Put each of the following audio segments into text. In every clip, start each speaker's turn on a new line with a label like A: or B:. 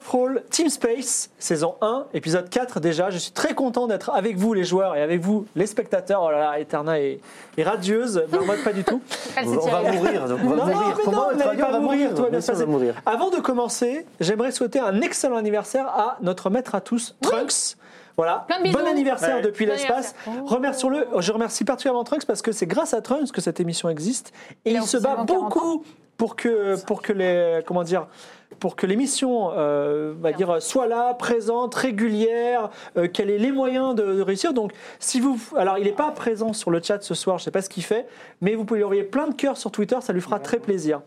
A: Crawl Team Space, saison 1, épisode 4 déjà. Je suis très content d'être avec vous les joueurs et avec vous les spectateurs. Oh là là, Eterna est, est radieuse, Marmotte pas du tout.
B: Elle
C: On
B: s'est
C: va
B: tirée.
C: mourir, donc on
A: Non,
C: va
A: non,
C: mourir.
A: mais non,
C: Comment
A: vous
C: être
A: n'allez
C: radio,
A: pas
C: on va
A: mourir,
C: mourir
A: toi,
C: Bien
A: laisse
C: sûr, on va
A: passer.
C: mourir.
A: Avant de commencer, j'aimerais souhaiter un excellent anniversaire à notre maître à tous, Trunks. Voilà,
B: Plein de bisous.
A: bon anniversaire
D: Ouais.
A: depuis
B: Bon
A: l'espace. Remercions-le. Je remercie particulièrement Trunks parce que c'est grâce à Trunks que cette émission existe et
B: Il
A: il,
B: a
A: se bat
B: officiellement 40
A: beaucoup pour que pour que les comment dire pour que l'émission euh, on va dire soit là, présente, régulière, euh, qu'elle ait les moyens de, de réussir. Donc si vous alors il n'est pas présent sur le chat ce soir, je sais pas ce qu'il fait, mais vous pouvez lui envoyer plein de cœurs sur Twitter, ça lui fera très plaisir.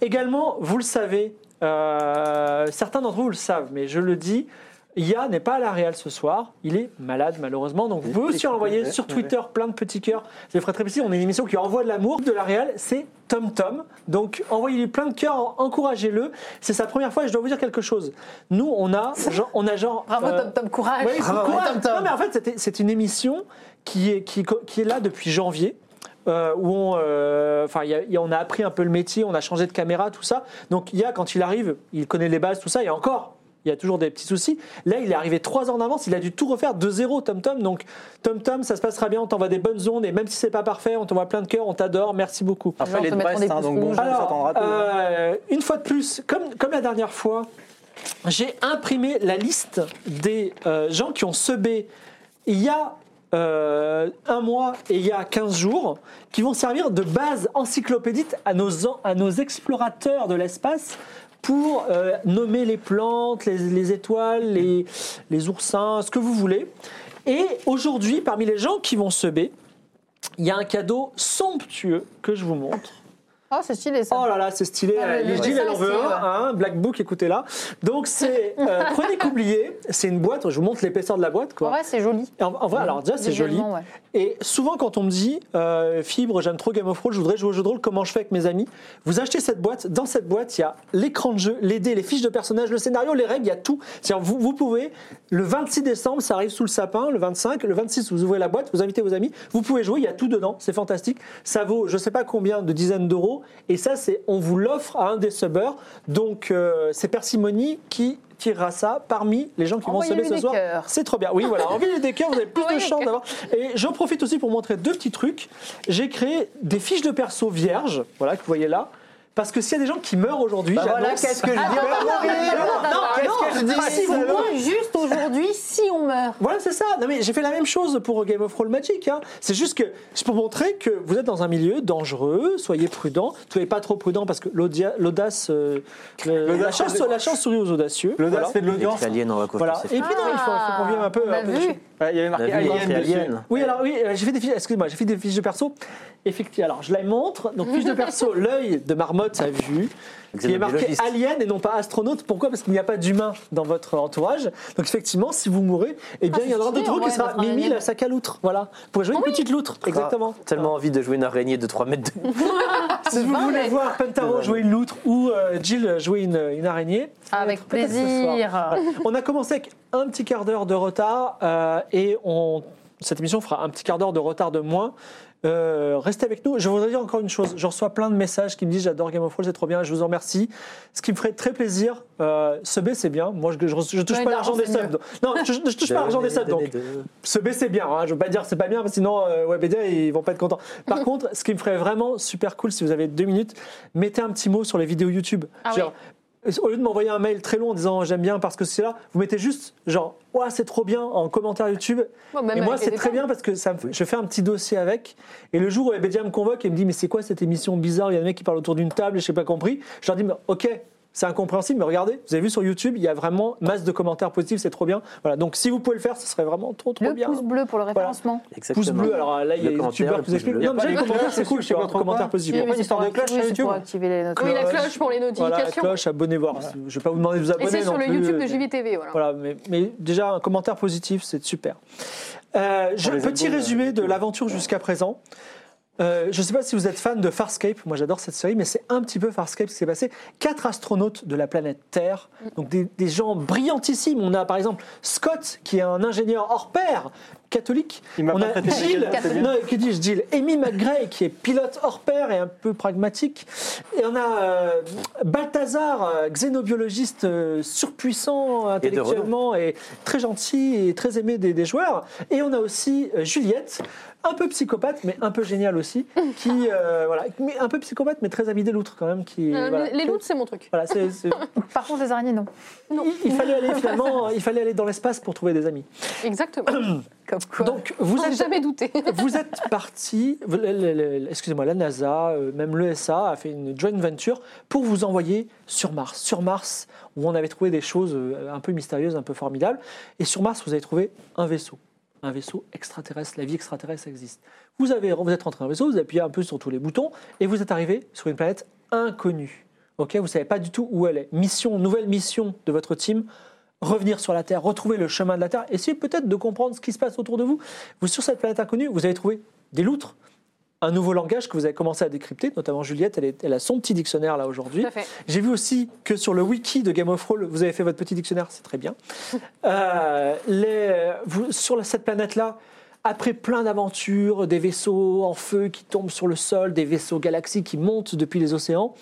A: Également, vous le savez, euh, certains d'entre vous le savent, mais je le dis, Ya n'est pas à la Real ce soir. Il est malade, malheureusement. Donc, vous pouvez aussi envoyer sur Twitter plein de petits cœurs. Ça lui ferait très plaisir. On est une émission qui envoie de l'amour. De la Real, c'est Tom Tom. Donc, envoyez-lui plein de cœurs, encouragez-le. C'est sa première fois et je dois vous dire quelque chose. Nous, on a genre. On a genre
B: Bravo,
A: euh,
B: Tom Tom, courage.
A: oui,
C: Bravo,
A: pourquoi
C: Tom Tom.
A: Non, mais en fait, c'était- c'est une émission qui est, qui, qui est là depuis janvier. euh, où on, euh, enfin, il y a- il y a- on a appris un peu le métier, on a changé de caméra, tout ça. Donc, il y a, quand il arrive, il connaît les bases, tout ça, et encore, il y a toujours des petits soucis. Là, il est arrivé trois heures d'avance, il a dû tout refaire de zéro, Tom Tom. Donc, Tom Tom, ça se passera bien, on t'envoie des bonnes ondes, et même si c'est pas parfait, on t'envoie plein de cœur, on t'adore, merci beaucoup.
B: gens
D: Après, les
B: se
D: de
B: mettront
D: Brest,
B: des
D: hein,
B: pouces
D: donc bon,
B: rouges.
D: on s'attendra
A: Alors,
D: à tout.
A: euh, une fois de plus, comme, comme la dernière fois, j'ai imprimé la liste des euh, gens qui ont sebé il y a euh, un mois et il y a 15 jours, qui vont servir de base encyclopédique à nos, en- à nos explorateurs de l'espace pour euh, nommer les plantes, les, les étoiles, les, les oursins, ce que vous voulez. Et aujourd'hui, parmi les gens qui vont seber, il y a un cadeau somptueux que je vous montre.
B: Oh, c'est stylé ça.
A: Oh là là, c'est stylé.
B: Ah, le-
A: Les
B: le
A: Gilles,
B: dessin
A: elle en
B: est
A: veut
B: stylé,
A: un.
B: ouais.
A: hein, Black Book, écoutez là. Donc, c'est euh, Chronique oubliée. C'est une boîte. Je vous montre l'épaisseur de la boîte.
B: En
A: Quoi.
B: vrai, c'est joli.
A: Et En, en vrai, alors déjà, c'est joli.
B: Visuellement, ouais.
A: Et souvent, quand on me dit euh, Fibre, j'aime trop Game of Thrones, je voudrais jouer au jeu de rôle, comment je fais avec mes amis Vous achetez cette boîte. Dans cette boîte, il y a l'écran de jeu, les dés, les fiches de personnages, le scénario, les règles, il y a tout. C'est-à-dire, vous, vous pouvez, le 26 décembre, ça arrive sous le sapin, le 25, le 26, vous ouvrez la boîte, vous invitez vos amis, vous pouvez jouer, il y a tout dedans, c'est fantastique. Ça vaut, je sais pas combien de dizaines d'euros. Et ça, c'est on vous l'offre à un des subbers. Donc, euh, c'est Persimony qui tirera ça parmi les gens qui vont
B: Envoyez-lui
A: subber ce
B: des
A: soir.
B: cœurs.
A: C'est trop bien. Oui, voilà. En ville des cœurs, vous avez plus de
B: Envoyez des
A: chance d'avoir. Et j'en profite aussi pour montrer deux petits trucs. J'ai créé des fiches de perso vierges, voilà, que vous voyez là. Parce que s'il y a des gens qui meurent aujourd'hui,
C: Bah voilà,
A: j'annonce-
C: qu'est-ce que
D: Ah,
C: je dis
B: Attends,
C: on va
B: attends,
C: mourir.
B: attends, attends,
C: Qu'est-ce que je dis
A: Ah, si, vous
C: salaud
A: mourrez.
B: Moi, juste aujourd'hui, si on meurt.
A: Voilà, c'est ça. Non, mais j'ai fait la même chose pour Game of Thrones Magic. hein. C'est juste que c'est pour montrer que vous êtes dans un milieu dangereux. Soyez prudent. Soyez pas trop prudent parce que l'audia- l'audace, euh, le-
C: L'audace
A: la, chance,
C: fait de-
A: la chance sourit aux audacieux.
C: L'audace
A: Voilà.
C: fait de l'audience.
D: Les aliens, on va quoi
A: Voilà.
D: faire,
A: Et puis non, il faut, faut qu'on vienne un peu. hein,
B: On a
A: un peu
B: Ah, bah vu.
A: dessus.
D: Ouais, Il y avait marqué
C: On a
D: Alien.
C: vu, il y a marqué
D: dessus.
C: Alien.
A: Oui, alors oui, euh, j'ai fait des fiches. Excusez-moi, j'ai fait des fiches de perso. Effectivement, alors je la montre. Donc fiche de perso, l'œil de marmotte, sa vue. qui est marqué
D: Xénobiologiste.
A: alien et non pas astronaute. Pourquoi Parce qu'il n'y a pas d'humain dans votre entourage. Donc effectivement, si vous mourrez, eh bien
B: Ah,
A: il y en aura
B: c'est
A: d'autres
B: stylé,
A: qui
B: ouais,
A: sera
B: d'être un
A: Mimi
B: alien. Ah
A: la sac à loutre. Voilà, pour jouer une petite loutre. Exactement.
D: Ah, Tellement envie de jouer une araignée de 3 mètres de.
A: Si vous
B: vingt
A: voulez
B: mètres.
A: voir Pentaro jouer une loutre ou euh, Jill jouer une, une araignée, ça va
B: Avec
A: être peut-être ce soir.
B: plaisir.
A: Ouais. On a commencé avec un petit quart d'heure de retard euh, et on, cette émission fera un petit quart d'heure de retard de moins. Euh, restez avec nous. Je voudrais dire encore une chose. Je reçois plein de messages qui me disent j'adore Game of Thrones, c'est trop bien, je vous en remercie. Ce qui me ferait très plaisir, euh, se B c'est bien. Moi, je, je, je touche
B: Oui,
A: pas
B: d'argent,
A: l'argent des
B: c'est
A: subs.
B: mieux.
A: Non, je, je touche pas l'argent des subs. Donc, se B c'est bien. hein. Je veux pas dire c'est pas bien, parce que sinon euh, Webedia ils vont pas être contents. Par contre, ce qui me ferait vraiment super cool, si vous avez deux minutes, mettez un petit mot sur les vidéos YouTube.
B: Ah
A: Genre, Au lieu de m'envoyer un mail très long en disant j'aime bien parce que c'est là, vous mettez juste genre ouah c'est trop bien en commentaire YouTube.
B: Bon, même
A: et moi
B: avec
A: c'est
B: les
A: très bien parce que ça me fait- je fais un petit dossier avec. Et le jour où Webedia me convoque et me dit mais c'est quoi cette émission bizarre Il y a des mecs qui parlent autour d'une table et je sais pas compris. Je leur dis mais ok. C'est incompréhensible, mais regardez, vous avez vu sur YouTube, il y a vraiment masse de commentaires positifs, c'est trop bien. Voilà, donc si vous pouvez le faire, ce serait vraiment trop trop
B: Le
A: bien.
B: pouce bleu pour le référencement.
A: Pouce bleu, alors là, il y a
D: hein. Le
A: les
D: commentaire,
A: youtubeurs
D: le
A: qui nous
D: pouce bleu.
A: expliquent.
D: Y a
A: Non, mais
C: pas
A: déjà, les
C: de
A: commentaires,
C: cloche
A: c'est cool,
C: aussi,
A: tu vois,
C: je comprends
A: commentaires
C: pas.
A: positifs.
C: pas une histoire de cloche
B: Oui,
C: sur
B: c'est
C: YouTube.
B: pour activer les notes.
E: Oui, la cloche pour les
A: Voilà, la
E: notifications.
A: cloche, abonnez-vous. Je ne vais pas vous demander de vous
E: Et
A: abonner.
E: c'est sur
A: non
E: le
A: plus. euh,
E: YouTube de JVTV, voilà.
A: Voilà, mais, mais déjà, un commentaire positif, c'est super. Euh, je,
C: les
A: petit
C: abonnés,
A: résumé de l'aventure jusqu'à présent. Euh, je ne sais pas si vous êtes fan de Farscape, moi j'adore cette série, mais c'est un petit peu Farscape ce qui s'est passé. Quatre astronautes de la planète Terre, donc des, des gens brillantissimes. On a par exemple Scott, qui est un ingénieur hors pair, catholique.
C: Il m'a
A: On
C: pas
A: a
C: traité de
A: Jill,
C: catholique,
B: c'est bien.
A: non, Euh, que dis-je, Jill, Amy McGray, qui est pilote hors pair et un peu pragmatique. Et on a euh, Balthazar, euh, xénobiologiste euh, surpuissant
D: Et de renom.
A: intellectuellement et très gentil et très aimé des, des joueurs. Et on a aussi euh, Juliette, un peu psychopathe, mais un peu géniale aussi, qui, euh, voilà, mais un peu psychopathe, mais très amie des loutres quand même. Qui,
E: Euh,
A: voilà.
E: les- Les loups, c'est mon truc.
A: Voilà, c'est- c'est-
B: Par contre, les araignées, non.
A: il, il fallait aller finalement, il fallait aller dans l'espace pour trouver des amis.
E: Exactement.
B: Comme quoi.
A: Donc vous
E: J'en ai
A: êtes
E: jamais douté.
A: vous êtes parti, vous- le- le- le- excusez-moi, la NASA, euh, même l'ESA a fait une joint venture pour vous envoyer sur Mars. Sur Mars, où on avait trouvé des choses euh, un peu mystérieuses, un peu formidables. Et sur Mars, vous avez trouvé un vaisseau. Un vaisseau extraterrestre, la vie extraterrestre existe. Vous, avez, vous êtes rentré dans un vaisseau, vous appuyez un peu sur tous les boutons et vous êtes arrivé sur une planète inconnue. Ok, vous ne savez pas du tout où elle est. Mission, nouvelle mission de votre team, revenir sur la Terre, retrouver le chemin de la Terre, essayer peut-être de comprendre ce qui se passe autour de vous. Vous, sur cette planète inconnue, vous avez trouvé des loutres, un nouveau langage que vous avez commencé à décrypter, notamment Juliette, elle, est- elle a son petit dictionnaire là aujourd'hui.
E: Tout à fait.
A: J'ai vu aussi que sur le wiki de Game of Thrones, vous avez fait votre petit dictionnaire, c'est très bien. Euh, les- vous- sur la- cette planète-là, après plein d'aventures, des vaisseaux en feu qui tombent sur le sol, des vaisseaux galaxies qui montent depuis les océans,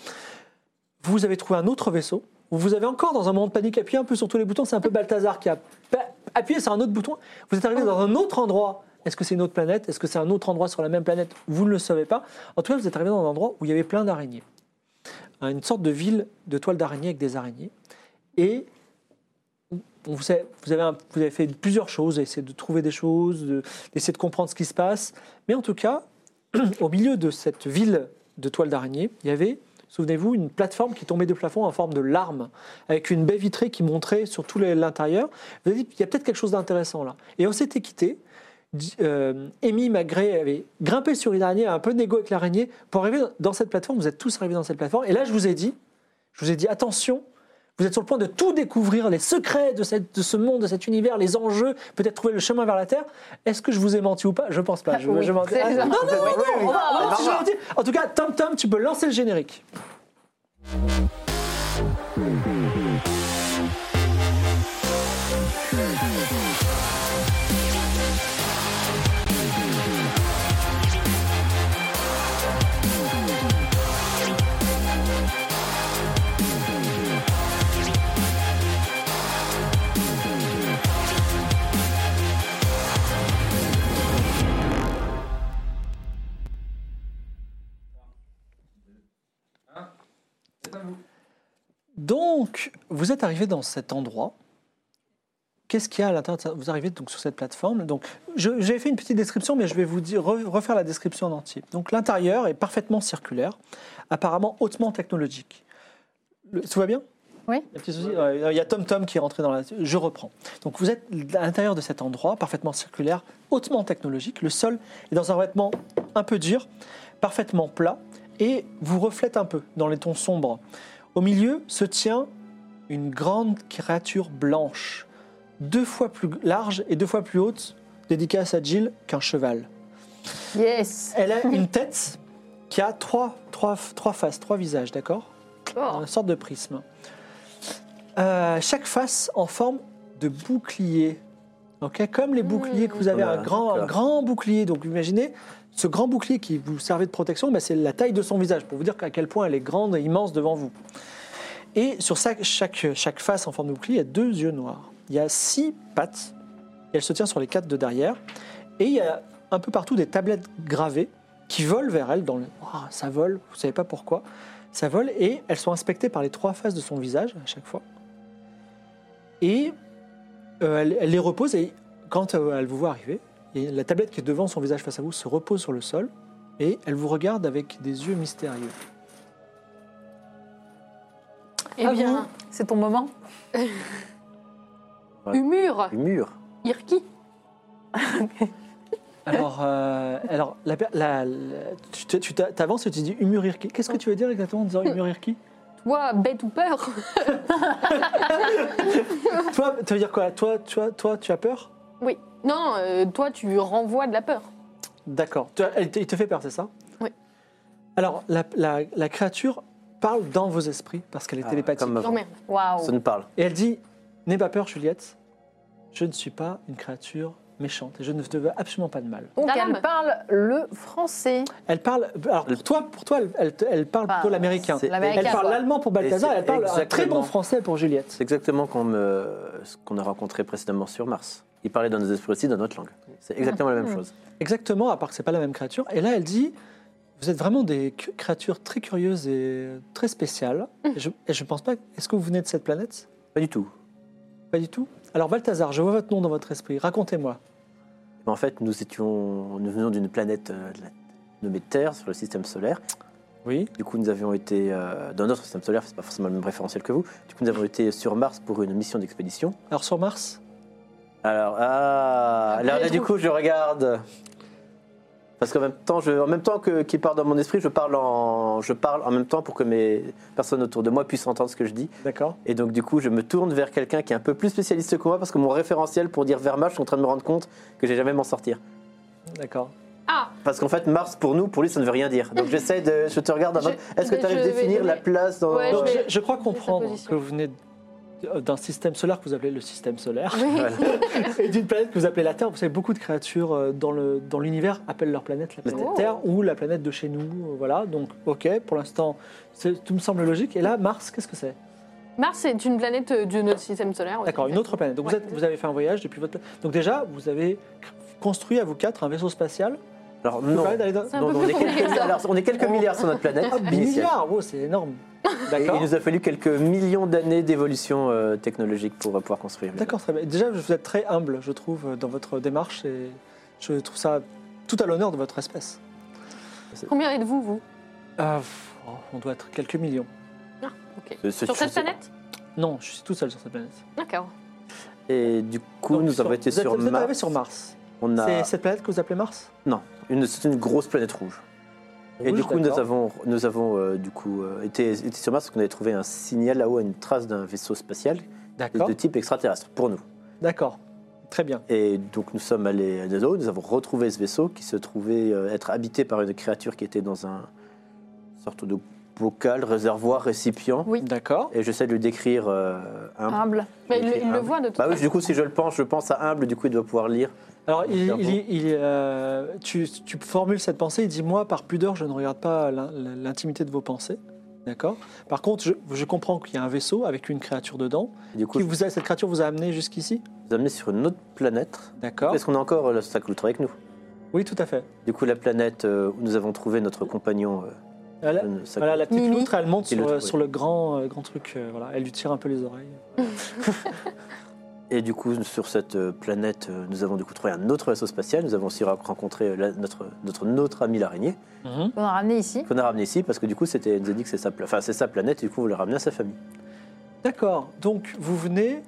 A: vous avez trouvé un autre vaisseau. Vous avez encore, dans un moment de panique, appuyé un peu sur tous les boutons. C'est un peu Balthazar qui a pa- appuyé sur un autre bouton. Vous êtes arrivé dans un autre endroit. Est-ce que c'est une autre planète Est-ce que c'est un autre endroit sur la même planète Vous ne le savez pas. En tout cas, vous êtes arrivé dans un endroit où il y avait plein d'araignées. Hein, Une sorte de ville de toile d'araignée avec des araignées. Et on vous, savez- vous avez, un- vous avez fait plusieurs choses, essayer de trouver des choses, de- d'essayer de comprendre ce qui se passe. Mais en tout cas, au milieu de cette ville de toile d'araignée, il y avait, souvenez-vous, une plateforme qui tombait du plafond en forme de larme, avec une baie vitrée qui montrait sur tout les- l'intérieur. Vous avez dit, il y a peut-être quelque chose d'intéressant là. Et on s'était quitté. Di- euh, Amy Magret avait grimpé sur une araignée, un peu négo avec l'araignée, pour arriver dans cette plateforme. Vous êtes tous arrivés dans cette plateforme. Et là, je vous ai dit, je vous ai dit, attention, vous êtes sur le point de tout découvrir, les secrets de, cette- de ce monde, de cet univers, les enjeux, peut-être trouver le chemin vers la Terre. Est-ce que je vous ai menti ou pas Je pense pas. Je,
B: Ah oui,
A: je mentais.
B: c'est
A: Ah,
B: ça.
A: non, non, non, non, on va- on va
C: Ah,
A: voir si je
D: Barbara.
A: mentis. En tout cas, Tom Tom, tu peux lancer le générique. Donc, vous êtes arrivé dans cet endroit. Qu'est-ce qu'il y a à l'intérieur de ça Vous arrivez donc sur cette plateforme. Donc, je- j'avais fait une petite description, mais je vais vous dire- re- refaire la description en entier. Donc, l'intérieur est parfaitement circulaire, apparemment hautement technologique. Le- tout va bien
B: Oui.
A: Il y a un petit souci Ouais, il y a Tom Tom qui est rentré dans la. Je reprends. Donc, vous êtes à l'intérieur de cet endroit, parfaitement circulaire, hautement technologique. Le sol est dans un vêtement un peu dur, parfaitement plat, et vous reflète un peu dans les tons sombres. Au milieu se tient une grande créature blanche, deux fois plus large et deux fois plus haute, dédicace à Jill, qu'un cheval.
B: Yes.
A: Elle a une tête qui a trois, trois, trois faces, trois visages, d'accord Une sorte de prisme. Euh, chaque face en forme de bouclier. ok Comme les boucliers que vous avez,
D: Voilà,
A: un, grand, un
D: d'accord.
A: grand bouclier. Donc vous imaginez, ce grand bouclier qui vous servait de protection, ben, c'est la taille de son visage, pour vous dire à quel point elle est grande et immense devant vous. Et sur sa- chaque, chaque face en forme de bouclier, il y a deux yeux noirs. Il y a six pattes, et elle se tient sur les quatre de derrière. Et il y a un peu partout des tablettes gravées qui volent vers elle. Dans le... Ah, ça vole, vous savez pas pourquoi. Ça vole et elles sont inspectées par les trois faces de son visage à chaque fois. Et euh, elle, elle les repose et quand euh, elle vous voit arriver, et la tablette qui est devant son visage face à vous se repose sur le sol et elle vous regarde avec des yeux mystérieux.
E: Eh
B: Ah
E: bien,
B: C'est ton moment.
D: bon
E: Humur,
D: Les murs.
E: Irki.
A: Alors, euh, alors la per- la- la- tu te- tu t'a- t'avances et tu dis Umurirki. Qu'est-ce que tu veux dire exactement en disant Umurirki
E: Toi, bête ou peur
A: Toi, tu veux dire quoi toi, toi, toi, tu as peur
E: Oui. Non, euh, toi, tu renvoies de la peur.
A: D'accord. Tu- elle te- Il te fait peur, c'est ça
E: Oui.
A: Alors, la, la- la créature parle dans vos esprits parce qu'elle est
D: Ah,
A: télépathique.
D: comme
E: Non,
D: avant.
E: merde.
B: Waouh.
D: Ça ne parle.
A: Et elle dit N'aie pas peur, Juliette. Je ne suis pas une créature méchante et je ne te veux absolument pas de mal.
E: Donc
B: Donc
E: elle
B: elle parle le français.
A: Elle parle. Alors, toi, pour toi, elle, elle- elle parle
B: Enfin,
A: plutôt l'américain.
D: c'est-
B: l'américain,
A: Elle parle
B: quoi.
A: l'allemand pour Balthazar
D: Et
A: et
D: c'est
A: elle parle un très bon
D: exactement-
A: français pour Juliette.
D: C'est exactement comme euh, ce qu'on a rencontré précédemment sur Mars. Il parlait dans nos esprits aussi, dans notre langue. C'est exactement la même chose.
A: Exactement, à part que c'est pas la même créature. Et là, elle dit Vous êtes vraiment des cu- créatures très curieuses et très spéciales. Et je, et je pense pas. Est-ce que vous venez de cette planète
D: Pas du tout.
A: Pas du tout. Alors, Balthazar, je vois votre nom dans votre esprit. Racontez-moi.
D: Mais en fait, nous étions, nous venions d'une planète euh, de la- nommée Terre sur le système solaire.
A: Oui.
D: Du coup, nous avions été euh, dans notre système solaire, c'est pas forcément le même référentiel que vous. Du coup, nous avons été sur Mars pour une mission d'expédition.
A: Alors, sur Mars
D: Alors, ah,
E: Après,
D: alors là,
E: les
D: du
E: trous.
D: coup, je regarde. Parce qu'en même temps, je, en même temps que qui part dans mon esprit, je parle en, je parle en même temps pour que mes personnes autour de moi puissent entendre ce que je dis.
A: D'accord.
D: Et donc, du coup, je me tourne vers quelqu'un qui est un peu plus spécialiste que moi, parce que mon référentiel pour dire Verma, je suis en train de me rendre compte que j'ai jamais m'en sortir.
A: D'accord.
E: Ah,
D: Parce qu'en fait, Mars, pour nous, pour lui, ça ne veut rien dire. Donc, j'essaie de. Je te regarde en
E: Je-
D: mode, Est-ce que tu arrives
E: je
D: à
E: vais-
D: définir
E: je
D: la
E: vais-
D: place dans.
E: Ouais,
A: Donc,
E: Euh, je
A: je,
E: vais-
A: je crois comprendre
E: position.
A: que vous venez euh, d'un système solaire que vous appelez le système solaire
E: oui.
D: Voilà.
A: et d'une planète que vous appelez la Terre. Vous savez, beaucoup de créatures euh, dans le- dans l'univers appellent leur planète la planète
E: Oh.
A: Terre ou la planète de chez nous. euh, Voilà. Donc, ok, pour l'instant, c'est- tout me semble logique. Et là, Mars, qu'est-ce que c'est
E: Mars est une planète euh, de notre système solaire. ouais,
A: D'accord, une autre planète. Donc vous,
E: Ouais.
A: êtes- vous avez fait un voyage depuis votre. Donc déjà, vous avez cr- construit à vous quatre un vaisseau spatial.
D: Alors,
A: Vous
D: non.
A: parlez d'aller dans-
E: C'est un
D: Non,
E: peu
D: on, est
E: plus
D: quelques,
E: compliqué que ça.
D: alors, on est quelques milliards sur notre planète.
A: Ah, des
D: initiale.
A: milliards, wow, c'est énorme.
D: Et
A: D'accord.
D: il nous a fallu quelques millions d'années d'évolution euh, technologique pour euh, pouvoir construire.
A: D'accord, très bien. Déjà, vous êtes très humble, je trouve, dans votre démarche et je trouve ça tout à l'honneur de votre espèce.
E: Combien êtes-vous, vous
A: Euh, pff, oh, on doit être quelques millions.
D: Ce- ce-
E: Sur cette
D: ce-
E: planète
A: Non, je suis tout seul sur cette planète.
E: D'accord.
D: Et du coup,
A: Donc,
D: nous
A: sur-
D: avons été
A: vous êtes-
D: sur
A: vous êtes arrivé
D: Mars.
A: sur Mars.
D: On a
A: C'est cette planète que vous appelez Mars
D: non, une- c'est une grosse planète rouge. Et
A: Rouge,
D: du coup, nous
A: d'accord.
D: avons, nous avons euh, du coup euh, été, été sur Mars parce qu'on avait trouvé un signal là-haut, une trace d'un vaisseau spatial
A: D'accord.
D: de type extraterrestre pour nous.
A: D'accord. Très bien.
D: Et donc, nous sommes allés à là-haut. Nous avons retrouvé ce vaisseau qui se trouvait euh, être habité par une créature qui était dans un sorte de bocal, réservoir, récipient.
B: Oui.
A: D'accord.
D: Et j'essaie de lui décrire euh, un
A: Ah.
B: Humble.
E: Mais
D: Ok,
E: il, il le
D: humble.
E: voit de toute
D: Bah oui,
E: façon.
D: du coup, si je le penche, je pense à humble, du coup, il doit pouvoir lire.
A: Alors, il,
D: Bravo.
A: il- il- euh, tu, tu formules cette pensée, il dit Moi, par pudeur, je ne regarde pas l'in- l'intimité de vos pensées. D'accord Par contre, je, je comprends qu'il y a un vaisseau avec une créature dedans.
D: Du coup,
A: Qui
D: je
A: vous a, cette créature vous a amené jusqu'ici
D: vous amener sur une autre planète.
A: D'accord
D: Est-ce qu'on a encore euh, l'obstacle avec nous
A: Oui, tout à fait.
D: Du coup, la planète euh, où nous avons trouvé notre compagnon. euh,
A: Voilà,
D: jeune Sacre-
A: voilà, la petite
B: Mimi.
A: loutre, elle monte
D: Et
A: sur,
D: l'autre,
A: euh,
D: oui.
A: sur le grand, euh, grand truc. euh, voilà. Elle lui tire un peu les oreilles.
D: Et du coup, sur cette euh, planète, euh, nous avons du coup trouvé un autre vaisseau spatial. Nous avons aussi ra- rencontré euh, la- notre, notre, notre ami l'araignée,
B: On a ramené ici.
D: qu'on a ramené ici parce que du coup, c'était, elle nous a dit que c'est sa, pla- enfin, c'est sa planète et du coup, on l'a ramené à sa famille.
A: D'accord. Donc, vous venez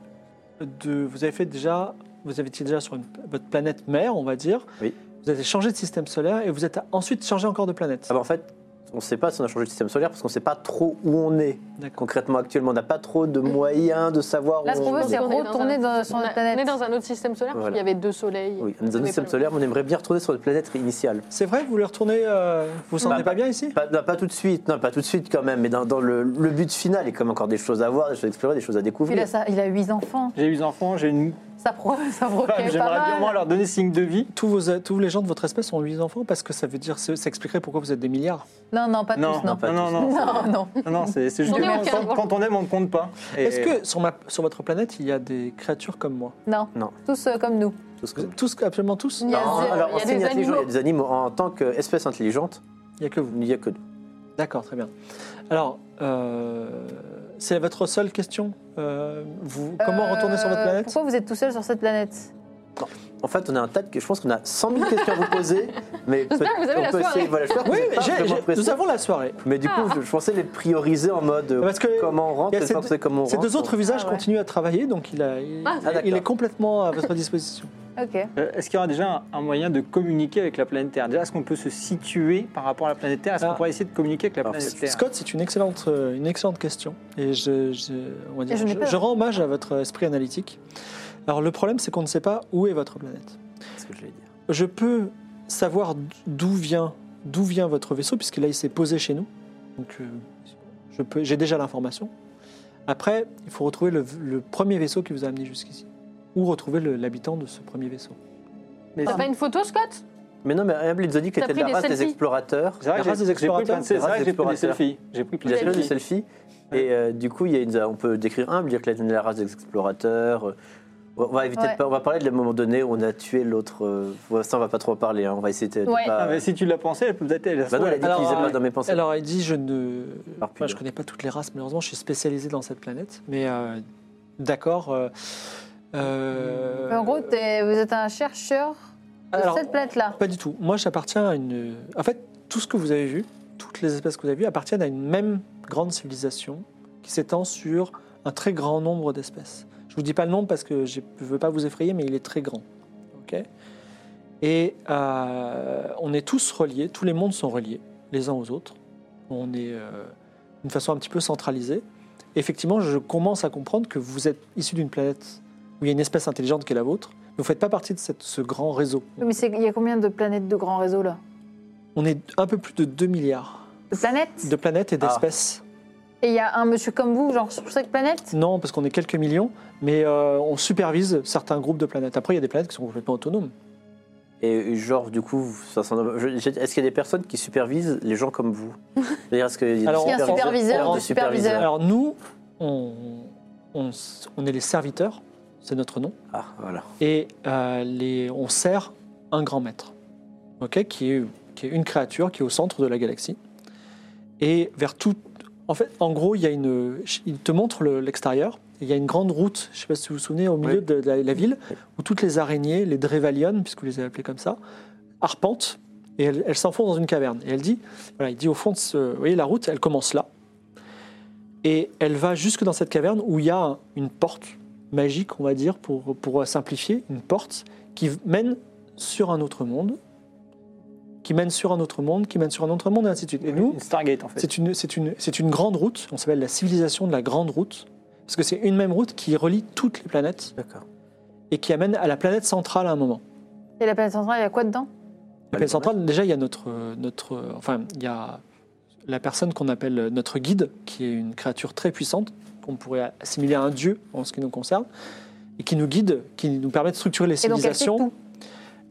A: de. Vous avez fait déjà. Vous avez été déjà sur une- votre planète mère, on va dire.
D: Oui.
A: Vous avez changé de système solaire et vous êtes ensuite changé encore de planète.
D: Ah bah, en fait, on ne sait pas si on a changé de système solaire parce qu'on ne sait pas trop où on est
A: D'accord.
D: concrètement actuellement. On n'a pas trop de moyens de savoir
B: Là,
D: où
B: ce
D: on
B: qu'on veut,
D: est.
B: c'est
E: On est dans
B: retourner
E: un-
B: dans- sur
E: on, a-
B: notre
E: on est
B: planète.
E: dans un autre système solaire, parce
D: Voilà.
E: qu'il y avait deux soleils.
D: Oui, dans
E: On
D: un
E: savait
D: système
E: pas
D: solaire, mais on aimerait bien retourner sur notre planète initiale.
A: C'est vrai, vous voulez retourner. euh, vous vous sentez
D: Bah,
A: pas bien ici
D: Pas, non, pas tout de suite, non, pas tout de suite quand même, mais dans, dans le, le but final, il y a quand même encore des choses à voir, des choses à explorer, des choses à
B: Il a,
D: découvrir.
B: ça- il a huit enfants.
C: J'ai eu des enfants, j'ai une
B: Ça, pro, ça
C: femme,
A: Ah,
B: provoquait pas
C: j'aimerais bien
B: mal.
C: moi leur donner signe de vie.
A: tous, vos, tous les gens de votre espèce ont 8 enfants parce que ça veut dire. Ça expliquerait pourquoi vous êtes des milliards.
B: Non, non, pas
C: Non,
B: tous, non.
C: non, non, non,
B: Non, non.
C: non, non, c'est c'est juste
E: On
C: que
E: est
C: quand,
E: aucun
C: quand-
E: droit.
C: quand on aime, on ne compte pas. Et-
A: Est-ce que sur, ma, sur votre planète, il y a des créatures comme moi
B: Non.
D: Non.
B: Tous euh, comme nous.
D: Tout ce que-
A: Vous êtes Tous, absolument tous
E: Il y a
D: Non,
E: zéro-
D: alors,
E: il y a
D: en
E: des
D: signe intelligent, il y
E: animaux.
D: a des animaux. En tant qu'espèce intelligente,
A: Il n'y a que vous.
D: il n'y a que nous.
A: D'accord, très bien. Alors, euh, c'est votre seule question euh, vous, Comment
B: Euh,
A: retourner sur votre planète
B: Pourquoi vous êtes tout seul sur cette planète
D: En fait, on a un tas de. Je pense qu'on a 100 000 questions à vous poser, mais peut-
E: que vous avez
D: on
E: la
D: peut
E: soirée.
D: essayer- voilà, j'espère que
A: Oui,
D: vous êtes
A: mais
D: pas
A: j'ai-
D: vraiment
A: j'ai-
D: pressés.
A: nous avons la soirée.
D: Mais du coup, je, je pensais les prioriser en mode euh,
A: Parce que
D: comment on rentre,
A: Ah bah, il y a
D: et
A: ces
D: pas
A: deux-
D: comment on
A: Ces
D: rentre.
A: deux autres visages
B: Ah ouais.
A: continuent à travailler, donc il, a, il,
E: Ah,
A: il
D: d'accord.
A: est complètement à votre disposition.
B: Ok.
C: Euh, Est-ce qu'il y aura déjà un, un moyen de communiquer avec la planète Terre Déjà, est-ce qu'on peut se situer par rapport à la planète Terre Est-ce
A: Ah.
C: qu'on pourrait essayer de communiquer avec la
D: Alors,
C: planète Terre
A: Scott, c'est une excellente, euh, une excellente question. Et je, je- on va dire-
B: Et je n'ai
A: je-
B: peur.
A: je rends hommage à votre esprit analytique. Alors, le problème, c'est qu'on ne sait pas où est votre planète.
D: C'est ce que j'allais dire.
A: Je peux savoir d'où vient, d'où vient votre vaisseau, puisque là, il s'est posé chez nous. Donc, euh, je peux- j'ai déjà l'information. Après, il faut retrouver le, le premier vaisseau qui vous a amené jusqu'ici. Ou retrouver le- l'habitant de ce premier vaisseau.
C: Mais
E: T'as pas une photo, Scott
D: Mais non, mais Abel nous a dit que
E: T'as
D: était de
E: pris
D: la
E: des
D: race des
E: selfies
D: explorateurs.
C: C'est vrai
A: La
C: que
A: race
C: j'ai-
A: des
C: j'ai pris plein de-
A: explorateurs.
C: c'est vrai
D: La race
C: que j'ai pris des
D: explorateurs.
C: selfies. J'ai pris
D: Il
C: plein
D: y
C: de
D: a plein de
C: selfies.
D: selfies. Et euh, du coup, il y a une- on peut décrire un, dire que la la race des explorateurs. euh, On va éviter
B: Ouais.
D: de pas- on va parler de le moment donné où on a tué l'autre. euh, ouais, ça, on va pas trop en parler. hein, On va essayer de, de
B: Ouais.
D: pas.
C: Ah, mais si tu l'as pensé, elle peut peut-être. elle-
D: Bah non, elle a dit
A: Alors,
D: qu'il lisait
A: euh,
D: pas dans mes pensées.
A: Alors, elle dit, je ne
D: Par
A: enfin, je
D: pudeur.
A: connais pas toutes les races, malheureusement, je suis spécialisé dans cette planète. Mais euh, d'accord. euh, euh,
B: En gros, t'es- vous êtes un chercheur de
A: alors,
B: cette planète-là.
A: Pas du tout. Moi, j'appartiens à une. En fait, tout ce que vous avez vu, toutes les espèces que vous avez vues, appartiennent à une même grande civilisation qui s'étend sur un très grand nombre d'espèces. Je vous dis pas le nombre parce que je ne veux pas vous effrayer, mais il est très grand. Ok. Et euh, on est tous reliés, tous les mondes sont reliés les uns aux autres. On est euh, d'une façon un petit peu centralisée. Effectivement, je commence à comprendre que vous êtes issu d'une planète où il y a une espèce intelligente qui est la vôtre. mais Vous ne faites pas partie de cette- ce grand réseau.
B: Oui, Mais c'est- il y a combien de planètes de grands réseaux là
A: On est un peu plus de 2 milliards
B: De planètes
A: de planètes et d'espèces.
B: Et il y a un monsieur comme vous, genre sur chaque planète
A: Non, parce qu'on est quelques millions, mais euh, on supervise certains groupes de planètes. Après, il y a des planètes qui sont complètement autonomes.
D: Et euh, genre, du coup, ça s'en- je- je- est-ce qu'il y a des personnes qui supervisent les gens comme vous C'est-à-dire, est-ce qu'il y a
A: Alors,
D: des
A: Il y a un
B: superviseur,
D: Alors,
B: des
D: des
B: superviseurs.
A: Alors nous, on, on s- on est les serviteurs, c'est notre nom,
D: Ah, voilà.
A: et euh, les, on sert un grand maître, ok, qui, est, qui est une créature qui est au centre de la galaxie. Et vers tout... En fait, en gros, il, y a une, il te montre le- l'extérieur. Il y a une grande route, je ne sais pas si vous vous souvenez, au milieu
D: Oui.
A: de la, la ville,
D: Oui.
A: où toutes les araignées, les Drevalion, puisque vous les avez appelées comme ça, arpentent et elles, elles s'enfoncent dans une caverne. Et elle dit, voilà, il dit au fond de ce, vous voyez la route, elle commence là, et elle va jusque dans cette caverne où il y a une porte magique, on va dire, pour pour simplifier, une porte qui mène sur un autre monde, qui mène sur un autre monde, qui mène sur un autre monde, et ainsi de suite. Et nous,
C: Une Stargate en fait.
A: c'est une, c'est une, c'est une grande route, on s'appelle la civilisation de la grande route, parce que c'est une même route qui relie toutes les planètes
D: D'accord.
A: et qui amène à la planète centrale à un moment.
B: Et la planète centrale, il y a quoi dedans
A: La planète centrale, déjà, il y a notre, euh, notre euh, enfin, il y a la personne qu'on appelle euh, notre guide, qui est une créature très puissante, qu'on pourrait assimiler à un dieu en ce qui nous concerne, et qui nous guide, qui nous permet de structurer les
B: Et donc elle sait
A: civilisations.
B: tout.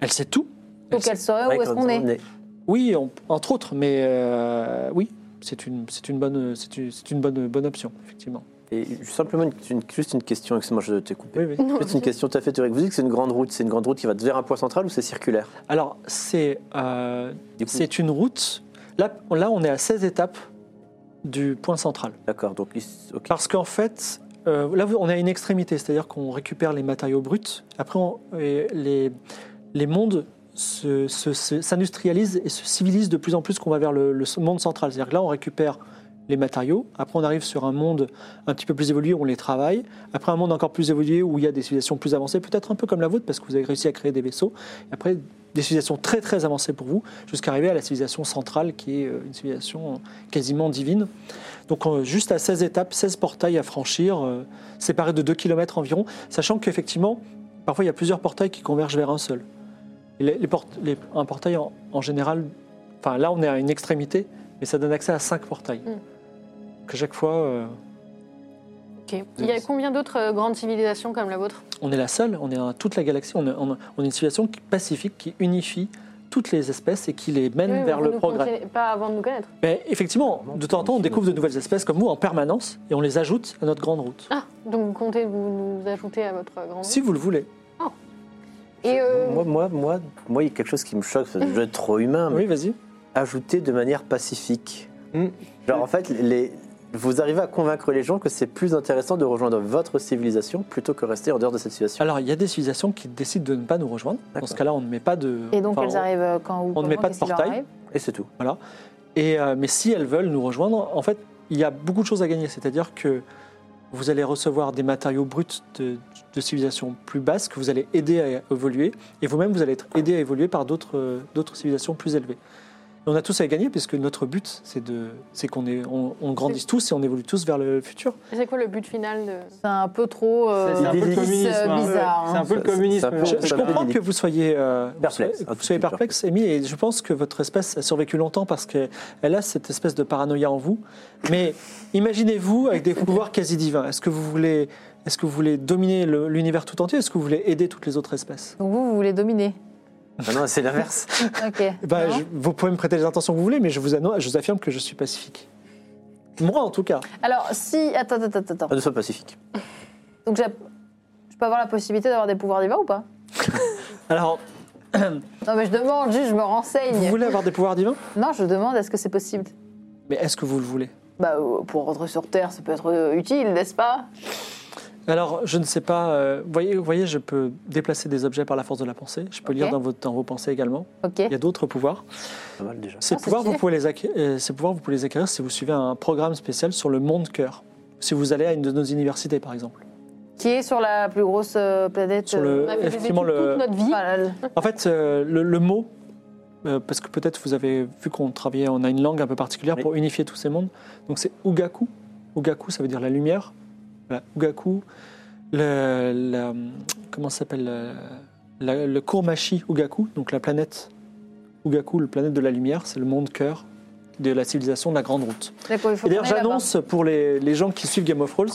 A: Elle sait tout.
B: Donc elle saurait Ah, où est-ce qu'on est.
A: Oui, on- entre autres, mais euh, oui, c'est une, c'est une bonne, c'est une, c'est une bonne, bonne option, effectivement.
D: Et simplement, une- une- juste une question, excuse-moi, je t'ai coupé.
A: Oui, oui.
D: Juste une question tout à fait théorique. Vous dites que c'est une grande route, c'est une grande route qui va vers un point central ou c'est circulaire
A: Alors, c'est, euh,
D: Du coup,
A: c'est une route. Là, là, on est à 16 étapes du point central.
D: D'accord, donc ici- ok.
A: Parce qu'en fait, euh, là, on est à une extrémité, c'est-à-dire qu'on récupère les matériaux bruts. Après, on- et les, les mondes se- se- se- s'industrialisent et se civilisent de plus en plus qu'on va vers le, le monde central. C'est-à-dire que là, on récupère les matériaux. Après, on arrive sur un monde un petit peu plus évolué où on les travaille. Après, un monde encore plus évolué où il y a des civilisations plus avancées, peut-être un peu comme la vôtre, parce que vous avez réussi à créer des vaisseaux. Et après, des civilisations très très avancées pour vous, jusqu'à arriver à la civilisation centrale, qui est euh, une civilisation quasiment divine. Donc euh, juste à 16 étapes, 16 portails à franchir, euh, séparés de 2 km environ, sachant qu'effectivement, parfois il y a plusieurs portails qui convergent vers un seul. Et les, les port- les- un portail en, en général, enfin là on est à une extrémité, mais ça donne accès à 5 portails.
E: Mm.
A: Que chaque fois, euh,
E: Ok. Il y a combien d'autres euh, grandes civilisations comme la vôtre
A: on est la seule, on est à toute la galaxie, on est, on est- on est une civilisation qui- pacifique qui unifie toutes les espèces et qui les mène
E: Oui,
A: vers
E: vous
A: le
E: nous
A: progrès.
E: comptez Pas avant de nous connaître.
A: Mais effectivement, de temps en temps, on découvre de nouvelles espèces comme vous en permanence et on les ajoute à notre grande route.
E: Ah, donc vous comptez vous nous ajouter à votre grand.
A: Si vous le voulez.
E: Et euh,
D: Moi, moi, moi, moi, il y a quelque chose qui me choque, c'est déjà trop humain, Ah,
A: Oui,
D: mais
A: vas-y.
D: ajouté de manière pacifique.
C: Mm.
D: Genre, en fait, les, vous arrivez à convaincre les gens que c'est plus intéressant de rejoindre votre civilisation plutôt que rester en dehors de cette civilisation.
A: Alors, il y a des civilisations qui décident de ne pas nous rejoindre. Dans
D: D'accord.
A: ce cas-là, on ne met pas de.
B: Et donc
A: enfin,
B: elles arrivent euh, quand ou
A: on ne met
B: comment,
A: pas de
B: qu'est-ce qui leur
A: portail.
B: arrive
D: Et c'est tout.
A: Et, euh, mais si elles veulent nous rejoindre, en fait, il y a beaucoup de choses à gagner. C'est-à-dire que vous allez recevoir des matériaux bruts de, de civilisations plus basses que vous allez aider à évoluer. Et vous-même, vous allez être aidé à évoluer par d'autres euh, d'autres civilisations plus élevées. Et on a tous à gagner puisque notre but, c'est de- c'est qu'on est- on, on grandisse tous et on évolue tous vers le futur.
E: c'est quoi le but final de...
B: C'est un peu trop euh,
C: C'est un peu le
B: bis, euh,
C: communisme, hein.
B: bizarre.
C: C'est un
B: hein.
C: peu le
D: Ça-
C: communisme.
D: ça-
C: mais
A: Je,
D: ça-
C: on
A: je
C: peut pas-
A: comprends que vous soyez euh, Vous
D: Perplexe, un
A: soyez, vous
D: tout
A: soyez
D: petit peu
A: perplexe, Amy, et je pense que votre espèce a survécu longtemps parce qu'elle a cette espèce de paranoïa en vous. Mais imaginez-vous avec des pouvoirs quasi divins. Est-ce que vous voulez, est-ce que vous voulez dominer le- l'univers tout entier Est-ce que vous voulez aider toutes les autres espèces
B: Donc vous, vous voulez dominer.
D: Ah non, c'est l'inverse.
B: Ok.
A: Bah,
B: Non
A: je- vous pouvez me prêter les intentions que vous voulez, mais je vous, anno- je vous affirme que je suis pacifique. Moi, en tout cas.
B: Alors, si. Attends, attends, attends, attends.
D: Ah, nous sommes pacifiques.
B: Donc, j'ai- je peux avoir la possibilité d'avoir des pouvoirs divins ou pas
A: Alors,
B: Non, mais je demande, juste, je me
A: vous
B: renseigne.
A: voulez avoir des pouvoirs divins
B: Non, je demande, est-ce que c'est possible
A: Mais est-ce que vous le voulez
B: Bah, euh, pour rentrer sur Terre, ça peut être euh, utile, n'est-ce pas
A: Alors, je ne sais pas. euh, voyez, voyez, je peux déplacer des objets par la force de la pensée. Je peux
B: Ok.
A: lire dans, votre- dans vos pensées également.
B: Ok.
A: Il y a d'autres pouvoirs.
D: Pas mal déjà.
A: Ces,
B: Ah, c'est
A: pouvoirs, vous
B: stylé.
A: pouvez les acqui- euh, ces pouvoirs, vous pouvez les acquérir si vous suivez un programme spécial sur le monde cœur. Si vous allez à une de nos universités, par exemple.
B: Qui est sur la plus grosse euh, planète
A: Sur
B: euh,
A: le,
E: On a fait des études
A: effectivement,
E: toute
A: le,
E: notre vie.
B: enfin, la-
A: En fait, euh, le, le mot, euh, parce que peut-être vous avez vu qu'on travaillait, on a une langue un peu particulière
D: Oui.
A: pour unifier tous ces mondes. Donc c'est Ugaku. Ugaku, ça veut dire la lumière. Voilà, Ugaku. Le, la- comment ça s'appelle euh, la- Le Kurmashi Ugaku, donc la planète Ugaku, la planète de la lumière, c'est le monde cœur de la civilisation de la Grande Route.
B: D'accord, il faut
A: Et d'ailleurs,
B: qu'on aille là-bas.
A: j'annonce pour les, les gens qui suivent Game of Thrones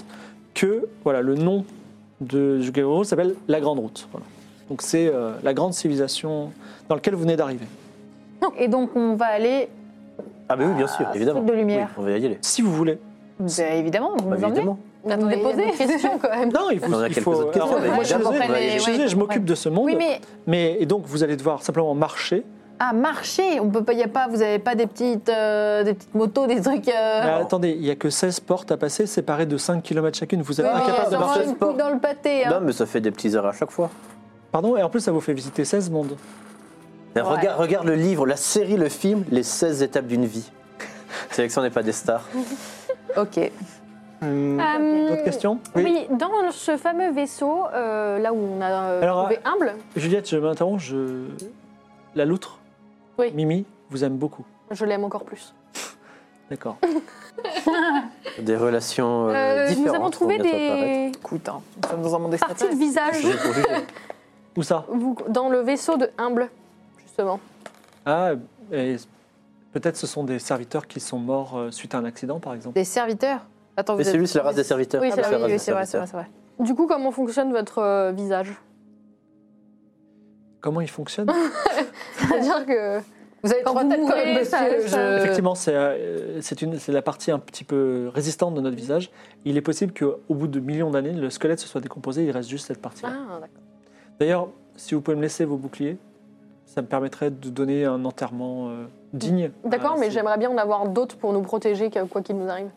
A: que voilà, le nom de du Game of Thrones s'appelle La Grande Route. Voilà. Donc c'est euh, la grande civilisation dans laquelle vous venez d'arriver.
B: Et donc, on va aller.
D: Ah, mais oui, bien sûr,
B: Ah,
D: évidemment.
B: truc de lumière.
D: Oui, on va y aller.
A: Si vous voulez.
B: Bah, évidemment, vous
D: Bah,
B: nous emmenez.
D: évidemment.
E: Mais attendez,
B: Oui, il y a
E: posez
B: d'autres
E: des questions quand même.
A: Non, il faut.
D: On a
A: il
D: quelques
A: faut- euh,
D: autres questions,
A: alors,
D: mais
A: moi, je suis
D: d'abord, on
A: désolé,
D: va y
A: je
D: aller.
A: suis désolé, je m'occupe de ce monde.
B: Oui,
A: mais...
B: mais
A: et donc vous allez devoir simplement marcher.
B: à marcher, on peut pas, y a pas, vous avez pas des petites, euh, des petites motos, des trucs. euh,
A: Mais attendez, il n'y a que 16 portes à passer, séparées de 5 km chacune. Vous êtes
B: oui,
D: capable
B: mais
A: incapable de
B: sans
A: marcher.
B: manger
D: marcher.
B: une couille dans le pâté. hein.
D: Non, mais ça fait des petits heures à chaque fois.
A: Pardon, et en plus, ça vous fait visiter 16 mondes.
D: Mais Regarde, regarde le livre, la série, le film, les 16 étapes d'une vie. Sélection n'est pas des stars.
B: Ok.
C: Hum,
B: Ah.
E: Euh,
A: D'autres questions
E: oui. dans ce fameux vaisseau, euh, là où on a euh,
A: Alors,
E: trouvé Humble,
A: Juliette, je m'interromps. Je... La loutre,
E: Oui.
A: Mimi, vous aime beaucoup.
E: je l'aime encore plus.
A: D'accord.
D: Des relations euh,
E: Euh,
D: différentes.
E: nous avons trouvé
D: vont bientôt apparaître.
E: des
B: Écoute, hein, nous sommes dans un monde
E: parties de
B: extraterrestre.
E: visage
D: Je vous jure.
A: Où ça
E: vous- dans le vaisseau de Humble, justement.
A: Ah, et peut-être ce sont des serviteurs qui sont morts euh, suite à un accident, par exemple.
B: Des serviteurs. Attends,
D: Mais
B: vous
D: c'est
B: êtes-
D: lui, c'est la race des serviteurs.
E: Oui,
B: Ah
E: c'est
B: bah
E: la-
B: oui,
D: race
B: oui,
D: des
B: c'est vrai, c'est
D: serviteurs.
B: vrai, c'est vrai.
E: Du coup, comment fonctionne votre euh, visage
A: Comment ils fonctionnent
E: Euh. C'est-à-dire que.
B: Vous avez
E: Quand
B: trois
E: vous
B: têtes comme
E: mourrez, ça-
B: monsieur.
E: ça-
B: je-
A: Effectivement, c'est euh, c'est une- c'est la partie un petit peu résistante de notre visage. Il est possible qu'au bout de millions d'années, le squelette se soit décomposé, il reste juste cette partie-là.
E: Ah, d'accord.
A: D'ailleurs, si vous pouvez me laisser vos boucliers, ça me permettrait de donner un enterrement euh, digne. Euh,
E: D'accord,
A: à
E: mais
A: ces-
E: j'aimerais bien en avoir d'autres pour nous protéger, que- quoi qu'il nous arrive.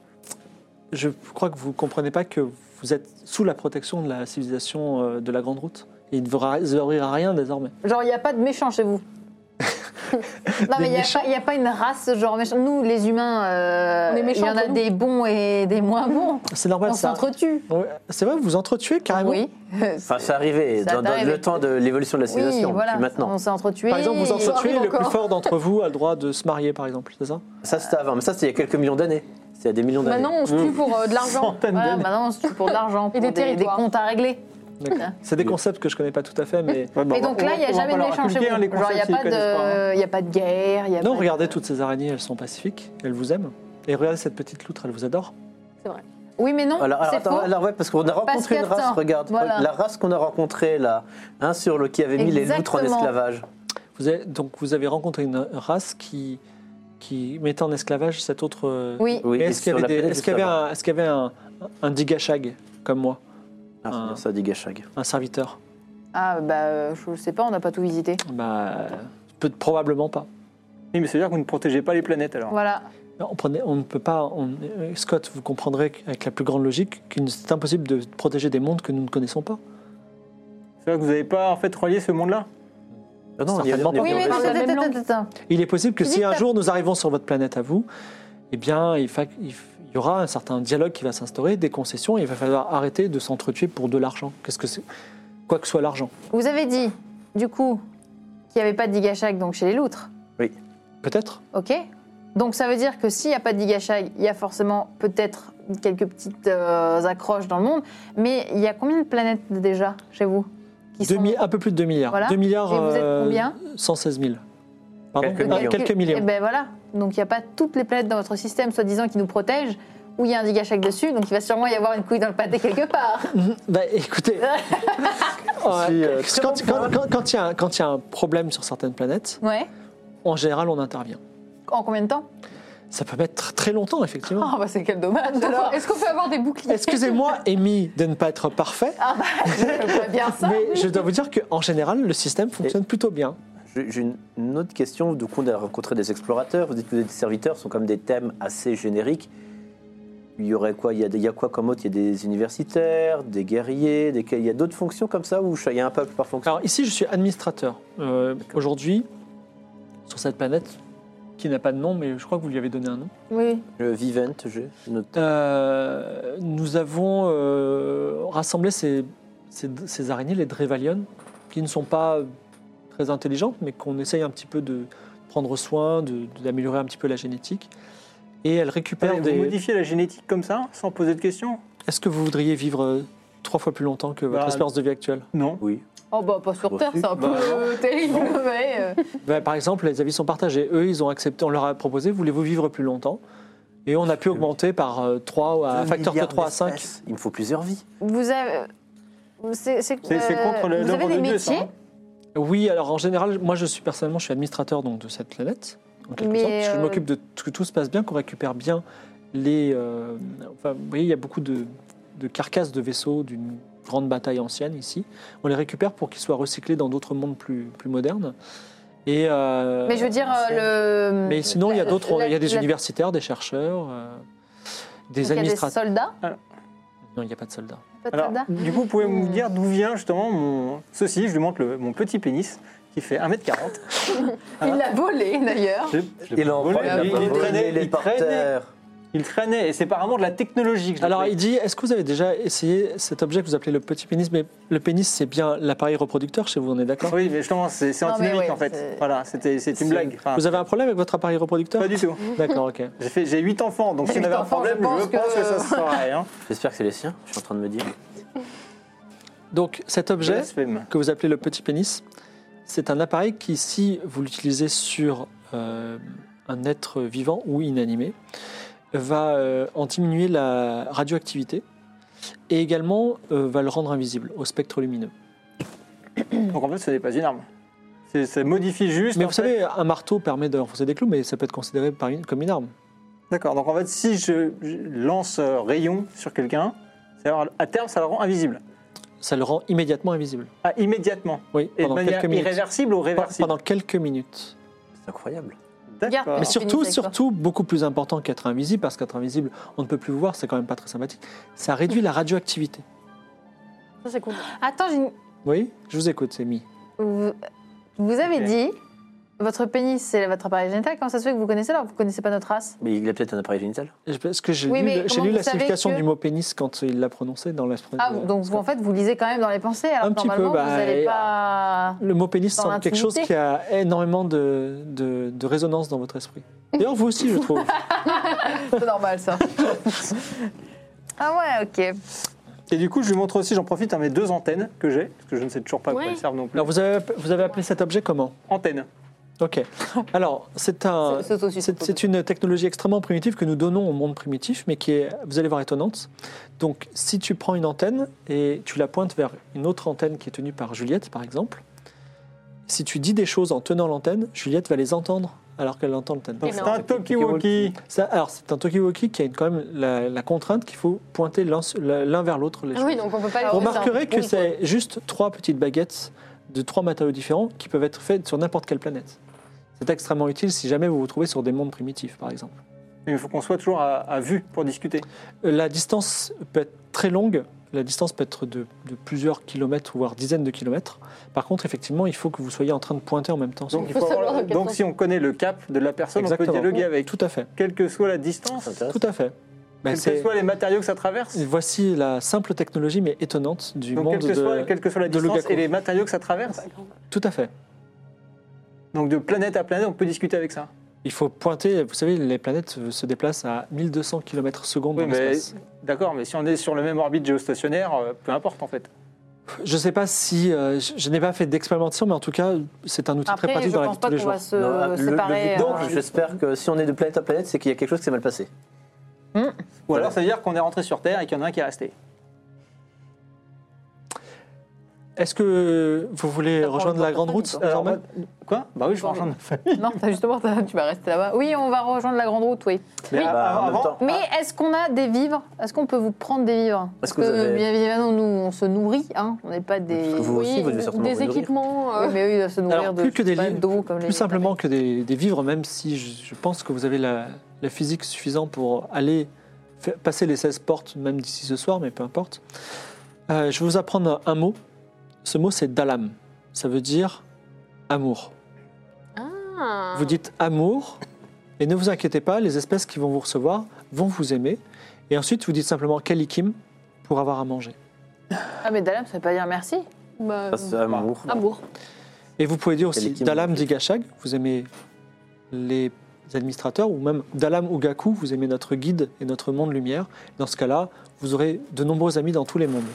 A: Je crois que vous ne comprenez pas que vous êtes sous la protection de la civilisation euh, de la Grande Route. Il ne vous ra- vous arrivera rien désormais.
B: Genre, il n'y a pas de méchants chez vous. non, mais il
A: méchants.
B: n'y a, pas une race genre méchant. Nous, les humains, euh,
E: On est
B: il y
E: méchants
B: en a
E: entre nous.
B: des bons et des moins bons.
A: C'est normal,
B: On
A: ça. Ah
B: s'entretue.
A: Ouais, C'est vrai, vous vous entretuez carrément
B: Oui.
D: Enfin, c'est arrivé,
B: Ça
D: dans, dans
B: t'arrive.
D: le temps de l'évolution de la
B: Oui,
D: civilisation,
B: voilà.
D: puis maintenant.
B: On s'est entretués.
A: Par exemple, vous
B: et-
A: entretuez,
E: arrive
A: le plus
E: encore.
A: fort d'entre vous a le droit de se marier, par exemple, c'est ça
D: Ça, c'était avant, mais ça, c'était il y a quelques millions d'années. C'est il y a des millions d'années.
E: Maintenant, on se
A: Mm.
E: tue pour euh, de l'argent.
C: centaines
B: Voilà,
C: d'années.
B: maintenant on se tue pour de l'argent, pour des,
E: des
B: des
E: territoires.
B: comptes à régler.
A: D'accord. C'est des concepts que je connais pas tout à fait, mais.
C: Ouais, bah,
B: et Ah. donc
C: on-
B: là, il n'y a
C: on va
B: jamais
C: pas
B: de
C: leur
B: méchant chez
C: inculquer, hein, les
B: vous. Genre, il n'y a,
C: concepts,
B: pas
C: ils connaissent pas, hein.
B: de... y a pas de guerre. y
A: Non,
B: a pas de- euh,
A: regardez toutes ces araignées, elles sont pacifiques, elles vous aiment. Et regardez cette petite loutre, elle vous adore.
B: Oui, mais non,
D: Alors, alors,
B: c'est
D: attends,
B: faux.
D: alors, ouais, parce qu'on a
B: Parce
D: rencontré une
B: qu'attends,
D: race, regarde.
B: voilà.
D: La race qu'on a rencontrée, là, hein, sur le qui avait mis les loutres en
B: Exactement.
D: esclavage.
A: Vous avez, donc vous avez rencontré une race qui, qui mettait en esclavage cette autre. euh,
B: Oui,
D: Oui,
A: Mais
D: et
A: est-ce qu'il y
D: sur
A: avait,
D: la
A: des-
D: planète
A: est-ce qu'il y avait
D: esclavage.
A: un, est-ce qu'il y avait un, un digashag comme moi,
D: Ah, c'est bien ça, dit Gachag.
A: un serviteur
B: ah bah euh, je sais pas, on n'a pas tout visité.
A: Bah, peut- probablement pas.
C: Oui, mais ça veut dire que vous ne protégez pas les planètes alors.
B: Voilà.
A: Non, On, prenait- on ne peut pas. on- euh, Scott, vous comprendrez avec la plus grande logique qu'il est impossible de protéger des mondes que nous ne connaissons pas.
C: C'est vrai que vous n'avez pas en fait relié ce monde-là
D: Ah non, il y
A: Certainement
D: a- il y a-
A: pas.
B: Oui,
D: il y a-
B: mais
E: parle la
B: attends,
E: même
B: attends,
E: langue.
B: attends.
A: Il est possible que
B: Tu
A: si
B: dis
A: un
B: que t'as-
A: jour nous arrivons sur votre planète à vous, eh bien, il, fa- il f- il y aura un certain dialogue qui va s'instaurer, des concessions, et il va falloir arrêter de s'entretuer pour de l'argent. Qu'est-ce que c'est Quoi que soit l'argent.
B: Vous avez dit, du coup, qu'il n'y avait pas de digashag donc chez les loutres.
A: Peut-être
B: Ok Donc ça veut dire que s'il n'y a pas de digashag, il y a forcément peut-être quelques petites euh, accroches dans le monde. Mais il y a combien de planètes déjà chez vous qui
A: Deux
B: sont-
A: mi- Un peu plus de 2 milliards.
B: Voilà.
A: 2 milliards.
B: Et vous êtes
A: euh,
B: combien
A: 116 000. Pardon
D: Quelques
A: Ah,
D: millions.
A: quelques
B: Eh
A: millions.
B: ben voilà. Donc il n'y a pas toutes les planètes dans votre système, soi-disant, qui nous protègent, où il y a un digashag dessus. Donc il va sûrement y avoir une couille dans le pâté quelque part.
A: Bah, écoutez,
D: suis, euh,
A: Parce que
D: très
A: quand-
D: bon
A: quand- quand- quand il y a un- quand il y a un problème sur certaines planètes,
B: Ouais.
A: en général, on intervient.
B: En combien de temps
A: Ça peut mettre tr- très longtemps, effectivement.
B: Ah bah c'est quel dommage alors.
E: Alors, est-ce qu'on peut avoir des boucliers
A: Excusez-moi, Amy, de ne pas être parfait,
B: Oh. Ah bah je vois bien ça.
A: mais je dois vous dire qu'en général, le système fonctionne plutôt bien.
D: J'ai j'ai une- une autre question. Du coup, on a rencontré des explorateurs. Vous dites que vous êtes des serviteurs. Ce sont quand même des thèmes assez génériques. Il y aurait quoi il y, a, des- il y a quoi comme autre Il y a des universitaires, des guerriers, des... il y a d'autres fonctions comme ça où il y a un peuple par fonction.
A: Alors ici, je suis administrateur. Euh, Aujourd'hui, sur cette planète, qui n'a pas de nom, mais je crois que vous lui avez donné un nom.
B: Oui.
D: Le Vivent, je note.
A: Euh, nous avons euh, rassemblé ces, ces- ces araignées, les Drevalion, qui ne sont pas très intelligentes, mais qu'on essaye un petit peu de prendre soin, de- d'améliorer un petit peu la génétique. Et elles récupèrent
C: Vous
A: des...
C: modifiez la génétique comme ça, sans poser de questions
A: Est-ce que vous voudriez vivre euh, trois fois plus longtemps que votre
C: Bah,
A: espérance de vie actuelle
C: Non.
D: Oui.
B: Oh bah pas sur
D: Refus.
B: Terre, c'est un peu
C: Bah, non.
B: euh, terrible. Mais, euh,
A: Bah, Par exemple, les avis sont partagés. Eux, ils ont accepté, on leur a proposé, voulez-vous vivre plus longtemps Et on a pu augmenter par 3, à
D: Un
A: facteur de
D: milliard
A: 3 à 5.
D: d'espèces. Il me faut plusieurs vies.
B: vous avez. C'est c'est-
C: C'est- c'est contre le-
B: Euh, Vous
C: l'œuvre
B: avez des
C: de Dieu, ça, hein.
B: métiers,
A: hein. Oui, alors en général, moi je suis personnellement, je suis administrateur donc, de cette planète. en quelque
B: Mais,
A: sorte, parce que Je
B: euh,
A: m'occupe de t- que tout se passe bien, qu'on récupère bien les. euh, enfin, vous voyez, il y a beaucoup de, de carcasses de vaisseaux d'une grande bataille ancienne ici. On les récupère pour qu'ils soient recyclés dans d'autres mondes plus, plus modernes. Et, euh,
B: mais je veux dire euh, le.
A: mais sinon, il y a
B: la-
A: d'autres.
B: la-
A: Il y a des
B: la-
A: universitaires, des chercheurs, euh,
B: donc
A: des
B: Il y a des
A: administrateurs.
B: soldats.
A: Non, il n'y a pas de soldats.
B: pas de
C: Alors,
B: soldats
C: du coup, vous pouvez
B: Hmm.
C: me dire d'où vient justement mon... ceci Je lui montre le- mon petit pénis qui fait 1m40.
B: Il l'a volé d'ailleurs.
C: Je- je l'ai
D: Il en
C: volé,
D: il a
C: il-
D: volé
C: il traînait,
D: les
C: il traînait,
D: parterres.
C: il traînait, et c'est apparemment de la technologie que je l'ai
A: Alors,
C: fait.
A: il dit est-ce que vous avez déjà essayé cet objet que vous appelez le petit pénis Mais le pénis, c'est bien l'appareil reproducteur chez vous, on est d'accord
C: Oui, mais justement, c'est c'est
B: Non, mais
C: antinomique
B: ouais,
C: en fait.
B: c'est-
C: Voilà, c'était c'est
A: C'est-
C: une blague. Enfin,
A: Vous avez un problème avec votre appareil reproducteur
C: Ah. Pas du tout.
A: D'accord, ok.
C: J'ai fait- J'ai 8 enfants, donc si on
B: Huit
C: avait un
B: enfants,
C: problème,
B: je
C: je pense
B: pense
C: que,
B: que
C: ça se ferait. Hein.
D: J'espère que c'est les siens, je suis en train de me dire.
A: Donc cet objet
C: Blasphème.
A: que vous appelez le petit pénis, c'est un appareil qui, si vous l'utilisez sur euh, un être vivant ou inanimé, va euh, en diminuer la radioactivité et également euh, va le rendre invisible au spectre lumineux.
C: Donc en fait, ce n'est pas une arme. C'est- Ça modifie juste.
A: Mais
C: en
A: vous
C: fait-
A: savez, un marteau permet d'enfoncer des clous, mais ça peut être considéré par une- comme une arme.
C: D'accord, donc en fait, si je je lance euh, rayon sur quelqu'un, ça- à terme, ça le rend invisible.
A: Ça le rend immédiatement invisible.
C: Ah, immédiatement.
A: Oui,
C: Et de
A: pendant
C: manière
A: quelques minutes.
C: irréversible ou réversible
A: Pendant quelques minutes.
D: C'est incroyable.
B: Garde.
C: D'accord.
A: Mais
B: Ah.
A: surtout,
B: Pénis avec toi.
A: surtout, beaucoup plus important qu'être invisible, parce qu'être invisible, on ne peut plus vous voir, c'est quand même pas très sympathique. Ça réduit la radioactivité.
E: Ça, c'est cool.
B: Attends, j'ai une-
A: Oui, je vous écoute, Amy.
B: vous, vous avez
C: Ok.
B: dit votre pénis c'est votre appareil génital. Comment ça se fait que vous connaissez alors que vous connaissez pas notre race
D: Mais il a peut-être un appareil génital.
A: Je- Parce que j'ai
B: Oui,
A: lu,
B: mais
A: le- j'ai
B: comment
A: lu
B: vous
A: la
B: savez
A: signification
B: que-
A: du mot pénis quand il l'a prononcé dans la.
B: Ah, donc vous, en fait, vous lisez quand même dans les pensées, alors
A: Euh, Un
B: que
A: petit peu,
B: normalement,
A: bah,
B: vous n'allez
A: et- euh,
B: pas...
A: Le mot pénis
B: dans
A: semble quelque chose
B: l'intimité.
A: qui a énormément de, de- de résonance dans votre esprit. D'ailleurs, vous aussi, je trouve.
B: C'est normal, ça. ah ouais, ok.
C: Et du coup, je lui montre aussi, j'en profite, à mes deux antennes que j'ai, parce que je ne sais toujours pas à quoi
E: Ouais.
C: elles servent non plus.
A: Alors, vous avez, vous avez appelé cet objet comment
C: Antenne.
A: Ok. Alors, c'est un.
B: C'est- c'est aussi-
A: Ah, C'est c'est une technologie extrêmement primitive que nous donnons au monde primitif, mais qui est, vous allez voir, étonnante. Donc, si tu prends une antenne et tu la pointes vers une autre antenne qui est tenue par Juliette, par exemple, si tu dis des choses en tenant l'antenne, Juliette va les entendre alors qu'elle entend l'antenne.
C: Donc
E: Et
C: c'est
E: non.
C: un talkie-walkie.
A: Ça, alors, c'est un talkie-walkie qui a une- quand même la, la contrainte qu'il faut pointer l'un s- l'un vers l'autre les
E: Ah oui, donc on peut pas
A: vous
B: Ah oui,
E: laisser ça.
A: remarquerez que
B: oui,
A: c'est juste trois petites baguettes de trois matériaux différents qui peuvent être faites sur n'importe quelle planète. C'est extrêmement utile si jamais vous vous trouvez sur des mondes primitifs, par exemple.
C: Mais il faut qu'on soit toujours à, à vue pour discuter.
A: Euh, La distance peut être très longue, la distance peut être de, de plusieurs kilomètres, voire dizaines de kilomètres. Par contre, effectivement, il faut que vous soyez en train de pointer en même temps.
C: Donc, il
E: faut
C: faut avoir-
E: savoir dans quel
C: donc
E: sens.
C: si on connaît le cap de la personne, on
A: Exactement.
C: peut dialoguer avec,
A: Tout à fait,
C: quelle que soit la distance,
D: C'est intéressant.
A: tout à fait. Ben,
C: quels que
A: c'est-
C: soient les matériaux que ça traverse.
A: voici la simple technologie, mais étonnante, du
C: Donc,
A: monde
C: quelle que,
A: de...
C: soit, quelle que soit la
A: de
C: distance
A: Lugaco.
C: et les matériaux que ça traverse.
A: Tout à fait.
C: Donc, de planète à planète, on peut discuter avec ça.
A: Il faut pointer, vous savez, les planètes euh, se déplacent à 1200 km secondes
C: Oui,
A: dans
C: mais-
A: l'espace.
C: D'accord, mais si on est sur le même orbite géostationnaire, euh, peu importe en fait.
A: Je ne sais pas si. euh, je je n'ai pas fait d'expérimentation, mais en tout cas, c'est un outil très
B: Après,
A: pratique
B: je
A: dans la vie de tous
B: pense pas
A: les
B: qu'on
A: jours.
B: va se
D: Non, ah, le- le-
B: séparer.
D: donc,
B: euh,
D: j'espère que si on est de planète à planète, c'est qu'il y a quelque chose qui s'est mal passé.
C: Ou alors, ça veut dire qu'on est rentré sur Terre et qu'il y en a un qui est resté.
A: Est-ce que vous voulez
B: Ça prend
A: rejoindre
B: une
A: la
B: porte
A: grande
B: de
A: route
B: famille,
A: euh, Norman
C: Quoi Bah oui, je vais
B: Pardon.
C: rejoindre ma famille.
B: Non, t'as- justement, t'as- tu vas rester là-bas. Oui, on va rejoindre la grande route, oui.
C: Mais
D: Bah,
C: avant-
D: en même
C: avant-
D: temps.
B: Mais
A: Ah.
B: est-ce qu'on a des vivres Est-ce qu'on peut vous prendre des vivres Parce
D: Est-ce que
B: que,
D: vous avez-
B: bien évidemment, nous, on se nourrit, hein. On n'est pas des.
D: Parce que vous
E: oui,
D: aussi, vous devez certainement
E: des
D: vous nourrir.
E: équipements. euh,
B: Oui, mais eux, ils doivent se nourrir
A: Alors,
B: de
A: plus que des
B: pas,
A: livres,
B: d'eau, comme les-
A: Plus simplement que des, des vivres, même si je, je pense que vous avez la, la physique suffisante pour aller fa- passer les 16 portes, même d'ici ce soir, mais peu importe. Euh, je vais vous apprendre un mot. Ce mot, c'est dalam. Ça veut dire amour.
E: ah.
A: Vous dites amour, et ne vous inquiétez pas, les espèces qui vont vous recevoir vont vous aimer. Et ensuite, vous dites simplement kalikim pour avoir à manger.
B: Ah, mais Dalam, ça veut pas dire merci.
E: Bah,
A: Ah,
D: Ça, c'est amour.
B: Ah
E: Amour.
A: Et vous pouvez dire aussi
D: Kalikim.
A: Dalam Digashag, vous aimez les administrateurs, ou même Dalam Ugaku, vous aimez notre guide et notre monde lumière. Dans ce cas-là, vous aurez de nombreux amis dans tous les mondes.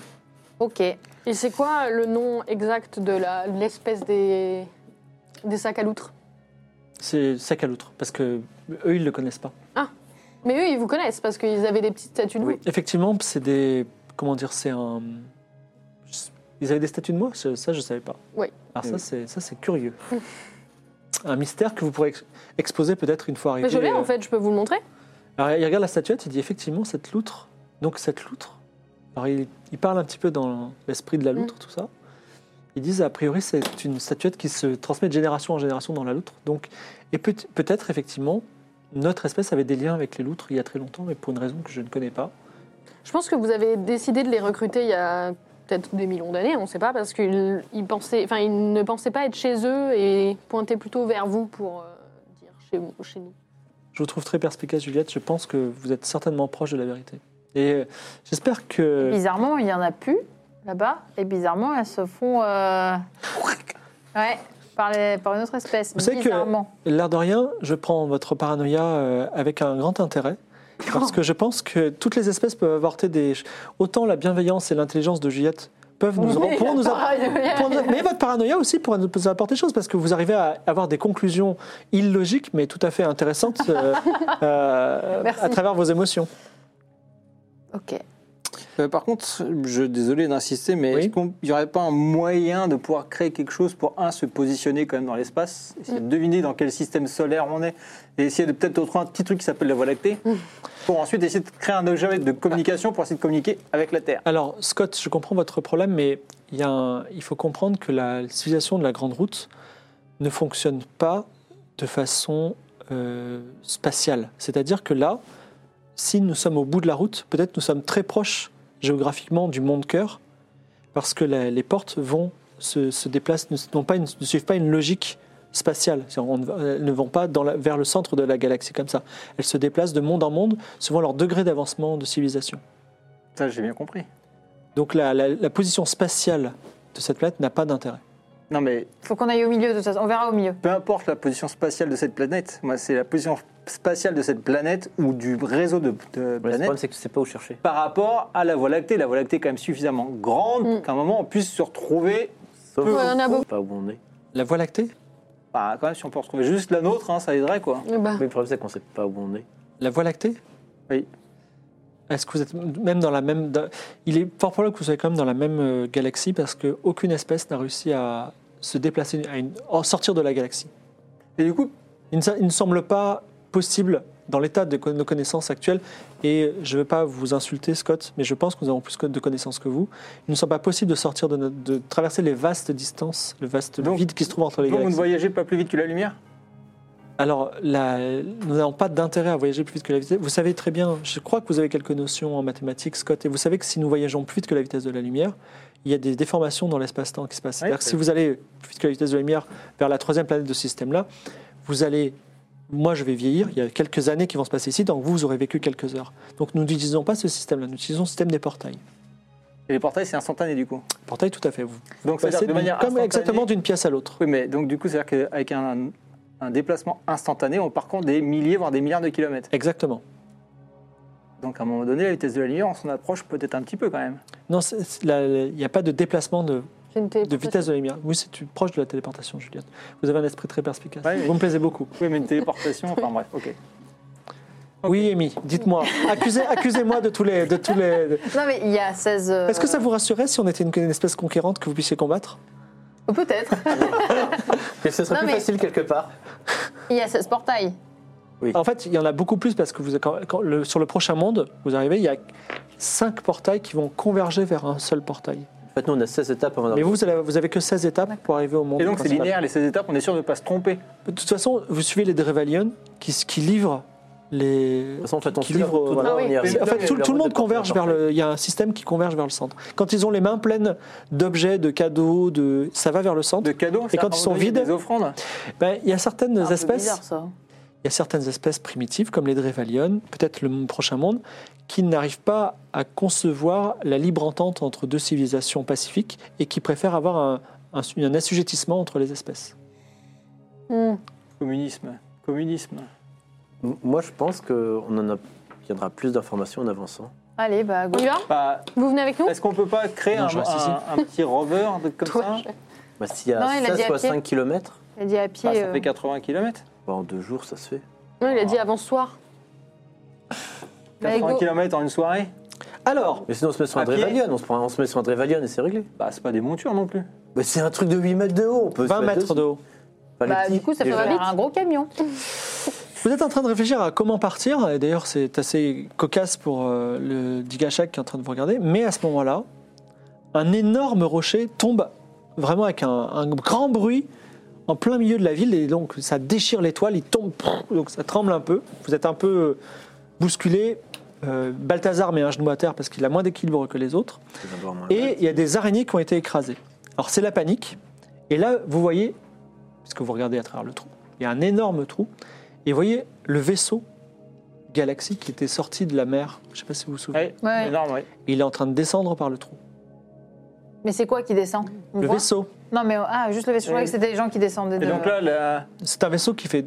B: Ok.
A: Euh.
E: Et c'est quoi le nom exact de la- de l'espèce des... des sacs à loutre
A: C'est sac à l'outre, parce que euh, eux, ils ne le connaissent pas.
E: Mais eux, ils vous connaissent parce qu'ils avaient des petites statues de vous.
D: Oui.
A: Effectivement, c'est des. Comment dire C'est un. Ils avaient des statues de moi Ça, ça, je ne savais pas.
E: Oui. Mmh.
A: Alors,
D: Oui.
A: ça, c'est- ça, c'est curieux. un mystère que vous pourrez ex- exposer peut-être une fois arrivé.
E: Mais je l'ai
A: euh,
E: en fait, je peux vous le montrer.
A: Alors, il regarde la statuette, il dit effectivement cette loutre. Donc cette loutre. Alors il, il parle un petit peu dans l'esprit de la loutre, tout ça. Ils disent a priori c'est une statuette qui se transmet de génération en génération dans la loutre. Donc et peut- peut-être effectivement notre espèce avait des liens avec les loutres il y a très longtemps, mais pour une raison que je ne connais pas.
E: Je pense que vous avez décidé de les recruter il y a peut-être des millions d'années, on ne sait pas, parce qu'ils ils pensaient, enfin, ils ne pensaient pas être chez eux et pointaient plutôt vers vous pour euh, dire chez, vous- chez nous.
A: Je vous trouve très perspicace, Juliette. Je pense que vous êtes certainement proche de la vérité. Et euh, j'espère que
B: Bizarrement, il y en a plus là-bas, et bizarrement, elles se font. euh, Ouais, par, les- par une autre espèce.
A: Vous savez que-
B: bizarrement.
A: L'air de rien, je prends votre paranoïa euh, avec un grand intérêt. Parce que je pense que toutes les espèces peuvent apporter des. Autant la bienveillance et l'intelligence de Juliette peuvent nous.
B: Mais
A: pour
B: la
A: nous app-
B: paranoïa-
A: pour nous- mais votre paranoïa aussi pourrait nous nous apporter des choses, parce que vous arrivez à avoir des conclusions illogiques, mais tout à fait intéressantes euh, euh,
B: Merci.
A: à travers vos émotions.
B: Ok.
C: Euh, par contre, je désolé d'insister, mais
A: Oui.
C: est-ce qu'il n'y aurait pas un moyen de pouvoir créer quelque chose pour, un, se positionner quand même dans l'espace, essayer
D: Mm.
C: de deviner dans quel système solaire on est, et essayer de peut-être trouver un petit truc qui s'appelle la Voie lactée,
D: Mm.
C: pour ensuite essayer de créer un objet de communication pour essayer de communiquer avec la Terre
A: Alors, Scott, je comprends votre problème, mais il, y a un- il faut comprendre que la civilisation de la Grande Route ne fonctionne pas de façon euh, spatiale. C'est-à-dire que là, si nous sommes au bout de la route, peut-être nous sommes très proches géographiquement du monde cœur, parce que la- les portes vont se, se déplacent, ne, n'ont pas une- ne suivent pas une logique spatiale. C'est-à-dire, on ne va- Elles ne vont pas dans la- vers le centre de la galaxie comme ça. Elles se déplacent de monde en monde, suivant leur degré d'avancement de civilisation.
C: Ça, j'ai bien compris.
A: Donc la, la- la position spatiale de cette planète n'a pas d'intérêt.
C: Non, mais
B: Faut qu'on aille au milieu de toute façon. On verra au milieu.
C: peu importe la position spatiale de cette planète, moi, c'est la position spatiale de cette planète ou du réseau de, de
D: Le
C: planètes
D: problème, c'est que tu sais pas où chercher.
C: par rapport à la Voie lactée. La Voie lactée est quand même suffisamment grande
E: Mm.
C: qu'à un moment, on puisse se retrouver
D: Sauf
E: Ouais, on en a
D: qu'on
E: beaucoup.
D: sait pas où on est.
A: La Voie lactée
C: Bah, quand même, si on peut retrouver juste la nôtre, hein, ça aiderait, quoi.
E: Eh ben,
D: Mais le problème, c'est qu'on sait pas où on est.
A: La Voie lactée
C: Oui.
A: Est-ce que vous êtes même dans la même... dans- Il est fort probable que vous soyez quand même dans la même euh, galaxie parce qu'aucune espèce n'a réussi à se déplacer, à une- en sortir de la galaxie.
C: Et du coup,
A: Il ne, sa- il ne semble pas possible dans l'état de co- nos connaissances actuelles, et je ne veux pas vous insulter, Scott, mais je pense que nous avons plus que- de connaissances que vous, il ne semble pas possible de sortir de, notre- de traverser les vastes distances, le vaste
C: Donc-
A: vide qui se trouve entre les
C: donc vous ne
A: galaxies.
C: voyagez pas plus vite que la lumière
A: Alors, la- nous n'avons pas d'intérêt à voyager plus vite que la vitesse. Vous savez très bien, je crois que vous avez quelques notions en mathématiques, Scott, et vous savez que si nous voyageons plus vite que la vitesse de la lumière, il y a des déformations dans l'espace-temps qui se passent. C'est-à-dire que si vous allez plus vite que la vitesse de la lumière vers la troisième planète de ce système-là, vous allez. Moi, je vais vieillir. Il y a quelques années qui vont se passer ici, donc vous, vous aurez vécu quelques heures. Donc, nous n'utilisons pas ce système-là. Nous utilisons le système des portails.
C: Et les portails, c'est instantané, du coup.
A: Portail, tout à fait. Vous
C: Donc, ça
A: passez
C: veut dire de
A: d'une-
C: manière
A: Bah, comme
C: instantanée-
A: exactement d'une pièce à l'autre.
C: Oui, mais donc, du coup, c'est-à-dire qu'avec un, un déplacement instantané, on parcourt des milliers, voire des milliards de kilomètres.
A: Exactement.
C: Donc, à un moment donné, la vitesse de la lumière, on s'en approche peut-être un petit peu, quand même.
A: Non, c'est- c'est la- la- il n'y a pas de déplacement de
E: j'ai une
A: De
E: téléportation.
A: vitesse de la lumière. Oui, c'est tu- proche de la téléportation, Juliette. Vous avez un esprit très perspicace.
C: Ouais,
A: vous
C: oui.
A: me plaisez beaucoup.
C: Oui, mais une téléportation, enfin bref, ok.
A: Oui, Amy, dites-moi. Accusez- Accusez-moi de tous les. De tous les...
B: Non, mais il y a 16. euh,
A: Est-ce que ça vous rassurait si on était une, une espèce conquérante que vous puissiez combattre
B: Peut-être.
D: Mais ce serait
B: Non,
D: plus
B: mais-
D: facile quelque part.
B: Il y a 16 portails.
A: En fait, il y en a beaucoup plus parce que vous, quand- quand le- sur le prochain monde, vous arrivez, il y a cinq portails qui vont converger vers un seul portail.
D: En fait, nous, on a 16 étapes avant
A: Mais
D: d'arriver.
A: vous, vous avez- vous avez que 16 étapes pour arriver au monde.
C: Et donc c'est
A: principal.
C: linéaire, les 16 étapes, on est sûr de ne pas se tromper.
A: De toute façon, vous suivez les Drevalians qui, s- qui livrent les.
D: De toute façon, en fait, on
A: qui
D: se lève,
A: livrent,
D: tout le
A: voilà.
D: monde, on y
C: Ah oui.
D: arrive.
C: Mais-
A: En fait, tout, tout le monde
D: Leur
A: converge vers le. Il y a un système qui converge vers le centre. Quand ils ont les mains pleines d'objets, de cadeaux, de, ça va vers le centre.
C: De cadeaux, ça,
A: quand ils
C: on
A: sont
C: donne
A: vides
C: Des offrandes.
A: Ben, il y a certaines
B: C'est un peu
A: espèces,
B: bizarre, ça.
A: il y a certaines espèces primitives comme les Drevalion, peut-être le prochain monde, qui n'arrivent pas à concevoir la libre entente entre deux civilisations pacifiques et qui préfèrent avoir un, un- un assujettissement entre les espèces.
E: Hmm.
C: Communisme. Communisme.
D: M- Moi, je pense qu'on en obtiendra plus d'informations en avançant.
B: Allez, bah, go.
E: On y va
C: Bah,
E: Vous venez avec nous
C: Est-ce qu'on peut pas créer
A: Non,
C: un,
A: je reste ici.
C: un- un petit rover de- comme
E: Toi,
C: ça
E: je-
D: Bah, S'il y
B: Non, il
D: a
B: a dit
D: 16
B: à
D: fois
B: pied.
D: 5 km,
B: Il a dit à pied.
C: Ah, Ça
B: euh,
C: fait 80 km.
D: en deux jours, ça se fait.
E: Non, il a dit avant ce soir.
B: Allez,
C: 80
B: go.
C: km en une soirée
A: Alors,
D: Mais sinon, on se met sur un
C: À pied
D: Drevalion, on, se prend- on se met sur un Drevalion et c'est réglé.
C: Bah, c'est pas des montures non plus.
D: Mais c'est un truc de 8 mètres de haut, on peut
A: 20 mètres de haut.
B: bah, du coup, ça fait faire un gros camion.
A: Vous êtes en train de réfléchir à comment partir, et d'ailleurs c'est assez cocasse pour euh, le Digashak qui est en train de vous regarder, mais à ce moment-là, un énorme rocher tombe vraiment avec un, un grand bruit en plein milieu de la ville, et donc ça déchire l'étoile, il tombe, prrr, donc ça tremble un peu, vous êtes un peu bousculé, Euh, Balthazar met un genou à terre parce qu'il a moins d'équilibre que les autres, et il y a des araignées qui ont été écrasées. Alors c'est la panique. Et là, vous voyez, puisque vous regardez à travers le trou, il y a un énorme trou. Et vous voyez le vaisseau Galaxy qui était sorti de la mer. Je ne sais pas si vous vous souvenez.
C: Ouais,
B: Ouais.
C: énorme, ouais.
A: Il est en train de descendre par le trou.
B: Mais c'est quoi qui descend On
A: Le
B: voit
A: vaisseau.
B: Non, mais ah, juste le vaisseau. Je croyais que c'était les gens qui descendaient.
C: Et
B: de-
C: donc là, la-
A: C'est un vaisseau qui fait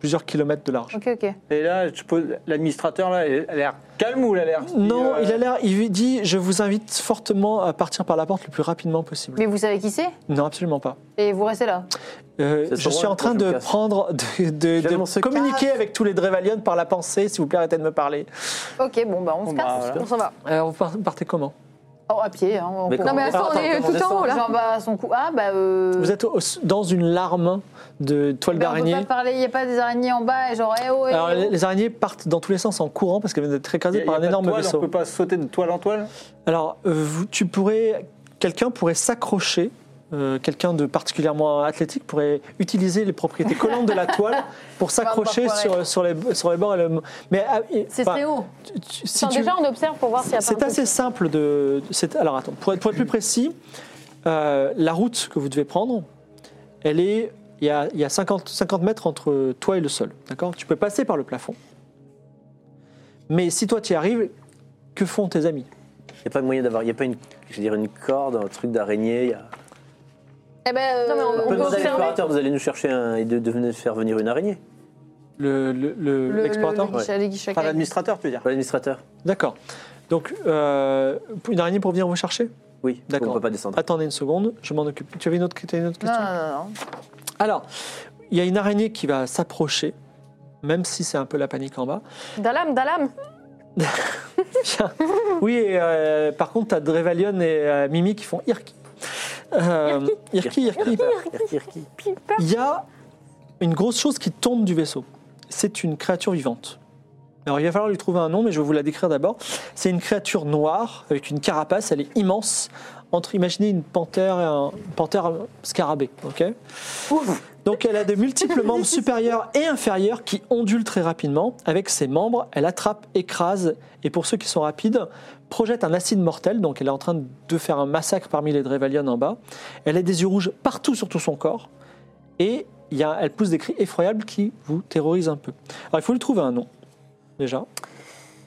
A: plusieurs kilomètres de large.
B: Ok, ok.
C: et là je pose- l'administrateur, là, il a l'air calme ou il a l'air.
A: Non,
C: euh,
A: il a l'air. Il dit Je vous invite fortement à partir par la porte le plus rapidement possible.
B: Mais vous savez qui c'est
A: Non, absolument pas.
B: Et vous restez là.
A: Euh,
D: C'est
A: je
D: drôle,
A: suis en
D: quand
A: train
D: je
A: de
D: me casse.
A: prendre. de, de- de
D: J'aime, on se
A: communiquer avec tous les Drevalion par la pensée. S'il vous plaît, arrêtez de me parler.
B: Ok, bon, bah, on
C: Bon,
B: se
C: bah,
B: casse.
C: voilà.
E: On s'en va.
A: Alors, vous par- partez comment
B: Oh, à pied. Hein, on
D: Mais
B: peut-
D: comment-
E: Non, mais attends,
D: Attends,
E: on est
D: comment
E: tout en haut là.
B: Genre, bah, son cou. Ah, bah. Euh...
A: Vous êtes au- dans une larme de toile
B: mais Ben, on peut pas
A: d'araignée.
B: parler, il n'y a pas des araignées en bas, et genre, eh oh, eh
A: Alors,
B: oh.
A: les, les araignées partent dans tous les sens en courant parce qu'elles viennent d'être
C: il y a-
A: écrasées
C: il y a
A: par
C: pas
A: un
C: de
A: énorme
C: toile,
A: vaisseau.
C: On peut pas sauter de toile en toile
A: Alors, euh, vous- tu pourrais, quelqu'un pourrait s'accrocher. euh, quelqu'un de particulièrement athlétique pourrait utiliser les propriétés collantes de la toile pour s'accrocher
B: Barbara Poirel.
A: sur, sur, les, sur les bords. Et le, mais ah, et-
B: C'est
A: enfin,
B: très haut.
A: tu- tu- si
E: Enfin,
A: tu-
E: Déjà, on observe pour voir s'il y a pas un
A: C'est
E: truc.
A: assez simple de. c'est- Alors attends, pour être, pour être plus précis, euh, la route que vous devez prendre, elle est. Il y a, il y a 50, 50 mètres entre toi et le sol. D'accord Tu peux passer par le plafond. Mais si toi tu y arrives, que font tes amis
D: Il n'y a pas moyen d'avoir, il n'y a pas une, je veux dire, une corde, un truc d'araignée. il y a-
E: Eh ben,
B: Non, mais
E: euh,
B: on
D: On
E: on
D: peut
E: peut
D: demander à
E: observer.
D: l'explorateur, vous allez nous chercher un, et de, de venir faire venir une araignée.
A: Le- le- le-
B: Le-
A: L'explorateur
B: le- le guichet- les guichets
C: Enfin,
B: à caille.
C: l'administrateur, tu veux dire.
D: Pas l'administrateur
A: D'accord. Donc, euh, une araignée pour venir vous chercher
D: Oui,
A: D'accord. Ah,
D: on peut pas descendre.
A: Attendez une seconde, je m'en occupe. Tu avais une autre, t'as une autre question
B: Non, non, non, non.
A: Alors, il y a une araignée qui va s'approcher, même si c'est un peu la panique en bas.
E: Dalam, Dalam.
A: Tiens. Oui, et, euh, par contre, t'as Drevalion et euh, Mimi qui font Irki. Euh, Irki, Irki.
D: Irki.
E: Piper.
A: Il y a une grosse chose qui tombe du vaisseau. C'est une créature vivante. Alors, il va falloir lui trouver un nom, mais je vais vous la décrire d'abord. C'est une créature noire avec une carapace. Elle est immense. Entre, imaginez une panthère et un une panthère scarabée, ok donc elle a de multiples membres supérieurs et inférieurs qui ondulent très rapidement. Avec ses membres, elle attrape, écrase et pour ceux qui sont rapides, projette un acide mortel. Donc elle est en train de faire un massacre parmi les Drevalion en bas. Elle a des yeux rouges partout sur tout son corps et il y a- elle pousse des cris effroyables qui vous terrorisent un peu. Alors il faut lui trouver un nom déjà.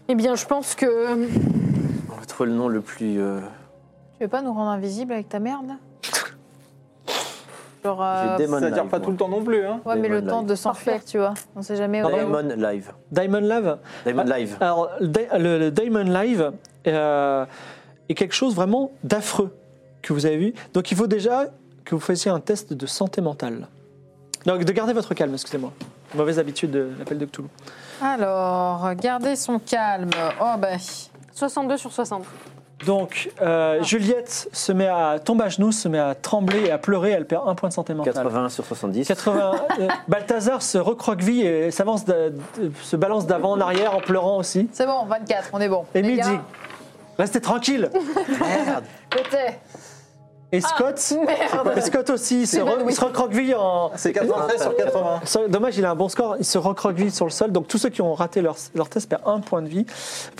E: Eh bien, je pense que.
D: On va trouver le nom le plus. euh,
B: Tu veux pas nous rendre invisibles avec ta merde Genre.
D: J'ai
B: euh,
D: des Demon
C: Ça dure
D: Live,
C: pas
D: moi.
C: tout le temps non plus. Hein.
B: Ouais, mais le
D: Demon
B: temps
D: Live.
B: de s'enfuir, tu vois. On sait jamais. où-
D: Diamond Live.
A: Diamond Lave.
D: Diamond
A: Ah,
D: Live.
A: Alors le, Di- le- le Diamond Live euh, est quelque chose vraiment d'affreux que vous avez vu. Donc il faut déjà que vous fassiez un test de santé mentale. Donc de garder votre calme, excusez-moi. Mauvaise habitude de l'appel de Cthulhu.
B: Alors, gardez son calme. Oh, bah.
E: 62 sur 60.
A: Donc, euh, Juliette se met à tombe à genoux, se met à trembler et à pleurer. Elle perd un point de santé mentale.
D: 81 sur 70.
A: 80. euh, Balthazar se recroqueville et s'avance, d'a- de- se balance d'avant en arrière en pleurant aussi.
B: C'est bon, 24, on est bon.
A: Et
B: Les
A: Mildy,
B: gars,
A: restez tranquille.
D: Merde
B: Côté.
A: Et
B: Ah,
A: Scott, et Scott aussi se, re- se recroqueville en.
C: C'est 93 sur 80.
A: Sur- Dommage, il a un bon score. Il se recroqueville sur le sol. Donc tous ceux qui ont raté leur, leur test perdent un point de vie,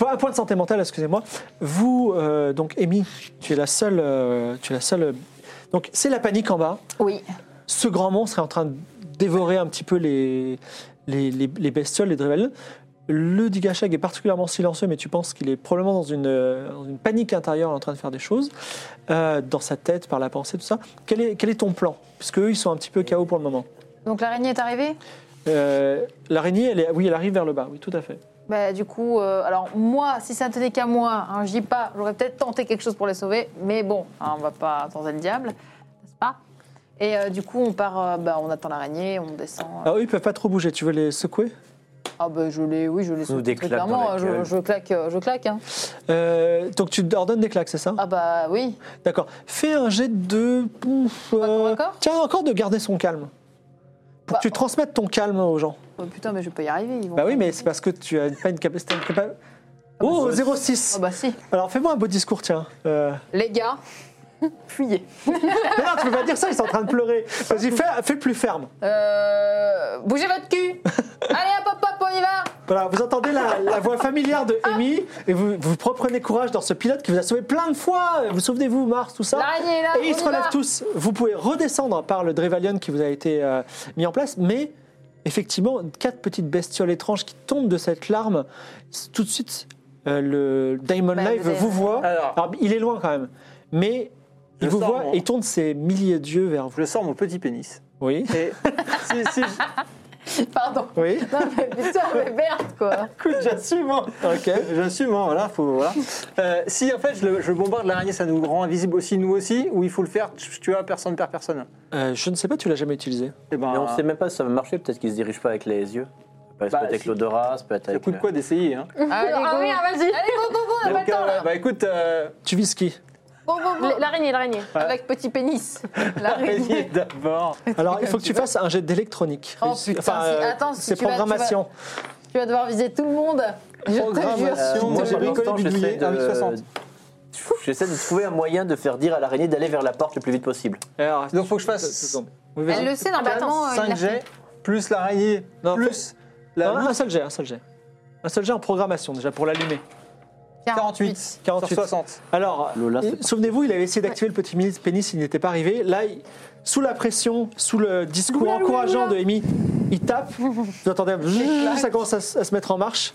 A: Enfin, un point de santé mentale. Excusez-moi. Vous, euh, donc Amy, tu es la seule, euh, tu es la seule. euh, donc c'est la panique en bas.
B: Oui.
A: Ce grand monstre est en train de dévorer un petit peu les les, les- les bestioles, les drevels. Le Digashag est particulièrement silencieux, mais tu penses qu'il est probablement dans une, euh, dans une panique intérieure en train de faire des choses, euh, dans sa tête, par la pensée, tout ça. Quel est, quel est ton plan Parce qu'eux, ils sont un petit peu KO pour le moment.
B: Donc l'araignée est arrivée
A: Euh, L'araignée, elle est, oui, elle arrive vers le bas, oui, tout à fait.
B: Bah, du coup, euh, alors moi, si ça ne tenait qu'à moi, hein, je dis pas, j'aurais peut-être tenté quelque chose pour les sauver, mais bon, hein, on va pas tenter le diable, n'est-ce pas Et euh, du coup, on part, euh, bah, on attend l'araignée, on descend. euh.
A: Alors, Ah, eux, ils peuvent pas trop bouger. Tu veux les secouer
B: Ah, bah, je l'ai, oui, je l'ai sauté
D: des
B: très
D: claques dans
B: clairement,
D: la
B: hein, je,
D: gueule.
B: je claque, euh, je claque. hein.
A: Euh, Donc, tu leur donnes des claques, c'est ça
B: Ah, bah oui.
A: D'accord. Fais un jet de. Pouf, euh,
B: d'accord.
A: Tiens, encore de garder son calme. Pour
B: Bah,
A: que tu transmettes ton calme aux gens.
B: Oh, putain, mais je peux y arriver. Ils vont
A: Bah oui,
B: pas-
A: mais c'est parce que tu as pas une capacité. une capa- Oh,
B: Ah,
A: 06
B: bah si.
A: Alors fais-moi un beau discours, tiens. Euh,
B: Les gars, fuyez.
A: Mais non, tu peux pas dire ça, ils sont en train de pleurer. Vas-y, fais, fais plus ferme.
B: Euh, bougez votre cul Allez, hop, hop, hop, on y va
A: Voilà, vous entendez la, la voix familière de Amy et vous, vous reprenez courage dans ce pilote qui vous a sauvé plein de fois. Vous souvenez-vous, Mars, tout ça
B: L'araignée est là
A: Et ils
B: on
A: se
B: y
A: relèvent
B: va.
A: tous. Vous pouvez redescendre par le Drevalion qui vous a été euh, mis en place, mais effectivement, quatre petites bestioles étranges qui tombent de cette larme, tout de suite, euh, le Diamond
B: Bah,
A: Live
B: vous avez-
A: vous voit.
C: Alors-
A: Alors, il est loin quand même, mais
C: Je
A: il vous
C: sors,
A: voit
C: moi.
A: et il tourne ses milliers d'yeux vers vous.
C: Je sors mon petit pénis.
A: Oui.
C: Et si, si, je-
B: Pardon.
A: Oui.
B: Non, mais putain, mais merde, quoi
C: écoute, j'assume. hein.
A: Ok.
C: J'assume, hein, voilà, faut, voilà. Euh, si en fait je, le- je bombarde l'araignée, ça nous rend invisible aussi, nous aussi, ou il faut le faire, tu tu vois, personne perd personne.
A: Euh, je ne sais pas, tu l'as jamais utilisé.
C: Et ben,
D: Mais on sait même pas si ça va marcher, peut-être qu'ils se dirigent pas avec les yeux. Ça peut être
C: Bah,
D: avec
C: si.
D: l'odorat, ça peut être
C: ça
D: avec.
C: coûte quoi d'essayer hein.
B: Allez,
E: ah
B: go.
E: oui, ah, vas-y.
B: Allez, go, go, go, on n'a pas
C: Donc,
B: le temps,
C: euh,
B: là
C: bah écoute, euh,
A: Tu vises qui
B: Go, go, go.
E: L- L'araignée, l'araignée.
B: Avec petit pénis.
C: araignée
B: L'araignée.
C: d'abord.
A: Alors, il faut que tu fasses un jet d'électronique. euh,
B: Oh, putain, si- attends, si
A: c'est
B: tu vas- tu vas-
A: programmation.
B: Tu vas devoir viser tout le monde. Je te jure.
C: Programmation.
D: Euh, moi,
C: J'ai bricolé
D: pendant ce temps,
C: du
D: j'essaie
C: billet, 1,60.
D: de... J'essaie de trouver un moyen de faire dire à l'araignée d'aller vers la porte le plus vite possible.
A: Alors,
C: Donc faut que je fasse
A: oui, vas-y.
B: Elle le sait normalement. euh, il
C: 5
B: l'a fait.
C: jets, plus l'araignée,
A: Non,
C: plus
A: Un-
C: la
A: Ah, un seul jet, un seul jet. Un seul jet en programmation déjà pour l'allumer.
C: 48,
A: 48.
C: sur 60.
A: Alors,
D: Lola,
A: euh,
D: c'est-
A: souvenez-vous, il avait essayé d'activer le petit mini- pénis, il n'était pas arrivé. Là, il- sous la pression, sous le discours
E: Oula, oula,
A: encourageant
E: oula.
A: de Amy, il tape. Vous entendez, un ça commence à, s- à se mettre en marche.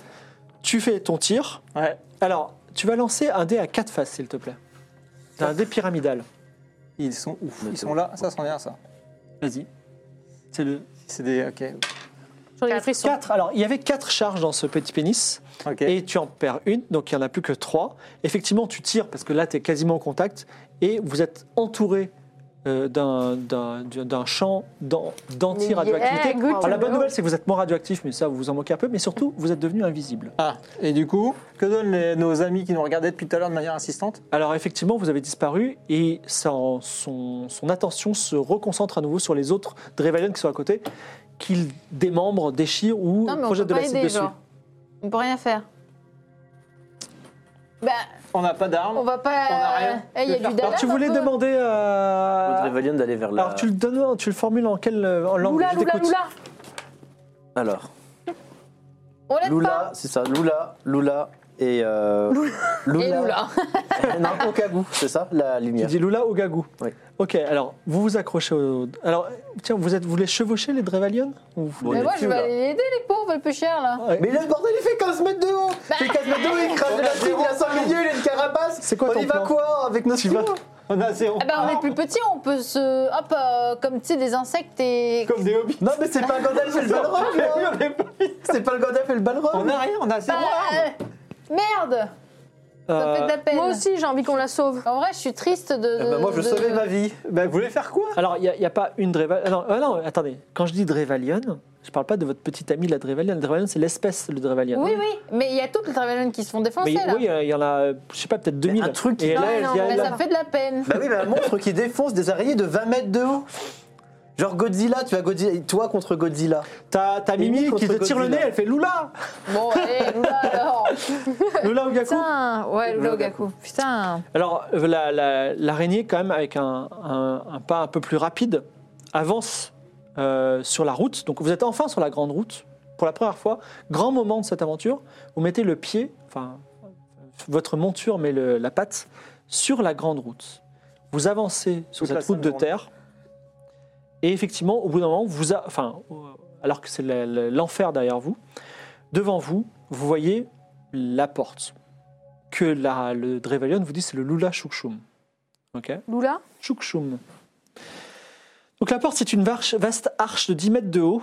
A: Tu fais ton tir.
C: Ouais.
A: Alors, tu vas lancer un dé à quatre faces, s'il te plaît. C'est un dé pyramidal.
C: Ils sont ouf, ils sont là, ça c'en est un ça.
A: Vas-y. C'est le
C: C'est des. Ok.
E: J'en ai des frissons.
A: 4. Alors, il y avait quatre charges dans ce petit pénis.
C: Ok.
A: et tu en perds une, donc il n'y en a plus que trois. Effectivement, tu tires parce que là, tu es quasiment en contact et vous êtes entouré euh, d'un- d'un d'un champ d'an-
E: Yeah,
A: d'anti-radioactivité.
E: good
A: Alors, la
E: to
A: bonne
E: know.
A: nouvelle, c'est que vous êtes moins radioactif, mais ça, vous vous en moquez un peu, mais surtout, vous êtes devenu invisible.
C: Ah, et du coup, que donnent les- nos amis qui nous regardaient depuis tout à l'heure de manière insistante
A: Alors, effectivement, vous avez disparu et ça en- son, son attention se reconcentre à nouveau sur les autres Drevalian qui sont à côté, qu'il démembre, déchire ou
B: Non, mais on
A: projette de
B: peut pas
A: l'acide
B: aider,
A: dessus.
B: genre. On peut rien faire. Bah,
C: On n'a pas d'armes.
B: on va
C: On a
B: pas.
C: rien.
B: Eh, Il y a du dada.
A: Alors, tu voulais demander
D: Au
A: à.
D: Drevalion d'aller vers la.
A: Ah. Alors, tu le, donnes, tu le formules en quelle euh, en langue
E: Loula,
A: Je
E: loula,
A: t'écoute.
E: loula.
D: Alors,
B: On l'aide
D: Lula,
B: pas.
D: c'est ça, Lula, Lula et. euh, Lula.
B: Et Lula.
D: non, Okagu, c'est ça, la
A: Tu
D: lumière.
A: dis Lula ou Gagou
D: Oui.
A: Ok, alors vous vous accrochez au. Alors, tiens, vous, êtes, vous voulez chevaucher les Drevalion Ou vous- Ah,
D: Bon, on
B: Mais
D: est
B: moi,
D: dessus,
B: je vais
D: là.
B: aller aider les pauvres, le plus cher, là.
A: Ouais.
D: Mais le bordel, il fait 15 mètres de haut
B: Bah.
D: Il fait 15 mètres de haut, il crache de la cible, il a 5 milieu, il a une carapace
A: C'est quoi
D: On
A: ton
D: y va
A: plan
D: quoi avec nos
A: Tu vas-
D: stylos
C: On a zéro.
B: Ah ben, on est plus petit, on peut se. Hop, euh, comme tu sais, des insectes et.
C: Comme des hobbies.
D: Non mais c'est pas le Gandalf et le Balrog hein.
C: On est pas-
D: C'est pas le Gandalf et le
C: on
D: Balrog
C: a rien, on a zéro
B: Bah,
C: arme.
B: euh, merde Ça
A: Euh,
B: fait de la peine. Ah.
E: Moi aussi, j'ai envie qu'on la sauve.
B: En vrai, je suis triste de.
D: Eh ben, Moi je
B: de-
D: sauvais ma vie
C: Bah, vous voulez faire quoi
A: ah Alors, il n'y a, pas une Drevalion. non, ah non, attendez. Quand je dis Drevalion, Je parle pas de votre petite amie la Drevalian. La Drevalian, c'est l'espèce, le Drevalian.
B: Oui, oui, mais il y a toutes les Travaillons qui se font
A: Mais
B: défoncer
A: il-
B: là.
A: oui, il y a- il y en a, euh, je sais pas, peut-être 2000.
D: un truc qui-
A: Et
B: Non,
A: là,
B: non,
A: il y a-
B: mais
A: là-
B: ça fait de la peine.
D: Bah oui, mais un monstre qui défonce des araignées de 20 mètres de haut. Genre Godzilla, tu as Godzilla, toi contre Godzilla.
B: Eh
A: t'as t'as Mimi
D: Mimi
A: qui te
D: contre
A: tire le nez,
D: Godzilla.
A: elle fait Lula
B: Bon, allez, Lula alors.
A: Lula Ogaku
B: Putain, ouais, Lula
D: Lula
B: Ogaku. Putain.
A: Alors, euh, la- la- l'araignée, quand même, avec un, un- un pas un peu plus rapide, avance euh, sur la route. Donc, vous êtes enfin sur la grande route, pour la première fois. Grand moment de cette aventure. Vous mettez le pied, enfin, votre monture met le- la patte sur la grande route. Vous avancez sur
C: Toute la
A: cette route de
C: Seine-Saint-Denis.
A: terre. Et effectivement, au bout d'un moment, vous a- enfin, euh, alors que c'est la- la- l'enfer derrière vous, devant vous, vous voyez la porte que la, le Drevalion vous dit, c'est le Lula Shukshum. Ok
E: Lula
A: Shukshum. Donc la porte, c'est une varche- vaste arche de 10 mètres de haut,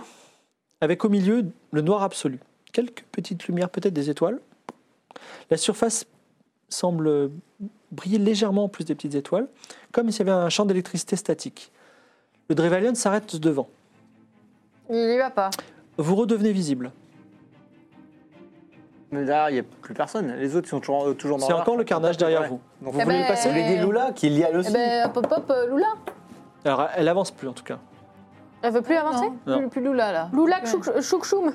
A: avec au milieu le noir absolu. Quelques petites lumières, peut-être des étoiles. La surface semble briller légèrement en plus des petites étoiles, comme s'il y avait un champ d'électricité statique. Le Drevalion s'arrête devant.
B: Il y va pas.
A: Vous redevenez visible.
C: Mais là, il n'y a plus personne. Les autres sont toujours, euh, toujours dans
A: C'est
C: l'arche.
A: encore le carnage derrière
C: Ouais.
A: vous.
C: Donc,
A: Vous
B: Eh
A: voulez
B: ben,
A: passer
D: Je lui ai dit
B: Euh.
D: Lula qu'il y a
B: Eh
D: aussi.
B: ben, hop, hop, hop, euh, Lula.
A: Alors, elle avance plus en tout cas.
E: Elle veut plus avancer
B: Non,
A: Non.
B: Plus, plus Lula là.
E: Lula
B: Ouais.
E: Chouchoum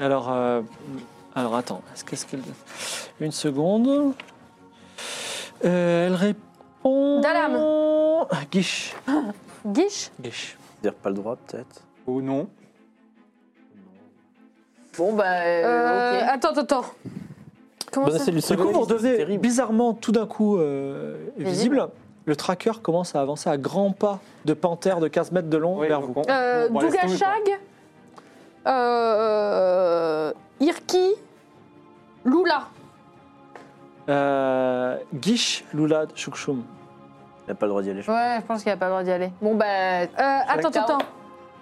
A: Alors, euh, alors attends, est-ce qu'est-ce qu'elle. Une seconde. Euh, elle répond.
E: Dalam.
A: Ah, Guiche.
E: Guiche
A: Guiche.
D: dire pas le droit peut-être.
C: Ou non.
B: Bon, bah,
E: Euh,
B: euh, ok.
E: Attends, attends, attends. Comment
D: Bon,
E: ça
D: c'est le
A: Du coup, vous
D: second.
A: redevenez bizarrement tout d'un coup euh, visible. Le tracker commence à avancer à grands pas de panthère de 15 mètres de long vers vous.
E: euh, Dougashag euh, Irki Lula.
A: Euh, Guiche, Lula, Chouchoum.
D: Il n'a pas le droit d'y aller. je crois.
B: Ouais, je pense qu'il a pas le droit d'y aller. Bon, bah,
E: Euh, attends,
B: D'accord.
E: attends, attends.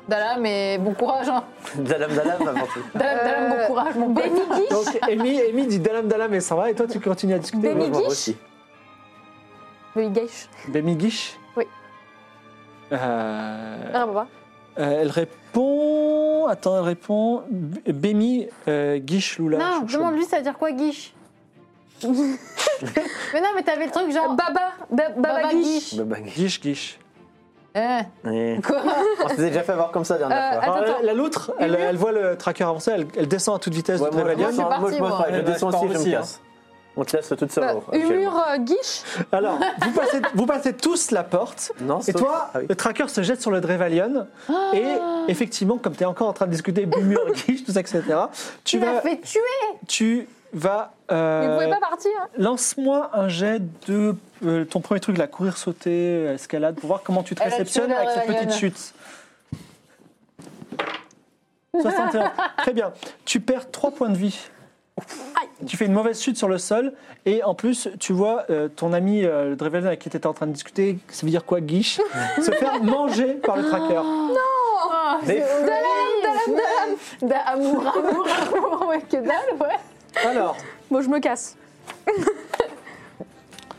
B: Dala, mais bon courage. Hein.
D: Dalam Dalam avant tout.
B: Dalam, Dalam,
E: Euh,
B: bon courage, mon pote.
E: Benny Guiche
A: Donc, Amy, Amy dit dalam dalam et ça va, et toi tu continues à discuter.
E: Benny
D: Moi, je m'en vais
E: Guiche
D: aussi.
E: Oui, Guiche.
A: Benny Guiche
E: Oui.
A: Euh,
E: Ah, bah, bah.
A: Euh, elle répond. Attends, elle répond. B- Bémi euh, Guiche Lula.
B: Non,
A: Chouchou.
B: demande-lui, ça veut dire quoi, guiche Mais non, mais t'avais le truc genre.
E: Baba, Ba- Baba,
B: Baba
E: Guiche.
B: Guiche.
D: Bah, bah, Guiche.
A: Guiche Guiche.
B: Eh,
D: Ouais.
B: quoi
D: On s'était déjà fait avoir comme ça la
E: Euh,
D: dernière fois.
E: attends,
A: Alors,
E: attends.
A: la- la l'autre, elle, elle voit le tracker avancer, elle, elle descend à toute vitesse
D: Ouais,
A: de
D: moi,
A: Drevalion.
D: je descends-
B: parti,
D: moi, je me
B: moi.
D: ferai- je
C: Ouais,
D: descends
C: je pars
D: aussi, je me
C: aussi, hein.
D: casse. On te laisse toute
B: Oh,
D: seule.
E: Bah,
D: au- actuellement.
E: Humur euh, Guiche.
A: Alors, vous passez, vous passez tous la porte.
D: Non,
A: Et
D: sauf-
A: toi,
D: Ah oui.
A: le tracker se jette sur le Drevalion.
E: Ah.
A: Et effectivement, comme tu es encore en train de discuter Bémur Guiche, tout ça, etc., tu
B: Tu m'as
A: vas.
B: fait tuer
A: Tu vas
E: Mais
A: euh,
E: vous pouvez pas partir. hein.
A: Lance-moi un jet de euh, ton premier truc, la courir, sauter, euh, escalade, pour voir comment tu te
B: Elle a
A: réceptionnes
B: tué Ah, la
A: avec cette
B: Ravaillaine.
A: petite chute. 61. Très bien. Tu perds 3 points de vie. Tu fais une mauvaise chute sur le sol et en plus tu vois euh, ton ami euh, le Drevelen avec qui tu étais en train de discuter, ça veut dire quoi guiche, se faire manger par le tracker.
D: Mais-
E: Dalam, dalam,
B: euh, Da- Amour, amour, amour, ouais, que dalle, ouais.
A: Alors,
E: Bon, je me casse.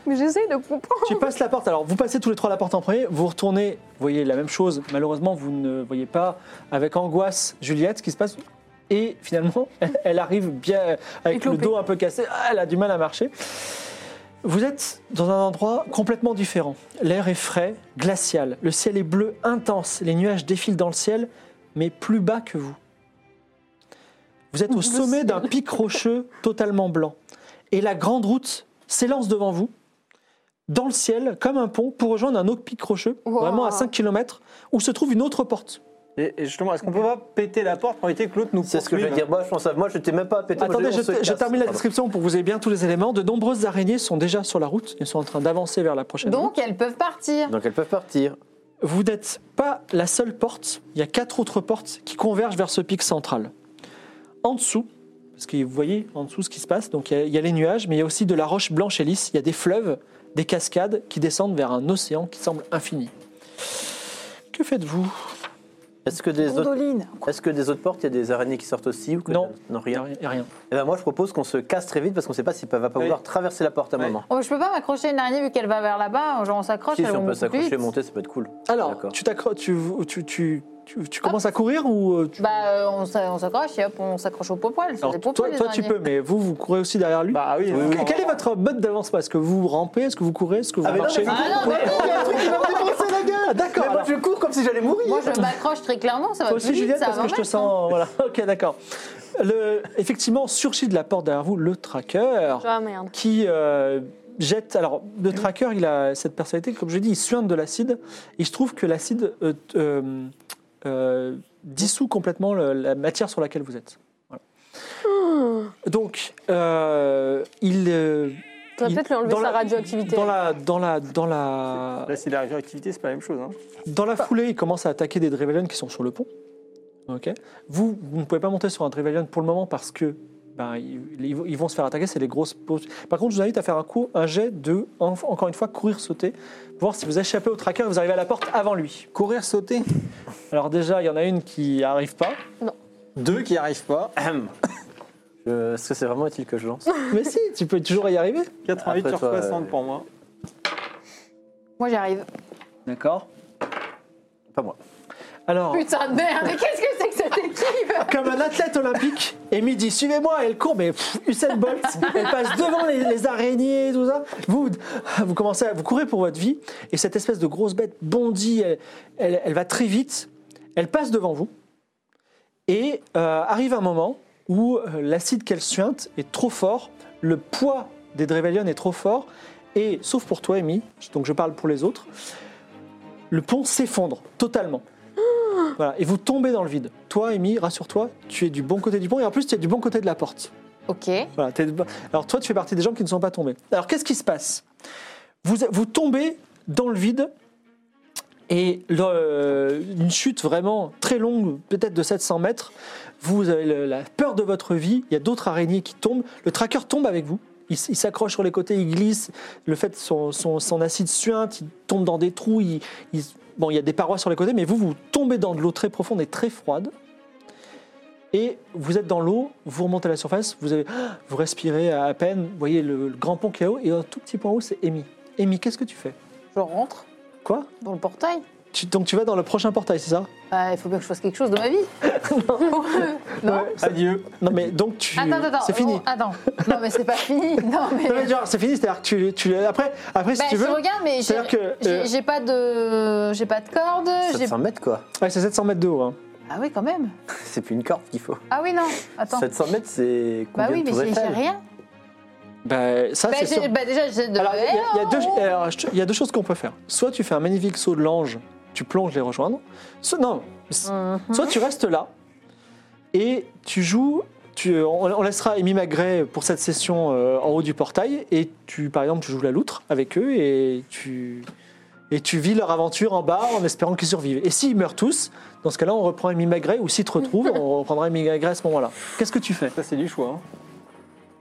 E: Mais j'essaie de comprendre.
A: Tu passes la porte. Alors, vous passez tous les trois la porte en premier. Vous retournez, vous voyez la même chose. Malheureusement, vous ne voyez pas avec angoisse Juliette ce qui se passe. Et finalement, elle arrive bien euh, avec
E: Éclopée.
A: le dos un peu cassé. Ah, elle a du mal à marcher. Vous êtes dans un endroit complètement différent. L'air est frais, glacial. Le ciel est bleu intense. Les nuages défilent dans le ciel, mais plus bas que vous. Vous êtes au sommet d'un pic rocheux totalement blanc. Et la grande route s'élance devant vous, dans le ciel, comme un pont, pour rejoindre un autre pic rocheux,
E: Wow.
A: vraiment à 5 km, où se trouve une autre porte.
C: Et, et justement, est-ce qu'on peut pas péter la porte pour éviter que l'autre nous
D: C'est ce que je veux
C: poursuive
D: dire. Moi, je pense à moi, je t'ai même pas pété.
A: Attendez, je,
D: on se
A: je
D: casse.
A: termine la
D: Pardon.
A: description pour que vous ayez bien tous les éléments. De nombreuses araignées sont déjà sur la route et sont en train d'avancer vers la prochaine. route.
B: Donc, elles peuvent partir.
D: Donc elles peuvent partir.
A: Vous n'êtes pas la seule porte, il y a quatre autres portes qui convergent vers ce pic central. En dessous, parce que vous voyez en dessous ce qui se passe, donc il y a- il y, a les nuages, mais il y a aussi de la roche blanche et lisse, il y a des fleuves, des cascades qui descendent vers un océan qui semble infini. Que faites-vous
D: Est-ce que des autres,
B: Gondoline.
D: est-ce que des autres portes, il y a des araignées qui sortent aussi ou que-
A: Non.
D: non
A: Il n'y
D: rien.
A: a rien. y a rien.
D: Eh ben moi, je propose qu'on se casse très vite parce qu'on ne sait pas s'il va pas pouvoir traverser la porte à un
C: Ouais.
D: moment.
B: Oh, je peux pas m'accrocher à une araignée vu qu'elle va vers là-bas. Genre, on s'accroche.
D: Si,
B: elle
D: si on
B: monte
D: peut
B: tout
D: s'accrocher,
B: vite.
D: monter, ça peut être cool.
A: Alors,
D: D'accord.
A: tu t'accroches, tu, tu, tu, tu, tu commences à courir ou euh, tu...
B: Bah, euh, on s'a- on s'accroche et hop, on s'accroche au poil.
A: Alors, toi, toi, tu peux, mais vous, vous courez aussi derrière lui.
C: Bah oui,
A: Que- Quel est votre mode d'avance Est-ce que vous rampez Est-ce que vous courez Est-ce que vous
D: Ah, mais non,
A: marchez
D: mais-
B: Ah non, bah oui,
D: Il y a un truc qui va me défoncer la gueule
A: Ah, D'accord.
D: Moi,
A: alors.
D: je cours comme si j'allais mourir
B: Moi, je m'accroche très clairement. Ça va
A: Toi
B: plus
A: aussi,
B: vite,
A: Juliette,
B: ça
A: parce
B: va
A: que je te
B: mettre, hein.
A: sens. Voilà. Ok, d'accord. Le... Effectivement, surgit de la porte derrière vous le tracker.
E: Ah merde.
A: qui euh, jette. Alors, le tracker, il a cette personnalité, comme je dis, il suinte de l'acide. Il se trouve que l'acide euh, t- euh, euh, dissout complètement le- la matière sur laquelle vous êtes. Voilà.
B: Ah.
A: Donc, euh, il. euh,
E: Tu vas
A: il-
E: peut-être lui enlever
A: dans
E: sa radioactivité.
A: Dans la, dans la, dans la,
C: Là, c'est la radioactivité, c'est pas la même chose. Hein.
A: dans la foulée, il commence à attaquer des Drevelian qui sont sur le pont. Ok. Vous, vous ne pouvez pas monter sur un Drevelian pour le moment parce que ben, ils, ils vont- ils vont se faire attaquer, c'est les grosses pauses. Par contre, je vous invite à faire un coup, un jet de, en- encore une fois, courir sauter, pour voir si vous échappez au tracker et vous arrivez à la porte avant lui.
C: Courir, sauter.
A: Alors déjà, il y en a une qui n'arrive pas.
C: Deux qui arrivent pas.
D: Euh, Est-ce que c'est vraiment utile que je
B: Ah.
D: lance
A: Mais si, tu peux toujours y arriver.
C: 88
D: Après
C: sur
D: toi,
C: 60
D: euh,
C: pour moi.
B: Moi, j'arrive.
A: D'accord.
D: Pas moi.
A: Alors,
B: Putain de merde, mais qu'est-ce que c'est que cette équipe
A: comme un athlète olympique, Amy dit suivez-moi, et elle court, mais pff, Usain Bolt, elle passe devant les, les araignées, tout ça. Vous, vous commencez à vous courez pour votre vie, et cette espèce de grosse bête bondit, elle, elle- elle va très vite, elle passe devant vous, et euh, arrive un moment où euh, l'acide qu'elle suinte est trop fort, le poids des Drevalion est trop fort, et sauf pour toi, Amy, donc je parle pour les autres, le pont s'effondre totalement. Voilà, et vous tombez dans le vide. Toi, Amy, rassure-toi, tu es du bon côté du pont et en plus, tu es du bon côté de la porte.
B: Ok.
A: Voilà, t'es- Alors, toi, tu fais partie des gens qui ne sont pas tombés. Alors, qu'est-ce qui se passe vous, vous tombez dans le vide et le- une chute vraiment très longue, peut-être de 700 mètres. Vous avez le- la peur de votre vie. Il y a d'autres araignées qui tombent. Le tracker tombe avec vous. Il, s- il s'accroche sur les côtés, il glisse. Le fait, son, son, son acide suinte, il tombe dans des trous. Il, il s- bon, il y a des parois sur les côtés, mais vous, vous tombez dans de l'eau très profonde et très froide. Et vous êtes dans l'eau, vous remontez à la surface, vous, avez, vous respirez à peine, vous voyez le, le grand pont qui est haut, et un tout petit point haut, c'est Amy. Amy, qu'est-ce que tu fais
B: Je rentre
A: Quoi
B: dans le portail.
A: Tu- Donc tu vas dans le prochain portail, c'est ça
B: Ah, il faut bien que je fasse quelque chose de ma vie. non.
A: Ouais, ça-
C: Adieu.
A: Non mais donc tu...
B: Attends, attends,
A: C'est fini.
B: non, attends. Non, mais c'est pas fini. Non, mais.
A: Non mais genre, c'est fini, c'est-à-dire que tu... tu après, après si
B: Bah,
A: tu veux...
B: je regarde, mais j'ai
A: c'est-à-dire que,
B: j'ai-
A: euh,
B: j'ai pas de, j'ai pas de corde. Euh, j'ai-
D: 700 mètres quoi
A: Ouais, c'est 700 mètres de haut. hein.
B: Ah oui, quand même.
D: C'est plus une corde qu'il faut.
B: Ah oui, non. Attends.
D: 700 mètres, c'est
B: Bah
D: combien
B: oui,
D: de
B: mais
D: tours
B: j'ai j'ai
D: Eiffel
B: rien.
A: Bah ça
B: bah,
A: c'est
B: j'ai-
A: sûr.
B: bah, déjà, j'essaie de.
A: Alors il y a- il y, a deux-
B: Oh.
A: alors, je te- il y a deux choses qu'on peut faire. Soit tu fais un magnifique saut de l'ange, tu plonges les rejoindre. Soit, non,
B: Mhm.
A: Soit tu restes là et tu joues. Tu, on, on laissera Amy Magret pour cette session euh, en haut du portail et tu, par exemple, tu joues la loutre avec eux et tu et tu vis leur aventure en bas en espérant qu'ils survivent. Et s'ils meurent tous, dans ce cas-là, on reprend Amy Magret ou s'ils te retrouvent, on reprendra Amy Magret à ce moment-là. Qu'est-ce que tu fais
C: Ça, c'est du choix. hein.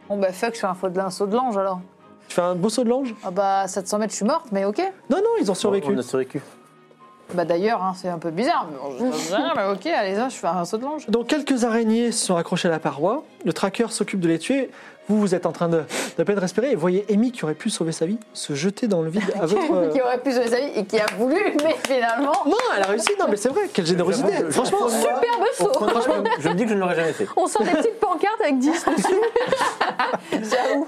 B: Bon, bah, fuck, je fais un faux de l'un, saut de l'ange alors.
A: Tu fais un beau saut de l'ange
B: Ah bah, 700 mètres, je suis morte, mais ok.
A: Non, non, ils ont survécu.
D: On a survécu.
B: Bah, d'ailleurs, hein, c'est un peu bizarre. Mais bon, je sais pas, mais ok, allez, je fais un saut de l'ange.
A: Donc quelques araignées sont accrochées à la paroi, le tracker s'occupe de les tuer, vous vous êtes en train de, de peine respirer et voyez Amy qui aurait pu sauver sa vie se jeter dans le vide à votre...
B: Qui aurait pu sauver sa vie et qui a voulu, mais finalement.
A: Non, elle a réussi, non mais c'est vrai, quelle générosité
D: J'avoue que-
A: Franchement,
D: je-
A: super
E: Superbe saut
D: Franchement, je me dis que je ne l'aurais jamais fait.
E: On sort des petites pancartes avec 10.
B: J'avoue.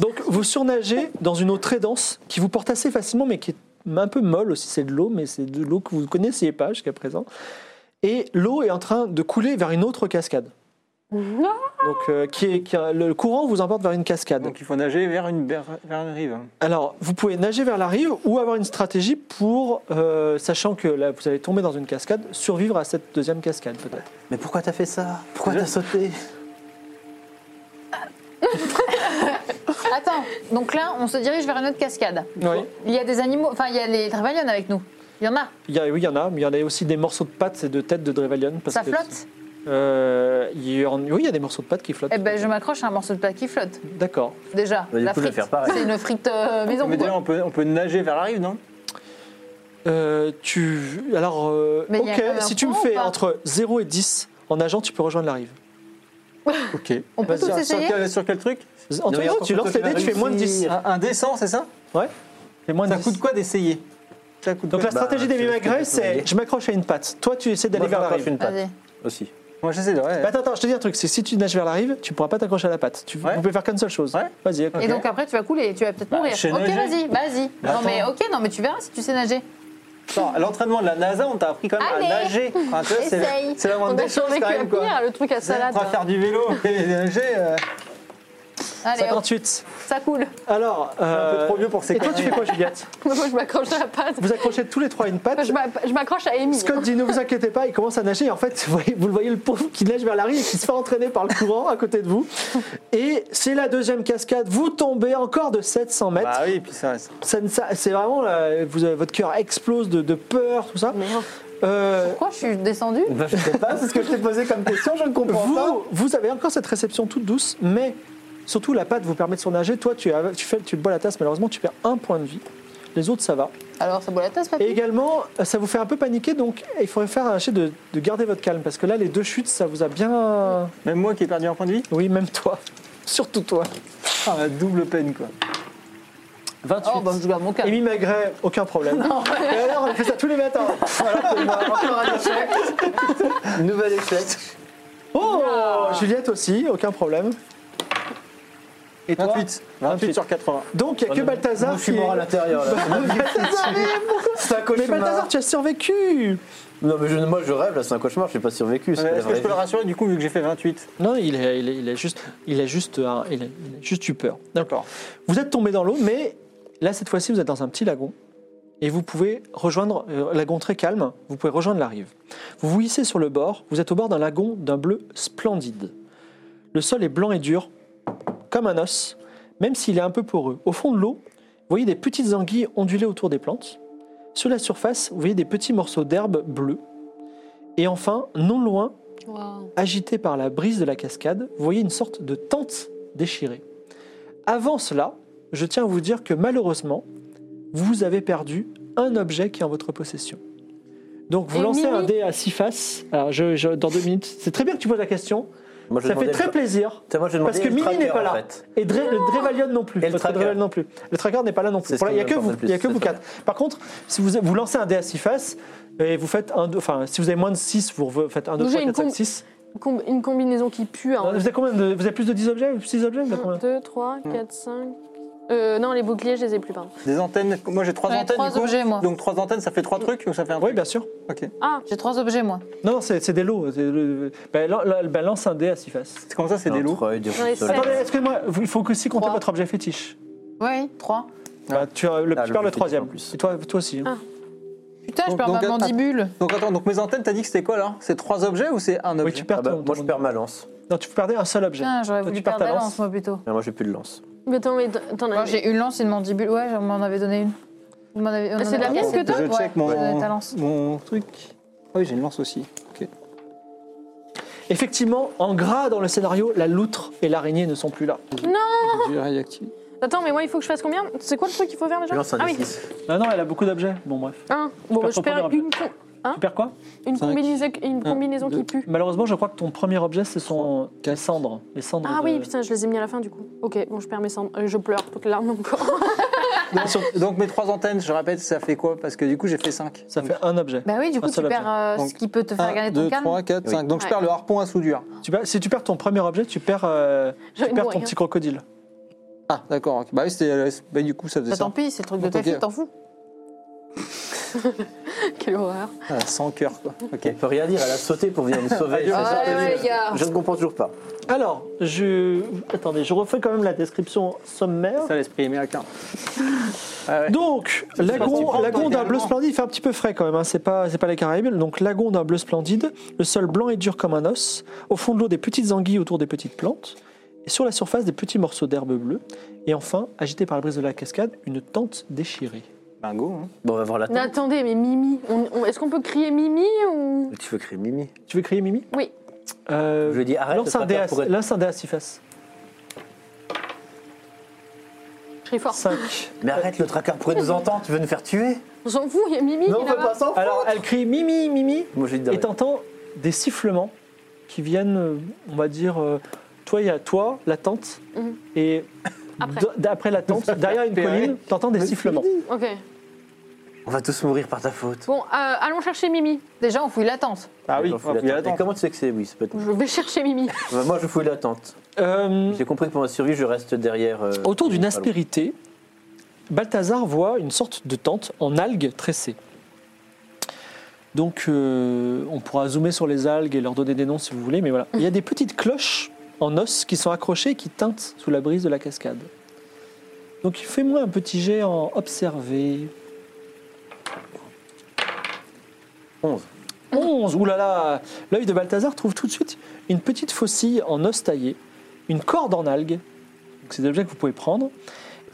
A: Donc vous surnagez dans une eau très dense qui vous porte assez facilement mais qui est un peu molle aussi, c'est de l'eau, mais c'est de l'eau que vous ne connaissiez pas jusqu'à présent. Et l'eau est en train de couler vers une autre cascade.
E: Non.
A: Donc euh, qui est, qui a- le courant vous emporte vers une cascade.
C: Donc, il faut nager vers une, ber- vers une rive.
A: Alors, vous pouvez nager vers la rive ou avoir une stratégie pour, euh, sachant que là, vous allez tomber dans une cascade, survivre à cette deuxième cascade peut-être.
D: Mais pourquoi t'as fait ça Pourquoi t'as sauté
B: Attends, donc là, on se dirige vers une autre cascade.
A: Oui.
B: Il y a des animaux, enfin, il y a les Travaillons avec nous. Il y en a.
A: Il y a, oui, il y en a, mais il y en a aussi des morceaux de pattes et de têtes de Drevalion. parce
B: Ça
A: que-
B: flotte
A: Euh, il y en- Oui, il y a des morceaux de pattes qui flottent.
B: Eh ben, je m'accroche à un morceau de plat qui flotte.
A: D'accord.
B: Déjà,
D: Bah, du
B: la
D: coup, je vais
B: frite.
D: faire pareil.
B: C'est une frite euh, maison.
C: Mais
B: quoi.
C: déjà, on peut, on peut nager vers la rive, non
A: Euh, tu... Alors, euh,
B: Mais il y a
A: ok,
B: quand même un
A: si tu me
B: point ou
A: fais
B: pas
A: entre 0 et 10 en agent, tu peux rejoindre la rive.
C: Ok.
B: On peut tous
C: Sur- sur,
B: essayer
C: quel, sur quel truc
A: En tout
D: mais
A: cas,
D: attends,
A: tu lances les
D: toi, tu
A: dés,
D: vas
A: tu fais moins de 10.
D: réussir.
C: Un, un dessin, c'est ça
A: Ouais. Fais moins de
C: Ça
A: 10.
C: coûte quoi d'essayer Ça coûte
A: Donc
C: quoi
A: la stratégie des
D: Bah, tu-
A: Mimagrés,
D: tu-
A: c'est je m'accroche à une patte. Toi, tu essaies d'aller
D: Moi, je
A: vers la
D: m'accroche
A: rive.
D: une patte
B: Vas-y.
D: aussi.
C: Moi, j'essaie de. Ouais.
A: Bah, attends, attends, je te dis un truc, c'est si tu nages vers la rive, tu pourras pas t'accrocher à la patte. Tu,
C: Ouais.
A: Vous pouvez faire qu'une seule chose.
C: Ouais.
A: Vas-y.
B: Et donc après, tu vas couler, tu vas peut-être
C: Bah,
B: mourir.
C: je sais
B: Ok,
C: nager.
B: vas-y, vas-y.
C: Bah,
B: Non, mais
C: attends.
B: ok, non, mais tu verras si tu sais nager.
C: Attends, à l'entraînement de la NASA, on t'a appris quand même
B: Allez.
C: à nager. Enfin, tu vois, c'est la-
B: Essaye.
C: C'est la
E: On
C: moindre
E: a
C: des choses
E: changé
C: quand
E: que
C: même, quoi.
E: pire, le truc à
C: On
E: salade. euh,
C: va faire du vélo et nager. euh,
B: Allez, hop,
A: 58.
E: Ça coule.
A: Alors,
C: un peu
A: euh,
C: trop vieux pour ces
A: et toi, tu
C: conneries.
A: fais quoi, Juliette
E: Moi, je m'accroche à la patte.
A: Vous accrochez tous les trois à une patte.
E: Je m'a- je m'accroche à Amy.
A: Scott dit ne vous inquiétez pas, il commence à nager. En fait, vous, voyez- vous le voyez le pauvre qui nage vers la rive et qui se fait entraîner par le courant à côté de vous. Et c'est la deuxième cascade. Vous tombez encore de 700 mètres.
C: Bah oui, puis ça reste.
A: Ça ne- ça- c'est vraiment là, vous avez- votre cœur explose de, de peur, tout ça. Euh,
B: pourquoi je suis descendue
C: Je sais pas, Hein, c'est ce que je t'ai posé comme question, je ne comprends pas.
A: vous, vous avez encore cette réception toute douce, mais surtout la patte vous permet de surnager. Toi, tu, as- tu fais, tu te bois la tasse, malheureusement, tu perds un point de vie. Les autres, ça va.
B: Alors, ça boit la tasse, papy
A: Et également, ça vous fait un peu paniquer, donc il faudrait faire un jet de, de garder votre calme, parce que là, les deux chutes, ça vous a bien.
C: Même moi qui ai perdu un point de vie,
A: Oui, même toi. Surtout toi.
C: ah, double peine quoi.
A: 28.
B: Oh, bah, je garde mon calme.
A: Émy Magret, aucun problème. Et alors, on fait ça tous les matins. Voilà, pour moi. Encore un échec.
D: Nouvel échec.
A: Oh Juliette aussi, aucun problème. Et toi
C: 28. 28 sur 80.
A: Donc, il n'y a que Balthazar
D: Je suis
A: qui est-
D: mort à l'intérieur. là.
A: Balthazar, mais pourquoi
D: C'est un
A: Mais Balthazar, tu as survécu
D: Non, mais je- moi je rêve, là, c'est un cauchemar, je n'ai pas survécu. c'est
C: Ouais,
D: la
C: Est-ce que
D: vraie
C: je peux le
D: vie.
C: rassurer du coup, vu que j'ai fait 28
A: Non, il a, il a- il a juste, il a juste, un- il a- il a juste eu peur. D'accord. Vous êtes tombé dans l'eau, mais là cette fois-ci vous êtes dans un petit lagon et vous pouvez rejoindre euh, lagon très calme. Vous pouvez rejoindre la rive. Vous vous hissez sur le bord. Vous êtes au bord d'un lagon d'un bleu splendide. Le sol est blanc et dur, comme un os, même s'il est un peu poreux. Au fond de l'eau, vous voyez des petites anguilles ondulées autour des plantes. Sur la surface, vous voyez des petits morceaux d'herbe bleue. Et enfin, non loin,
E: Waouh.
A: agité par la brise de la cascade, vous voyez une sorte de tente déchirée. Avant cela, je tiens à vous dire que malheureusement, vous avez perdu un objet qui est en votre possession. Donc vous
E: Et
A: lancez un
E: Mimi
A: dé à six faces. Alors je, je- dans deux minutes, c'est très bien que tu poses la question.
D: Moi, je
A: Ça fait
D: demandais-
A: très plaisir.
D: Putain, moi, je demandais
A: Parce que
D: le
A: Mimi
D: tracker,
A: n'est pas
D: en
A: là.
D: fait.
A: Et Dre- le Drevalion non plus.
D: Et le
A: Votre
D: tracker.
A: Drevalion non plus. Le tracker n'est pas là non plus.
D: C'est ce
A: Pour là,
D: qui
A: Il n'y a que
D: m'importe
A: vous.
D: le plus,
A: Il y a que
D: c'est
A: vous
D: très
A: quatre. Par contre, si vous, vous lancez un dé à six faces et vous faites un, deux- enfin, si vous avez moins de 6, vous re- faites un, deux,
E: Nous,
A: trois,
E: j'ai une
A: quatre, cinq,
E: comb-
A: six.
E: Com- Une combinaison qui pue.
A: Non,
E: Hein.
A: Euh, Vous avez combien de- Vous avez plus de 10 objets 6 objets vous avez
E: 1,
A: combien
E: 2, 3, 4, 5. Euh, non, les boucliers, je les ai plus, pardon.
C: Des antennes Moi j'ai 3
B: Ouais,
C: antennes
B: trois
C: du coup.
B: objets, moi.
C: Donc 3 antennes, ça fait 3 trucs ou ça fait un
A: Oui,
C: truc
A: bien sûr.
C: Ok.
E: Ah,
B: J'ai trois objets, moi.
A: Non, non, c'est c'est des lots. c'est le- ben, lan- lan- ben, lance un dé à 6 faces.
C: C'est comme ça, c'est
D: Non,
C: des loups.
D: trois et deux
E: J'en ai
D: seuls.
E: sept.
A: Attendez, excusez-moi, vous- il faut aussi compter
B: Trois.
A: votre objet fétiche.
B: Oui, trois.
A: Bah, tu as le,
D: Ah,
A: tu
D: le
A: perds le
D: fétiche en
A: troisième.
D: plus.
A: Et toi, toi aussi. hein.
E: Ah.
B: Putain, je
C: Donc-
B: perds
C: donc,
B: ma
C: attends.
B: mandibule.
C: Donc attends, donc mes antennes, t'as dit que c'était quoi là C'est 3 objets ou c'est un
A: Oui,
C: objet
A: tu
D: Ah
A: perds
D: bah,
A: ton-
D: moi, je
A: ton-
D: perds ma lance.
A: Non, tu perdais un seul objet.
E: Ah.
B: Putain, j'aurais
A: Toi,
B: voulu
A: tu perds ta
B: perdre la
A: lance.
B: lance, moi, plutôt.
D: Mais moi, j'ai plus de lance.
E: mais attends, mais t- t'en
B: Moi,
E: as.
B: j'ai une lance et une mandibule. Ouais, on m'en avait donné une. Vous m'en avez- on
E: Ah, c'est
B: en
E: de la
B: avait-
E: mienne que t'as
C: Je
B: Ouais,
C: check
B: vous avez ta
C: mon,
B: lance.
C: mon truc. Ah oui, j'ai une lance aussi.
A: Effectivement, en gras dans le scénario, la loutre et l'araignée ne sont plus là.
C: J'ai réactivé.
E: Attends, mais moi, il faut que je fasse combien C'est quoi le truc qu'il faut faire
D: Je
E: déjà
D: lance un
E: Ah
D: des
E: oui,
D: six.
A: Non, non, elle a beaucoup d'objets. Bon, bref.
E: un. Bon, bah,
A: ton
E: je
A: premier
E: perds
A: objet.
E: une, con-
A: Tu perds quoi
E: une
C: Cinq,
E: combinaison, une combinaison qui pue.
A: Malheureusement, je crois que ton premier objet, ce sont les cendres. Les cendres
E: Ah
A: de-
E: oui, putain, je les ai mis à la fin du coup. Ok, bon, je perds mes cendres. Euh, je pleure, toute larme encore.
C: Donc, donc mes 3 antennes, je répète, ça fait quoi Parce que du coup, j'ai fait 5.
A: Ça fait un objet.
B: Bah oui, du coup,
A: Un
B: tu
A: seul
B: perds euh,
C: Ah, Donc,
B: ce qui peut te faire gagner ton
C: 2,
B: calme.
C: 3, 4,
D: Oui.
C: 5. Donc je perds
E: Ouais.
C: le harpon à soudure.
E: Ah.
A: Tu perds- si tu perds ton premier objet, tu perds, euh,
E: J'ai
A: tu
E: une
A: perds ton
E: bourrique.
A: petit crocodile.
C: Ah, d'accord. ok. Bah oui, c'était. Bah, du coup, ça faisait
B: Bah, tant
C: ça.
B: pis, c'est le truc de
C: Donc,
B: ta
C: ok.
B: fille, t'en fous.
E: Quelle horreur.
C: Ah, sans cœur, quoi. Ok.
D: Elle peut rien dire, elle a sauté pour venir nous
A: Ah,
D: sauver. C'est ça, c'est nul.
E: gars.
D: Je ne comprends toujours pas.
A: Alors, je. Attendez, je refais quand même la description sommaire.
B: Oh.
C: Ça, l'esprit américain. Ah ouais.
A: Donc,
D: parti
A: lagon,
D: prendre
A: lagon d'un
C: littéralement.
A: bleu splendide, il fait un petit peu frais quand même, hein, c'est pas, c'est pas les Caraïbes. Donc, lagon d'un bleu splendide, le sol blanc et dur comme un os, au fond de l'eau des petites anguilles autour des petites plantes, et sur la surface des petits morceaux d'herbe bleue, et enfin, agité par la brise de la cascade, une tente déchirée.
C: Bingo. hein.
D: Bon, on va voir la
E: Mais
D: tente.
E: attendez, mais Mimi, on- on- est-ce qu'on peut crier Mimi ou.
D: Tu veux créer Mimi
A: Tu veux crier Mimi
E: Oui.
A: Euh,
D: Je lui ai dit arrête.
A: Lance
D: ça
A: un dé à-
D: pour être...
A: lance un dé à six faces.
E: Je suis forte.
A: 5.
D: Mais arrête le tracas pour nous entendre, tu veux nous faire tuer
E: On s'en fout, il y a Mimi
D: Non,
E: qui
D: on peut
E: est là-bas.
D: pas s'en foutre.
A: Alors, elle crie Mimi, Mimi.
D: Moi, j'ai dit
A: Et
D: d'arrêter.
A: t'entends des sifflements qui viennent, euh, on va dire, euh, toi, il y a toi, la tente,
E: Mhm.
A: et
E: Après.
A: d- d'après la tente, derrière une
C: Repérer.
A: colline, t'entends des sifflements.
E: Ok.
D: On va tous mourir par ta faute.
E: Bon, euh, allons chercher Mimi.
B: Déjà, on fouille la tente.
A: Ah oui.
D: J'en fouille la
C: puis
D: tente.
C: attends.
D: Et comment tu sais que c'est Oui, ça peut être.
E: Je vais chercher Mimi.
D: Bah, moi, je fouille la tente.
A: Euh,
D: J'ai compris que pour ma survie, je reste derrière. euh,
A: autour d'une
D: pas loin.
A: aspérité, Balthazar voit une sorte de tente en algues tressées. Donc, euh, on pourra zoomer sur les algues et leur donner des noms si vous voulez, mais voilà. Il y a des petites cloches en os qui sont accrochées et qui teintent sous la brise de la cascade. Donc, fais-moi un petit jet en observer.
D: 11.
A: 11, oulala L'œil de Balthazar trouve tout de suite une petite faucille en os taillé, une corde en algues, donc c'est des objets que vous pouvez prendre,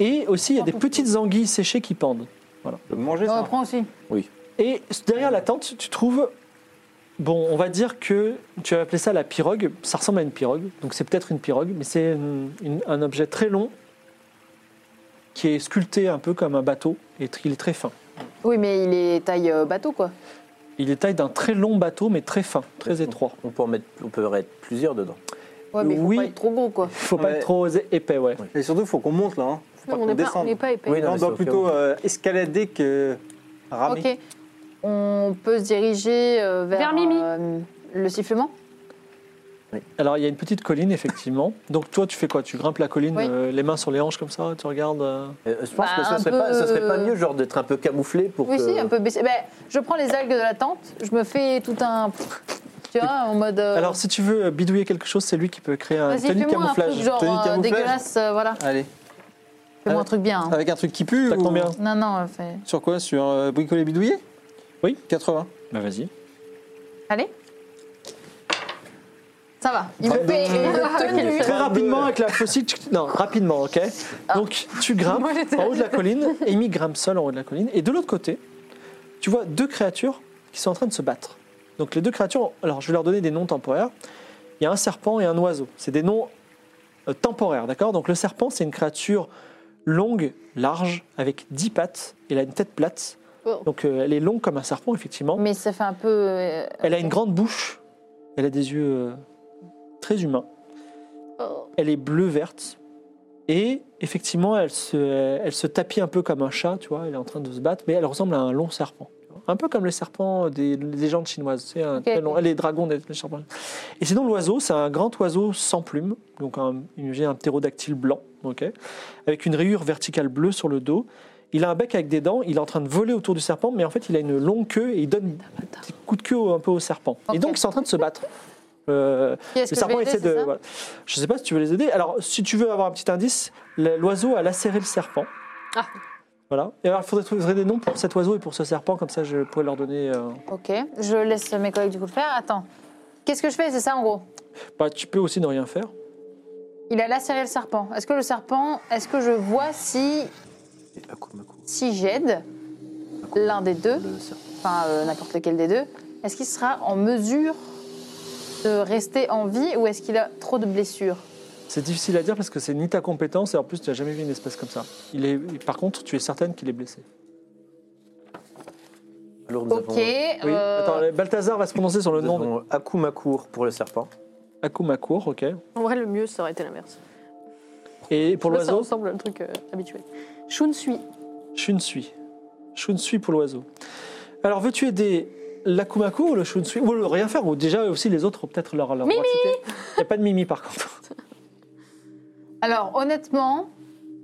A: et aussi il y a des petites anguilles séchées qui pendent.
C: Je peux manger
B: On
C: ça.
B: reprend aussi.
A: Et derrière la tente, tu trouves, bon, on va dire que tu as appelé ça la pirogue, ça ressemble à une pirogue, donc c'est peut-être une pirogue, mais c'est une- une- un objet très long qui est sculpté un peu comme un bateau, et tr- il est très fin.
B: Oui, mais il est taille euh, bateau, quoi.
A: Il est taille d'un très long bateau, mais très fin, très étroit.
D: On peut, en mettre, on peut en mettre plusieurs dedans.
B: Ouais, mais il faut
A: Oui.
B: pas être trop gros, quoi.
A: Il faut pas
C: Ouais.
A: être trop osé- épais, ouais.
C: Et surtout, il faut qu'on monte là. hein. Faut pas
E: Non, on
C: qu'on
E: n'est pas, on
C: descende.
E: n'est pas épais.
D: Oui, non,
C: Non,
D: mais
C: on
D: c'est
C: doit
D: au cas
C: plutôt
D: où.
C: euh, escalader que ramer.
B: Ok. On peut se diriger euh, vers,
E: Vers Mimi.
B: euh, le sifflement
A: Alors il y a une petite colline effectivement. Donc toi tu fais quoi Tu grimpes la colline,
B: Oui.
A: euh, les mains sur les hanches comme ça, tu regardes. euh,
D: Euh, je
B: Bah,
D: pense que ça
B: un
D: serait, pas,
B: peu-
D: ça
B: euh,
D: serait pas mieux, genre, d'être un peu camouflé pour
B: Oui,
D: que.
B: si, un peu baissé. Ben, je prends les algues de la tente, je me fais tout un. Tu vois, en mode. euh,
A: Alors si tu veux euh, bidouiller quelque chose, c'est lui qui peut créer un
B: vas-y,
A: tenue de
B: fais-moi un
A: camouflage.
B: truc genre
C: Tenue
B: euh,
C: camouflage.
B: dégueulasse, euh, voilà.
C: Allez.
B: Fais-moi
C: Euh,
B: un truc bien. hein.
C: Avec un truc qui pue
A: T'as
C: ou-
A: combien
B: Non, non, euh, fais-
C: Sur quoi Sur euh, bricoler bidouiller
A: Oui.
C: 80.
A: Bah vas-y.
B: Allez. Ça va. Il me fait une autre tenue.
A: Très rapidement avec la faucille. tu- Non, rapidement, ok.
B: Ah.
A: Donc tu grimpes
B: Moi, j'étais-
A: en haut de la colline. Amy grimpe seule en haut de la colline. Et de l'autre côté, tu vois deux créatures qui sont en train de se battre. Donc les deux créatures, alors je vais leur donner des noms temporaires. Il y a un serpent et un oiseau. C'est des noms euh, temporaires, d'accord Donc le serpent, c'est une créature longue, large, avec dix pattes. Elle a une tête plate.
E: Oh.
A: Donc euh, elle est longue comme un serpent, effectivement.
B: Mais ça fait un peu. euh,
A: Elle a une grande bouche. Elle a des yeux euh, très humains.
E: Oh.
A: Elle est bleu-verte. Et effectivement, elle se, elle se tapit un peu comme un chat, tu vois. Elle est en train de se battre, mais elle ressemble à un long serpent. tu vois. Un peu comme les serpents des des légendes chinoises. C'est un
B: Ok.
A: très long- les dragons des des serpents. Et sinon, l'oiseau, c'est un grand oiseau sans plumes. Donc, un, imaginez un ptérodactyle blanc, ok, avec une rayure verticale bleue sur le dos. Il a un bec avec des dents, il est en train de voler autour du serpent, mais en fait, il a une longue queue et il donne des coups de queue au- un peu au serpent.
B: Ok.
A: Et donc, ils sont en train de se battre. Euh,
B: Qui
A: le
B: est-ce que je
A: serpent
B: vais aider,
A: essaie de.
B: c'est ça
A: voilà. Je sais pas si tu veux les aider. Alors, si tu veux avoir un petit indice, la- l'oiseau a lacéré le serpent.
E: Ah.
A: Voilà. Et alors, il faudrait trouver des noms pour cet oiseau et pour ce serpent, comme ça, je pourrais leur donner. euh,
B: Ok, je laisse mes collègues du coup le faire. Attends. Qu'est-ce que je fais, c'est ça en gros
A: Bah, tu peux aussi ne rien faire.
B: Il a lacéré le serpent. Est-ce que le serpent, est-ce que je vois si,
D: Et Akumaku,
B: si j'aide l'un des deux,
D: Ah, le serpent.
B: enfin euh, n'importe lequel des deux, est-ce qu'il sera en mesure de rester en vie ou est-ce qu'il a trop de blessures
A: C'est difficile à dire parce que c'est ni ta compétence et en plus, tu n'as jamais vu une espèce comme ça. Il est... Par contre, tu es certaine qu'il est blessé.
D: Alors, nous
B: Ok.
D: avons, nous
A: Oui.
B: euh,
A: Attends, Balthazar va se prononcer sur le nom de
D: avons Akumakur pour le serpent.
A: Akumakur, ok.
E: En vrai, le mieux, ça aurait été l'inverse.
A: Et pour
E: Je sais pas, Ça
A: l'oiseau,
E: ressemble à un truc euh, habituel. Shun Sui.
A: Shunsui. Shunsui pour l'oiseau. Alors, veux-tu aider l'Akumaku ou le Shunsui Ou le rien faire, ou déjà aussi les autres, ont peut-être leur, leur
E: Mimi
A: Il n'y a pas de Mimi par contre.
B: Alors honnêtement,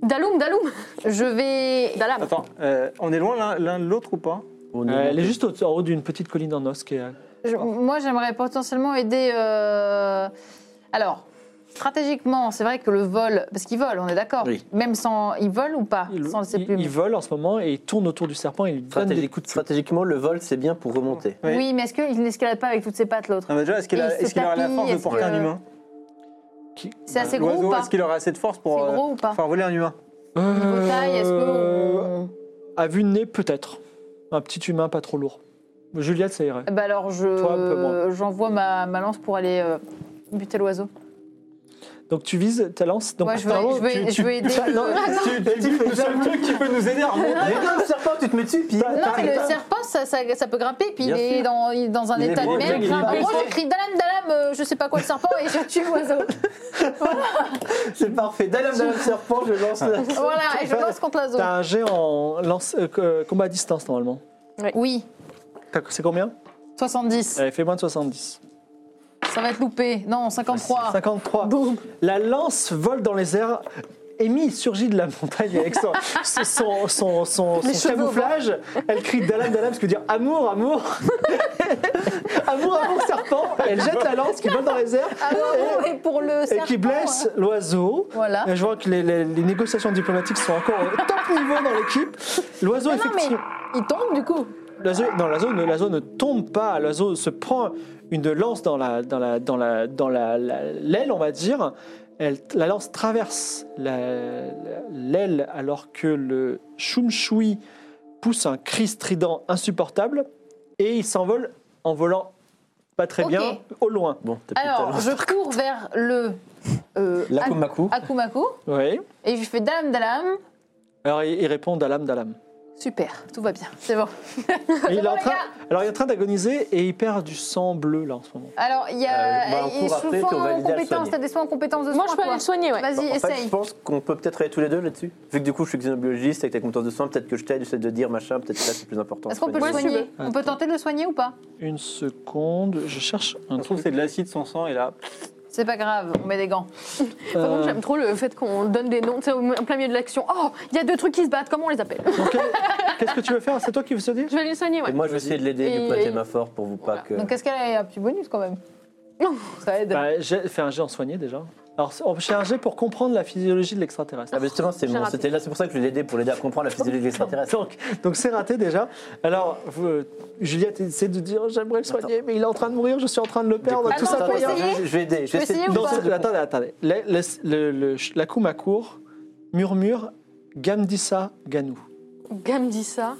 E: Daloum, Daloum
B: je vais.
E: Dalam.
C: Attends, euh, on est loin l'un- l'un de l'autre ou pas
D: On est
A: Euh, elle est
D: monté-
A: juste au- en haut d'une petite colline en os qui est.
B: je- moi, j'aimerais potentiellement aider. euh, Alors. Stratégiquement, c'est vrai que le vol, parce qu'il vole, on est d'accord.
D: Oui.
B: Même sans, il vole ou pas,
A: Il,
B: sans ses
A: il-
B: plumes.
A: il vole en ce moment et il tourne autour du serpent et il donne des
D: Stratégique-
A: coups de queue.
D: stratégiquement, le vol, c'est bien pour remonter.
C: Oui.
B: Oui. mais est-ce qu'il n'escalade pas avec toutes ses pattes l'autre
A: Euh,
C: Non, mais déjà, est-ce qu'il
B: Et
C: a,
B: il se
C: est-ce qu'il aura la
B: tapit,
C: force de
B: est-ce
C: porter
B: que-
C: un humain
B: C'est assez gros ou
C: L'oiseau,
B: pas
C: est-ce qu'il aura assez de force
B: C'est
C: pour euh,
B: gros ou pas
C: faire voler un humain
B: Niveau taille, est-ce que.
A: Euh,
B: on-
A: À vue de nez, peut-être. Un petit humain pas trop lourd. Juliette, ça irait.
B: Eh ben alors,
A: Toi, un peu
B: je j'envoie ma, ma lance pour aller euh, buter l'oiseau.
A: Donc tu vises ta lance. Donc
B: Moi, je veux,
A: pardon,
B: je veux-
A: tu-
B: je
A: tu-
B: veux aider.
A: ça, non, tu- tu- tu-
C: Le seul truc qui peut nous aider à remonter.
D: Mais non, le serpent, tu te mets dessus, puis.
B: Non, mais le serpent, ça, ça- ça peut grimper, puis
D: Bien
B: il est
D: sûr.
B: dans, il est dans un
C: Il est
B: état de
C: mauvais,
B: merde.
C: il est
B: En gros,
C: mauvais.
B: je crie Dalam, Dalam, euh, je sais pas quoi le serpent, et je tue l'oiseau.
D: C'est parfait. D'ailleurs, le serpent, je lance. la-
B: Voilà, et je lance contre l'oiseau.
A: T'as un jet en lance, euh, euh, combat à distance normalement.
B: Oui,
A: T'as- C'est combien
B: 70.
A: Elle fait moins de 70.
B: Ça va être loupé. Non,
A: Ah,
B: 53.
A: 53. La lance vole dans les airs. Amy surgit de la montagne avec son, son, son, son- son
E: Les cheveux au
A: camouflage. Elle crie Dalam Dalam, ce qui veut dire amour, amour. amour, amour, serpent. Elle jette la lance qui vole dans les airs
B: Ah bon, et pour le
A: et
B: serpent. hein.
A: qui blesse l'oiseau.
B: Voilà.
A: Et Je vois que les, les- les négociations diplomatiques sont encore au top niveau dans l'équipe. L'oiseau,
B: Mais non, mais
A: effectivement.
B: il tombe du coup.
A: L'oiseau- non, l'oiseau ne, l'oiseau ne tombe pas. L'oiseau se prend une lance dans la dans la dans la dans la- la- l'aile, on va dire. Elle, la lance traverse la- la- l'aile alors que le Shumshui pousse un cri strident insupportable et il s'envole en volant pas très
B: Ok.
A: bien au loin.
D: Bon, t'as plus de
B: Alors,
D: talent.
B: je cours vers le. Euh,
D: L'akumaku.
B: Akumaku,
A: Oui.
B: et je lui fais Dalam, Dalam.
A: Alors il, il répond Dalam Dalam.
B: Super, tout va bien, c'est bon.
A: Et il est en
B: les
A: train,
B: gars.
A: alors il est en train d'agoniser et il perd du sang bleu là en ce moment.
B: Alors, il y
D: Euh,
B: a.
D: bah, on
B: il
D: court
B: est sous
D: après, puis on va
B: en
D: l'aider à le
B: compétence,
D: soigner.
B: t'as des soins en compétence de
E: Moi,
B: soins,
E: je peux aller
B: toi.
E: le soigner, ouais.
B: Vas-y,
D: Bah, En fait,
B: essaye.
D: je pense qu'on peut peut-être aller tous les deux là-dessus. Vu que du coup, je suis xénobiologiste avec ta compétence de soins, peut-être que je t'aide, j'essaie de dire machin, peut-être que là, c'est plus important.
B: Est-ce qu'on peut le
E: Ouais, si tu
B: soigner On peut tenter de le soigner ou pas
A: Une seconde, je cherche un
C: On trouve
A: truc.
C: que c'est de l'acide, son sang, et là.
B: C'est pas grave, on met des gants.
E: Par contre,
A: Euh,
E: j'aime trop le fait qu'on donne des noms, tu sais, au- en plein milieu de l'action. Oh, il y a deux trucs qui se battent, comment on les appelle
A: donc, euh, Qu'est-ce que tu veux faire C'est toi qui veux se dire
E: Je vais les soigner,
D: Et
E: ouais.
D: moi, je vais essayer de l'aider
E: Et-
D: du platé ma fort pour vous
E: Voilà.
D: pas que.
B: Donc, est-ce qu'elle a un petit bonus quand même
E: Non.
B: Ça aide.
A: Bah, j'ai fait un jet en soigné déjà. Alors, c'est- j'ai un jet pour comprendre la physiologie de l'extraterrestre.
D: Ah, mais justement, c'est
E: J'ai
D: bon,
E: raté.
D: c'était là, c'est pour ça que je vais l'aider, pour l'aider à comprendre la physiologie extraterrestre.
A: Donc, donc c'est raté déjà. Alors, vous- euh, Juliette essaie de dire j'aimerais le soigner, mais il est en train de mourir, je suis en train de le perdre, tout
B: Attends,
A: ça
B: faut
A: pour
B: essayer.
A: rien.
D: je, je vais aider. Je
B: Faut
D: vais essayer
B: essayer ou
D: de-
A: Dans
B: pas
A: ce- attendez, attendez. Le, le, le, le, la Kumakour murmure Gamdissa Ganou.
E: Gamme dit ça.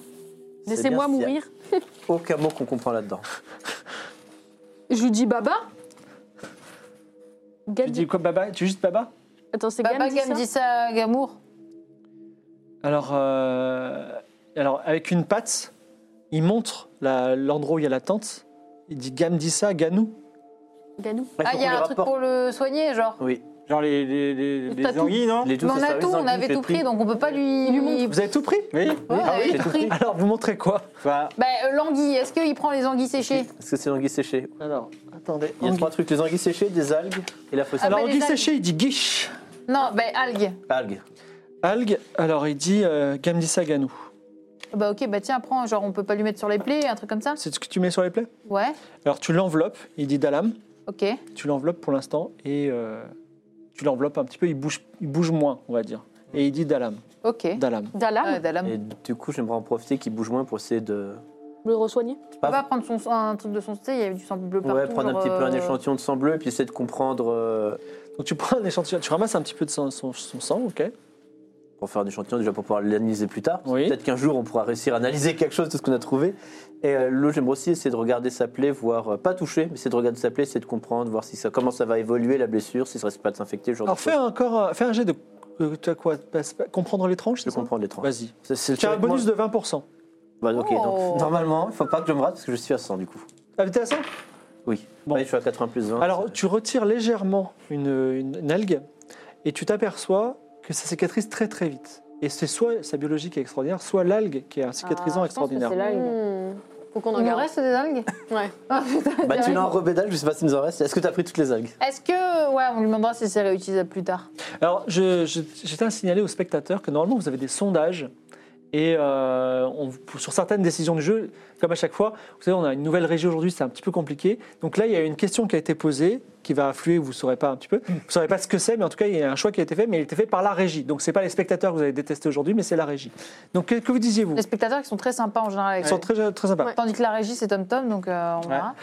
D: C'est
E: Laissez-moi
D: bien, c'est-
E: mourir.
D: Aucun mot qu'on comprend là-dedans.
B: Ah,
E: Je lui dis Baba.
A: Tu dis
E: Gadi.
A: quoi, Baba Tu dis juste Baba
E: Attends, c'est
B: Baba
E: Gam dit ça
B: Gamdissa Gamour.
D: Bah,
A: Alors, euh, alors, avec une patte, il montre la- l'endroit où il y a la tente. Il dit Gamdissa Ganou.
E: Ganou.
B: Ah, il y a un truc pour le soigner, genre.
D: Oui,
C: Genre les, les, les, les
E: Tatou.
C: anguilles, non
D: les
B: Mais
D: douze
B: on a
D: services
B: tout, on
D: anguilles,
B: avait
D: j'ai
B: tout pris, donc on peut pas lui.
E: Il lui
A: Vous avez tout pris
C: Oui.
B: Ouais, on
D: Ah oui,
B: avait
D: j'ai
B: tout
D: tout
B: pris.
A: Alors, vous montrez quoi
C: Bah,
B: Bah, euh, l'anguille, est-ce qu'il prend les anguilles séchées
D: Est-ce que c'est l'anguille séchée
A: Alors, attendez.
D: Il y a trois trucs les anguilles séchées, des algues et la fausse
B: Ah,
A: Alors,
B: bah, les
A: Guy
B: algues.
A: Séché, il dit guiche.
B: Non, bah, algues.
D: algues.
A: Algue, alors il dit euh, Gamdissa Ganou.
B: Bah, ok, bah tiens, prends, genre, on peut pas lui mettre sur les plaies, un truc comme ça
A: C'est ce que tu mets sur les plaies
B: Ouais,
A: Alors, tu l'enveloppes, il dit Dalam.
B: ok.
A: Tu l'enveloppes pour l'instant et euh, tu l'enveloppes un petit peu, il bouge, il bouge moins, on va dire. Et il dit Dalam,
B: Ok. Ah,
A: Dalam.
E: Dalam.
B: Ouais, Dalam.
D: Et du coup, j'aimerais en profiter qu'il bouge moins pour essayer de.
E: Le re-soigner.
B: On peut pas prendre son, un truc de son style, il y avait du sang bleu partout.
D: Ouais, prendre un
B: genre,
D: petit peu un
B: euh,
D: échantillon de sang bleu, puis essayer de comprendre. euh,
A: Donc, tu prends un échantillon, tu ramasses un petit peu de son, son- son sang, ok
D: pour faire un échantillon déjà pour pouvoir l'analyser plus tard.
A: Oui.
D: Peut-être qu'un jour on pourra réussir à analyser quelque chose de ce qu'on a trouvé. Et euh, là, j'aimerais aussi essayer de regarder sa plaie, voir euh, pas toucher, mais essayer de regarder sa plaie, essayer de comprendre, voir si ça, comment ça va évoluer la blessure, si ça risque pas de s'infecter. ce genre de
A: Alors, fais
D: choses.
A: encore un, fais un jet de. euh, t'as quoi pas- pas- Comprendre l'étrange
D: Je
A: c'est ça
D: comprends les trois.
A: Vas-y.
D: C'est- c'est-
A: Tu as un bonus de 20%.
D: Bah, ok,
B: Oh.
D: donc normalement, il faut pas que je me rate parce que je suis à 100 du coup.
A: Ah, mais t'es à ça
D: Oui.
A: Bon.
D: Ouais, je suis à 80 plus 20.
A: Alors, tu retires légèrement une, une- une algue et tu t'aperçois que ça cicatrise très très vite. Et c'est soit sa biologie qui est extraordinaire, soit l'algue qui est un cicatrisant
B: Ah, je pense que
A: extraordinaire.
B: c'est l'algue.
E: Hmm. Faut qu'on en
B: Il nous
E: garde.
B: reste des algues
E: Ouais.
B: Ah, putain,
D: Bah, tu
B: direct.
D: l'as en rebédale, je sais pas si nous en reste. Est-ce que tu as pris toutes les algues
B: Est-ce que. Ouais, on lui demandera si c'est réutilisable plus tard.
A: Alors, je, je, je tiens à signaler aux spectateurs que normalement, vous avez des sondages. Et euh, on- sur certaines décisions du jeu, comme à chaque fois, vous savez, on a une nouvelle régie aujourd'hui, c'est un petit peu compliqué. Donc là, il y a une question qui a été posée, qui va affluer, vous ne saurez pas un petit peu. Vous ne saurez pas ce que c'est, mais en tout cas, il y a un choix qui a été fait, mais il a été fait par la régie. Donc ce n'est pas les spectateurs que vous avez détestés aujourd'hui, mais c'est la régie. Donc que, que vous disiez-vous
B: Les spectateurs qui sont très sympas en général avec
A: Ils sont très, très sympas.
E: Ouais.
B: Tandis que la régie, c'est Tom Tom, donc euh, on verra.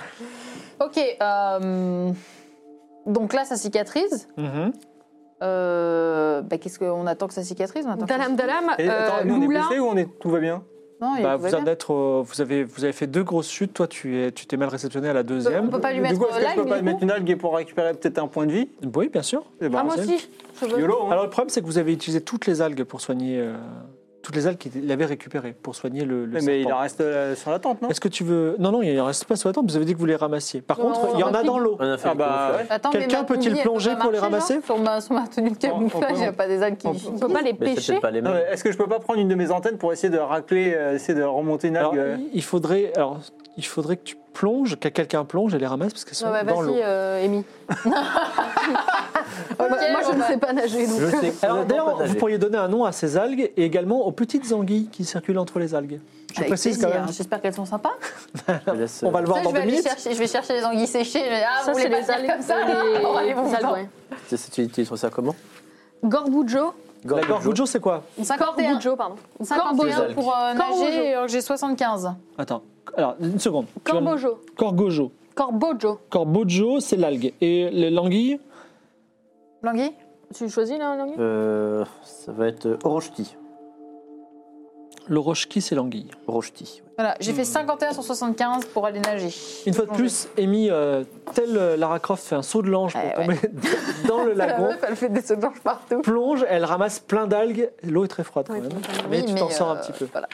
B: Ok. euh, donc là, ça cicatrise.
A: Mhm.
B: Euh, bah, Qu'est-ce qu'on attend que ça cicatrise on attend que ça
E: Dalam, Dalam.
C: et,
E: euh,
C: attends, nous, on est
E: Lula.
C: blessés ou on est, tout va bien
B: Non, il
A: Bah,
B: pouvait
A: vous, en
B: bien.
A: êtes, euh, vous, avez, vous avez fait deux grosses chutes. Toi, tu es- tu t'es mal réceptionné à la
B: On
A: deuxième.
B: peut pas lui
C: Du
B: mettre euh,
C: coup, est-ce que je
B: live,
C: peux pas
B: du
C: mettre
B: coup
C: une algue pour récupérer peut-être un point de vie
A: Oui, bien sûr.
C: Eh ben,
E: Ah, moi aussi, je veux.
C: YOLO, hein.
A: Alors, le problème, c'est que vous avez utilisé toutes les algues pour soigner. euh, toutes les algues qu'il avait récupérées pour soigner le, le
C: Mais, mais il
A: serpent.
C: en reste euh, sur la tente, non
A: Est-ce que tu veux. Non, non, il en reste pas sur la tente, vous avez dit que vous les ramassiez. Par
E: Non,
A: contre,
E: on
A: il y en a
E: ramasse
A: dans l'eau.
D: On a fait
C: Ah
D: le
C: bah,
D: camouflage.
C: ouais.
B: Attends, mais
A: Quelqu'un
B: ma
A: peut-il
B: tenue, elle peut
A: plonger
B: pas
A: pour les
B: marcher,
A: ramasser
B: genre Sur ma, sur ma tenue de camouflage, il n'y a pas des algues qui.
C: on
E: On peut pas les
D: Mais c'est
E: pêcher.
D: peut-être pas les
C: Non, mais
D: mêmes.
C: Est-ce que je peux pas prendre une de mes antennes pour essayer de racler, euh, essayer de remonter une
A: Alors,
C: algue euh,
A: il faudrait, alors, il faudrait que tu plonges, que quelqu'un plonge et les ramasse parce qu'elles sont
E: Ouais, bah,
A: dans l'eau.
E: vas-y, euh, Amy. Moi, moi, je
B: on
E: ne
B: va-
E: sais pas nager. Donc. euh,
D: Je sais.
A: Alors,
D: complètement pas
A: D'ailleurs, vous
D: nager.
A: pourriez donner un nom à ces algues et également aux petites anguilles qui circulent entre les algues. Je
B: Avec
A: précise
B: plaisir,
A: quand même.
B: J'espère qu'elles sont sympas.
D: Je te laisse, euh,
A: On va le
B: Ça,
A: voir dans
B: je, vais
A: deux
B: aller
A: minutes.
B: chercher, je vais chercher les anguilles séchées. je vais- Ah,
E: Ça, Oh,
B: vous
E: c'est
B: voulez pas
E: les
B: dire
E: algues
B: comme ça
E: les-
B: là On va aller vous
E: les algues,
B: voir.
E: ouais.
D: C'est- c'est- Tu utilises ça comment
E: Gorbujo.
A: La Gorgujo, c'est quoi
B: 51,
E: Gorbujo, pardon.
B: 51 pour euh,
E: Corbeau.
B: nager, alors j'ai 75.
A: Attends, alors, une seconde. Tu vas me-
E: Corbojo.
A: Corgojo.
E: Corbojo.
A: Corbojo, c'est l'algue. Et les- l'anguille
B: L'anguille
E: Tu choisis là, langue
D: Euh, Ça va être euh, Orochti.
A: Le rochki, c'est l'anguille.
D: Orochti.
B: Voilà, j'ai fait 51 sur 75 pour aller nager.
A: Hmm. Une fois de plus, Amy, euh, telle euh, Lara Croft, fait un saut de l'ange pour
B: Eh
A: tomber dans le
B: La
A: lagon.
B: meuf, elle fait des sautelanges partout.
A: plonge, elle ramasse plein d'algues. L'eau est très froide quand
E: Ouais,
A: même,
E: complètement.
A: mais
B: Oui,
A: tu t'en sors un
B: euh,
A: petit peu.
B: Voilà.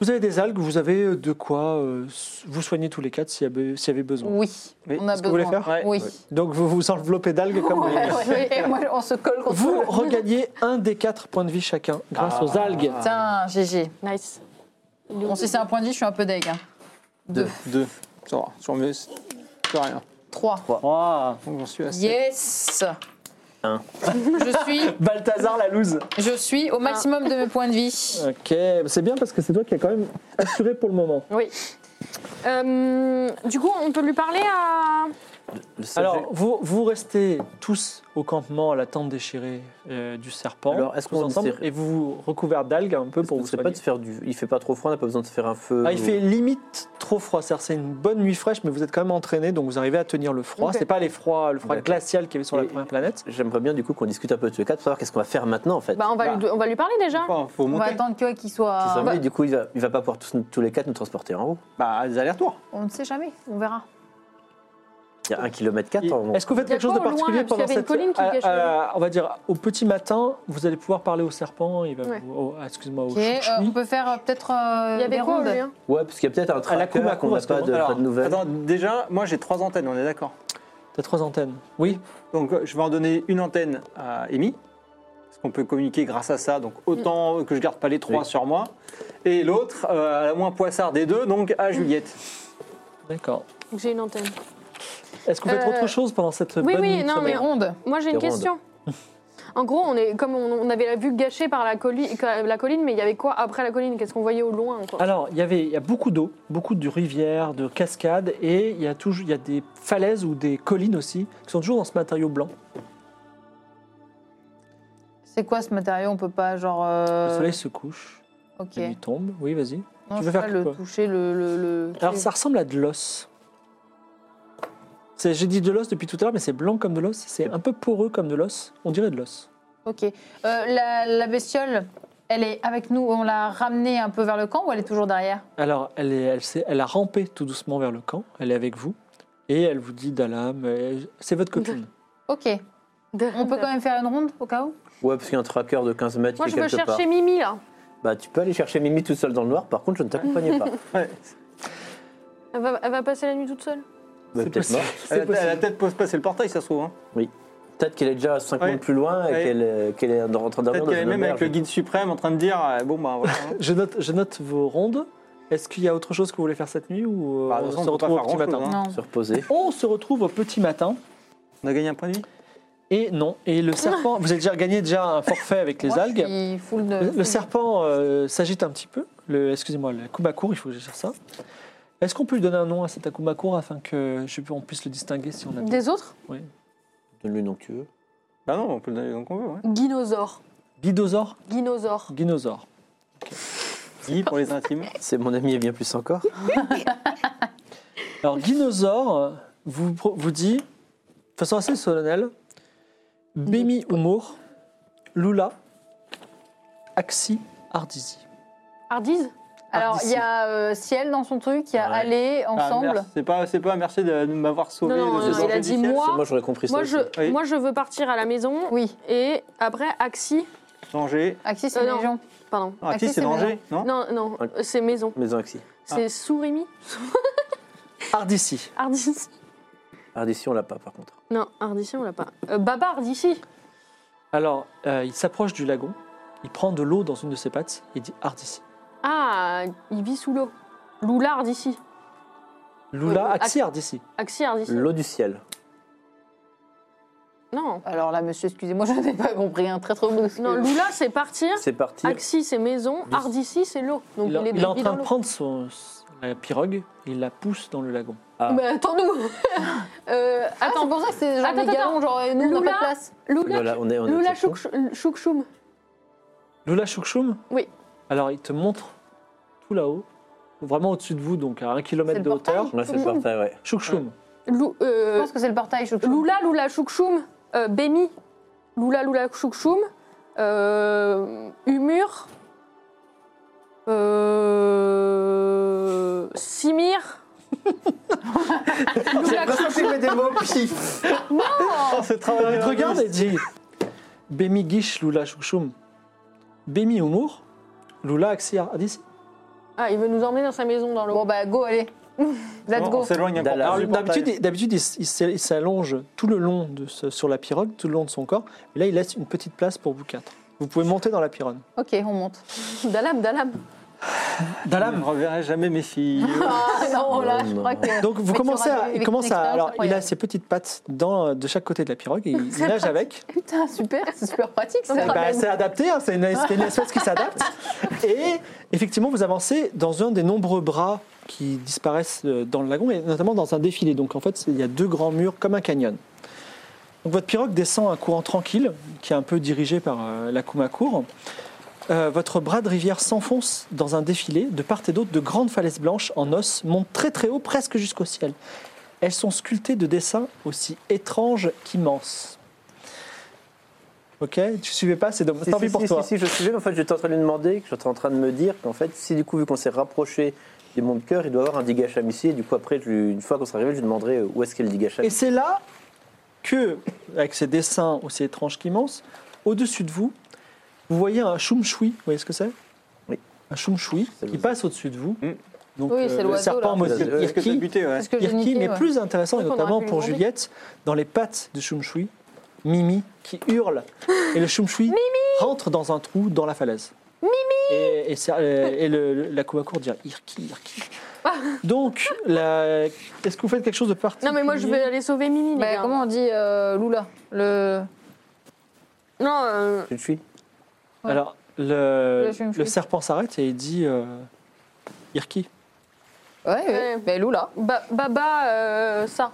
A: Vous avez des algues, vous avez de quoi euh, vous soigner tous les quatre s'il y, avait- s'il y avait besoin.
B: Oui,
A: Oui,
B: on a
A: c'est ce que vous voulez
B: besoin.
A: faire
C: Ouais.
B: Oui.
A: Donc vous vous enveloppez d'algues comme vous
B: Ouais,
A: voulez.
B: ouais, Et moi, on se colle contre
A: Vous
B: le-
A: regagnez un des quatre points de vie chacun grâce aux algues.
B: Putain, GG.
E: Nice.
B: Bon, si c'est un point de vie, je suis un peu deg. hein.
D: Deux.
C: Deux. Ça va, sur mieux. c'est- c'est rien.
B: 3.
C: Ah, j'en suis assez.
B: Yes
D: Un.
B: Je suis,
A: Balthazar la loose.
B: je suis au maximum de mes points de vie.
A: Ok, c'est bien parce que c'est toi qui as quand même assuré pour le moment.
E: Oui. Euh, du coup, on peut lui parler à.
D: Le seul
A: Alors
D: jeu-
A: vous, vous restez tous au campement à la tente déchirée euh, du serpent.
D: Alors, est-ce
A: tous
D: qu'on
A: ensemble,
D: s'est-
A: et vous vous recouvert d'algues un peu
D: Est-ce
A: pour
D: qu'on
A: vous
D: serait
A: soigner.
D: pas de faire du. Il fait pas trop froid, on n'a pas besoin de faire un feu.
A: Ah, il fait limite trop froid, c'est-à-dire c'est une bonne nuit fraîche, mais vous êtes quand même entraîné, donc vous arrivez à tenir le froid.
E: Ok.
A: C'est pas les froids, le froid
D: D'accord.
A: glacial qu'il y avait sur la
D: Et-
A: première planète.
D: J'aimerais bien du coup qu'on discute un peu tous les quatre pour savoir qu'est-ce qu'on va faire maintenant en fait.
E: Bah, on va, lui, on va lui parler déjà.
C: Enfin, faut
B: On va
C: monter.
B: attendre que- qu'il
D: Si ça
B: soit. Bah,
D: va, mais du coup, il va, il va pas pouvoir tous, tous les quatre nous transporter en haut.
C: Bah, des allers-retours.
B: On ne sait jamais, on verra.
D: Il y a 1 km
A: Et-
D: 4 en
A: Est-ce que vous faites
E: Il y a
A: quelque chose de
E: quoi au loin,
A: particulier
E: là, parce
A: pendant
E: qu'il y avait une
A: cette
E: colline qui le
A: à-
E: cachait.
A: à- On va dire au petit matin, vous allez pouvoir parler au serpent. Il va
E: Ouais.
A: vous- au- ah, excuse-moi, au
B: Ok, euh,
A: chouchoui.
B: on peut faire euh, peut-être euh,
E: Il y avait
B: des
E: quoi,
B: rondes.
E: lui hein
D: Ouais, parce qu'il y a peut-être un
A: À la
D: tracker
A: cour, à cour,
D: qu'on n'a
A: parce que
D: pas, de-
A: moi-
D: pas de nouvelles.
C: attends, déjà, moi j'ai trois antennes, on est d'accord.
A: T'as trois antennes. Oui.
C: Donc, euh, je vais en donner une antenne à Amy, parce qu'on peut communiquer grâce à ça. Donc, autant que je garde pas les trois
D: Oui.
C: sur moi. Et l'autre, euh, à la moins poissard des deux, donc à Juliette.
A: D'accord.
E: Donc, J'ai une antenne.
A: Est-ce que vous faites
E: Euh,
A: autre chose pendant cette
E: oui,
A: bonne
E: oui,
A: nuit de
E: non,
A: sommeil
B: Des rondes.
E: Moi, j'ai
D: Des
E: une
D: rondes.
E: question. En gros, on est, comme on, on avait la vue gâchée par la, colli- la colline, mais il y avait quoi après la colline Qu'est-ce qu'on voyait au loin quoi
A: Alors, il y avait, il y a beaucoup d'eau, beaucoup de rivières, de cascades, et il y a toujours, il y a des falaises ou des collines aussi qui sont toujours dans ce matériau blanc.
B: C'est quoi ce matériau On peut pas, genre. euh,
A: Le soleil se couche,
B: Ok.
A: la nuit tombe. Oui, vas-y. veux
B: Non, je sais
A: faire
B: pas, le
A: quoi
B: toucher, le. le, le-
A: Alors ça ressemble à de l'os. C'est- J'ai dit de l'os depuis tout à l'heure, mais c'est blanc comme de l'os. C'est un peu poreux comme de l'os. On dirait de l'os.
B: Ok. Euh, la, la bestiole, elle est avec nous. On l'a ramenée un peu vers le camp ou elle est toujours derrière
A: Alors, elle, est- elle, s'est- elle a rampé tout doucement vers le camp. Elle est avec vous. Et elle vous dit, Dalam, euh, c'est votre copine.
B: Ok. On peut quand même faire une ronde au cas où
D: Ouais, parce qu'il y a un tracker de 15 mètres
E: Moi,
D: qui
E: je
D: est
E: veux
D: quelque
E: chercher
D: part.
E: Mimi là.
D: Bah, tu peux aller chercher Mimi tout seul dans le noir, par contre, je ne t'accompagne pas. Bah,
C: Ouais.
E: Elle va, elle va passer la nuit toute seule.
D: Bah, peut-être
A: possible.
D: pas.
A: C'est
C: Elle a,
A: possible.
C: elle a peut-être pas passer le portail, ça se trouve. hein.
D: Peut-être qu'elle est déjà à 5
C: Ouais.
D: minutes plus loin et
C: Ouais.
D: qu'elle euh, qu'elle est en train de dormir
C: Peut-être
D: dans
C: qu'elle est
D: une
C: même avec le
D: auberge.
C: guide suprême en train de dire euh, Bon, bah voilà. hein.
A: Je note, je note vos rondes. Est-ce qu'il y a autre chose que vous voulez faire cette nuit ou euh,
C: Bah, de
A: on
C: toute façon,
A: se
C: on peut pas
A: retrouve au
C: faire
A: petit
C: grand-chose,
A: matin
C: hein.
B: Non.
D: Se reposer.
A: On se retrouve au petit matin.
C: On a gagné un point de vie
A: Et non. Et le serpent, vous avez déjà gagné déjà un forfait avec les
B: Moi,
A: algues.
B: Je suis full de.
A: Le- Le serpent euh, s'agite un petit peu. Le- Excusez-moi, le Akumakur, il faut que je cherche ça. Est-ce qu'on peut lui donner un nom à cet Akumakur afin que je, on puisse le distinguer si on a
E: Des autres
D: Donne-lui le nom que tu veux.
C: Bah non, on peut le donner donc on veut. Ouais.
E: Guinosaure.
A: Bidosaure
E: Guinosaure.
A: Guinosaure.
C: Guy pour les intimes.
D: C'est mon ami et bien plus encore.
A: Alors, Guinosaure euh, vous, pro- vous dit, de façon assez solennelle, Bemi Humour, Lula, Axi Ardizi.
E: Hardise
B: Alors, il y a euh, ciel dans son truc, il y a
D: Ouais.
B: aller
C: Ah,
B: ensemble.
C: merci. c'est pas, c'est pas merci de de m'avoir sauvé.
E: Non, non,
C: de
E: non,
C: ce
E: il a
C: danger
E: dit
C: du ciel.
E: moi.
D: Parce que Moi, j'aurais compris ça.
E: Ah. Moi
D: aussi.
E: je,
C: Oui.
E: moi, je veux partir à la maison.
B: oui,
E: Et après, Axi.
C: Danger.
B: Axis, c'est
E: Euh,
B: les
E: non.
B: gens.
E: Pardon.
C: Ah,
B: Axis,
C: qui c'est
B: c'est
C: danger Non
E: Non, non,
D: Ok.
E: euh, c'est maison.
D: Maison Axi.
E: C'est Sourimi.
A: Ardissi.
E: Ardissi.
D: Ardissi, on l'a pas, par contre.
E: Non, Ardissi, on l'a pas. Euh, Baba Ardissi.
A: Alors, euh, il s'approche du lagon, il prend de l'eau dans une de ses pattes et dit Ardissi.
E: Ah, il vit sous l'eau. Loula Ardissi.
A: Lula,
E: Euh,
A: Axi, Ardissi.
E: Axi Ardissi.
D: L'eau du ciel.
E: Non.
B: Alors là, monsieur, excusez-moi, je n'ai pas compris un très trop beau.
E: Non, Lula, c'est partir.
D: C'est parti.
E: Axi, c'est maison.
D: Lui-
E: Ardissi, c'est l'eau. Donc
A: Il,
E: il,
A: est
E: est
A: il est en
E: vit
A: train
E: dans
A: de
E: l'eau.
A: prendre son, la pirogue et il la pousse dans le lagon.
D: Ah.
E: Mais attends-nous. Euh,
B: Ah, c'est
E: attends,
B: pour ça que c'est genre
E: Attends,
B: des
E: attends,
B: galons, genre, et nous, on n'a
E: Lula.
B: pas de place.
E: Lula,
D: Lola, on est, on est
E: Lula
D: au Japon.
E: Chouk- Choukchoum.
A: Lula Chouchoum
E: Oui.
A: Alors, il te montre tout là-haut, vraiment au-dessus de vous, donc à un
B: C'est
A: kilomètre
B: le
A: de
B: portail
A: hauteur.
D: Ouais, c'est le portail, ouais.
A: Chouchoum.
E: Lou-
B: Je
E: euh,
B: pense que c'est le portail, je
E: Lula, Lula Choukchoum. Euh, Bémi. Lula, Lula Choukchoum. Euh, Humur. Euh, Simir. Lula Choukchoum.
C: des mots pif Non Oh, C'est
A: Il
C: travail
A: te regarde et dit Bémi Guiche, Lula Chouchoum. Bémi Humour, Lula Axi, Ardissi.
E: Ah, il veut nous emmener dans sa maison dans l'eau.
B: Bon, bah, go, allez. Let's
C: On
B: go.
C: s'éloigne encore
D: Dallas.
C: plus
A: Alors,
C: du
A: d'habitude,
C: portail.
A: il- d'habitude, il, s- il s'é- il s'allonge tout le long de ce- sur la pirogue, tout le long de son corps. Et là, il laisse une petite place pour vous quatre. Vous pouvez monter dans la pirogue.
B: Ok, on monte.
E: Dalam, Dalam.
C: Je ne reverrai jamais mes filles.
B: Ah non,
D: Oh,
B: là, je
D: non.
B: crois que.
A: Donc vous
B: Mais tu
A: commencez
B: auras
A: à,
B: des-
A: il
B: des
A: commence à,
B: expériences
A: alors il a
B: incroyables.
A: ses petites pattes dans, de chaque côté de la pirogue, et il
E: C'est
A: nage avec.
B: Putain, super, c'est super pratique ça.
A: Eh ben, c'est adapté, hein, c'est une, c'est une espèce qui s'adapte. Et effectivement, vous avancez dans un des nombreux bras qui disparaissent euh, dans le lagon, et notamment dans un défilé. Donc en fait, c'est- il y a deux grands murs comme un canyon. Donc votre pirogue descend un courant tranquille, qui est un peu dirigé par euh, la Koumakour. Euh, votre bras de rivière s'enfonce dans un défilé, de part et d'autre de grandes falaises blanches en os montent très très haut, presque jusqu'au ciel. Elles sont sculptées de dessins aussi étranges qu'immenses. Ok, tu suivais pas, c'est dommage.
D: Si,
A: Tant
D: si,
A: pis pour
D: si,
A: toi.
D: Si, si, je suis en fait, j'étais en train de lui demander, que j'étais en train de me dire qu'en fait, si du coup, vu qu'on s'est rapproché des monts de cœur, il doit y avoir un digacham ici. Et du coup, après, je lui- une fois qu'on sera arrivé, je lui demanderai euh, où est-ce qu'est le digacham.
A: Et c'est là que, avec ces dessins aussi étranges qu'immenses, au-dessus de vous, vous voyez un choum-choui. Vous voyez ce que c'est
D: Oui.
A: Un choum-choui
D: C'est
A: qui
D: l'oiseau.
A: passe au-dessus de vous.
C: Mm.
A: Donc, euh,
B: Oui, c'est
A: le
B: l'oiseau,
A: serpent
B: là.
A: motif
D: Parce que-
C: Est-ce que t'as
A: Irki.
C: buté, ouais
B: C'est ce que j'ai
A: Irki,
B: niqué.
A: mais
B: ouais.
A: plus intéressant, et
E: Je crois qu'on
A: notamment
E: aurait pu
A: pour
E: lui demander.
A: Juliette, dans les pattes de Chumchoui, Mimi qui hurle. Et le Chumchoui rentre dans un trou dans la falaise. Mimi Et, et c'est- euh, et le- la Koumakour dit Irki, Irki. Donc, la- est-ce que vous faites quelque chose de particulier
E: Non, mais moi, je vais aller sauver Mimi. les
B: Bah,
E: gars.
B: comment on dit euh, Lula Le.
E: Non, euh,
D: Tu le suis
B: Ouais.
A: Alors, le,
B: Le Chumchoui.
A: le serpent s'arrête et il dit euh, Irki.
B: Ouais, ouais.
E: Ouais.
B: Ben, Lula.
E: Ba- Baba, euh, ça.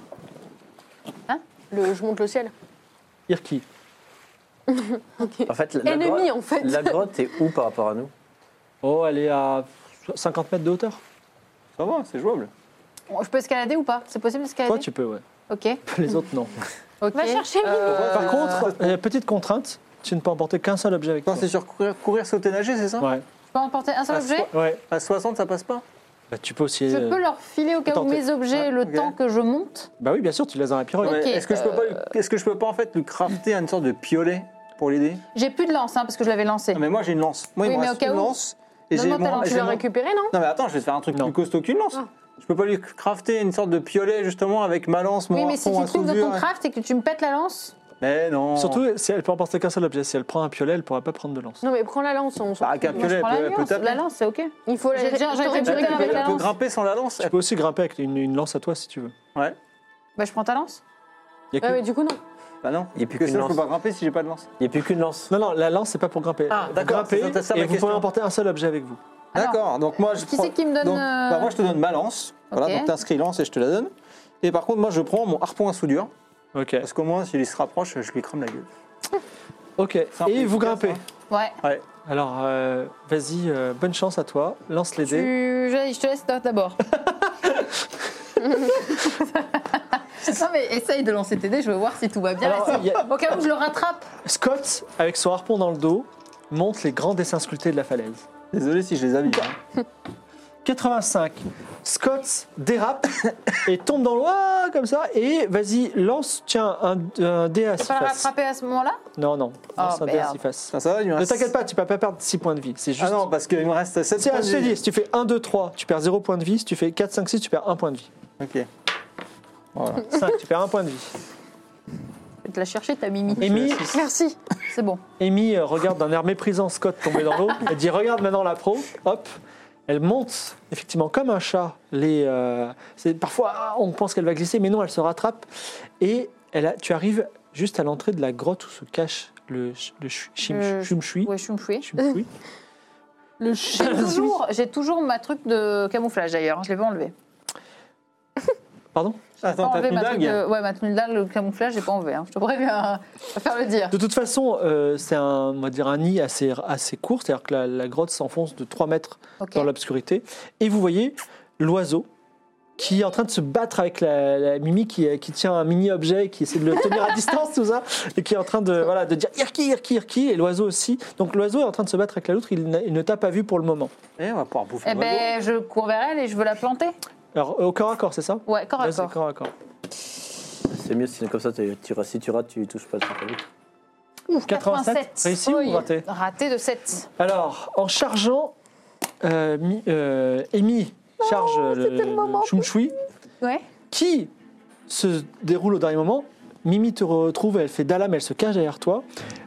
B: Hein
E: le, Je monte le ciel.
A: Irki.
D: En fait, la, la
E: Ennemi,
D: grotte,
E: en fait.
D: la grotte est où par rapport à nous
A: Oh, elle est à 50 mètres de hauteur
C: Ça va, c'est jouable.
B: Bon, Je peux escalader ou pas C'est possible d'escalader
A: Toi, tu peux, ouais.
B: Ok.
A: Les autres, non.
B: Ok.
E: Va chercher Mimi.
B: Euh,
A: Par contre, euh, petite contrainte, tu ne peux emporter qu'un seul objet avec toi.
C: Attends, c'est sur courir, courir, sauter, nager, c'est ça
A: Ouais.
B: je peux emporter un seul
C: Ah,
B: objet
C: soit-
A: Ouais.
C: À 60, ça passe pas
A: Bah, tu peux aussi.
B: Je
A: euh,
B: peux leur filer au cas où
A: tenter.
B: mes objets
C: Ouais,
B: le
C: ok.
B: temps que je monte.
A: Bah oui, bien sûr, tu les as dans la pirogue.
B: Ok,
C: Ouais, Est-ce que, je peux
E: euh,
C: pas lui- est-ce que je peux pas en fait lui crafter une sorte de piolet pour l'aider
B: J'ai plus de lance hein, parce que je l'avais lancé.
C: Non Ah, mais moi j'ai une lance. Moi
B: Oui,
C: il me
B: mais
C: reste
B: au cas
C: une
B: où.
C: lance et
B: Non,
C: j'ai
B: non, t'as
C: mon.
B: lancé
E: Tu
C: j'ai
E: l'as
C: mon-
E: récupéré, non
C: Non mais attends, je vais te faire un truc
A: Non.
C: plus costaud qu'une lance.
E: Ah.
C: Je peux pas lui crafter une sorte de piolet justement avec ma lance, mon
B: Oui, mais si
C: harpon
B: tu
C: à
B: trouves dans
C: soudure,
B: ton
C: hein.
B: craft et que tu me pètes la lance,
C: Mais non.
A: Surtout, si elle peut emporter qu'un seul objet. Si elle prend un piolet, elle ne pourra pas prendre de lance.
E: Non, mais prends la lance. On s'en
C: Bah, avec un
E: fout.
B: moi, je
C: piolet,
B: prends la
C: elle peut-
B: lance.
C: peut-être-
B: La lance, c'est ok.
E: Il faut la hein.
B: J'ai- j'ai- j'aurais
E: t'aurais
B: dû
E: dû
B: récupérer
E: récupérer
B: avec la
C: Elle peut
B: lance.
C: grimper sans la lance.
A: Tu peux aussi grimper avec une, une lance à toi si tu veux.
C: Ouais.
B: Bah, je prends ta lance.
A: Il y a
E: Ouais,
A: que-
E: mais du coup, non.
C: Bah non.
D: Il y a plus
C: que
D: qu'une
C: ça, je peux
D: lance.
C: pas grimper si j'ai pas de lance.
D: Il n'y a plus qu'une lance.
A: Non, non, la lance, c'est pas pour grimper.
C: Ah,
A: Vous
C: d'accord,
A: grimpez,
C: c'est ça, c'est ça,
A: et
C: ma
A: vous
C: question.
A: pouvez emporter un seul objet avec vous.
B: Alors,
C: D'accord. Donc moi je
B: Qui
C: prends-
B: c'est qui me donne,
C: Donc,
B: euh,
C: bah, moi je te donne ma lance.
B: Ok.
C: Voilà, donc t'inscris lance et je te la donne. Et par contre moi je prends mon harpon à soudure
A: Ok.
C: parce qu'au moins s'il se rapproche, je lui crame la gueule.
A: Ok.
C: Simple
A: Et vous
C: efficace,
A: grimpez.
C: hein.
B: Ouais.
A: Alors, euh, vas-y, euh, bonne chance à toi. Lance les dés.
B: Tu- Je, je te laisse toi d'abord. non mais essaye de lancer tes dés, je veux voir si tout va bien.
A: Alors, il y a-
B: Au cas où je le rattrape.
A: Scott, avec son harpon dans le dos, monte les grands dessins sculptés de la falaise.
C: Désolé si je les habille. hein.
A: 85. Scott dérape et tombe dans l'eau ah, comme ça. Et vas-y, lance, tiens, un, un dé à six
B: Faut pas la
A: faces.
B: rattraper à ce moment-là
A: Non, non, lance
B: Oh,
A: un dé à
B: merde.
A: six faces.
C: Ah, ça va, il me
A: Ne
C: reste-
A: t'inquiète pas, tu vas pas perdre 6 points de vie. C'est juste.
C: Ah non, parce qu'il me reste 7
A: Tiens,
C: points
A: je
C: de
A: t'ai
C: vie.
A: dit, si tu fais 1, 2, 3, tu perds 0 point de vie. Si tu fais 4, 5, 6, tu perds 1 point de vie.
C: Ok. Voilà.
A: 5, tu perds 1 point de vie.
B: Je vais te la chercher, ta mimi.
A: Amy,
B: Merci, c'est bon.
A: Amy euh, regarde d'un air méprisant Scott tomber dans l'eau. Elle dit Regarde maintenant la pro. Hop. Elle monte, effectivement, comme un chat. Les, euh, c'est- parfois, ah, on pense qu'elle va glisser, mais non, elle se rattrape. Et elle a- tu arrives juste à l'entrée de la grotte où se cache le, ch- le ch- chim-
B: Euh,
A: chumchui.
B: Ouais, je suis mouchouée.
A: Chumchui.
E: Le chien.
B: J'ai toujours, j'ai toujours ma truc de camouflage d'ailleurs, hein, je l'ai pas enlevé.
A: Pardon
C: Attends, t'as
B: enlevé
C: une
B: ma truc
C: dague
B: de, ouais, ma tenue de dague, le camouflage, j'ai pas enlevé. hein. Je te préviens, à faire le dire.
A: De toute façon, euh, c'est un, on va dire un nid assez, assez court, c'est-à-dire que la, la grotte s'enfonce de 3 mètres
B: Ok.
A: dans l'obscurité. Et vous voyez l'oiseau qui est en train de se battre avec la, la Mimi qui, euh, qui tient un mini-objet, qui essaie de le tenir à distance, tout ça, et qui est en train de, voilà, de dire Irki, Irki, Irki, et l'oiseau aussi. Donc l'oiseau est en train de se battre avec la loutre, il, n'a- il ne t'a pas vu pour le moment.
C: Eh, on va pouvoir bouffer
B: Eh
C: l'oiseau.
B: ben, je cours vers elle et je veux la planter.
A: Alors, euh, au corps à corps, c'est ça
B: Ouais, corps à
A: Là, c'est
B: corps.
A: corps à corps.
D: C'est mieux si comme ça, tu, tu, si tu rates, tu touches pas. c'est pas grave.
B: Ouh,
A: 87. Réussi ou raté
B: Raté de 7.
A: Alors, en chargeant, euh, Mi- euh, Amy charge euh, le,
B: c'était le moment.
A: le chumchui.
B: Ouais.
A: qui se déroule au dernier moment. Mimi te retrouve, elle fait dalam, elle se cache derrière toi.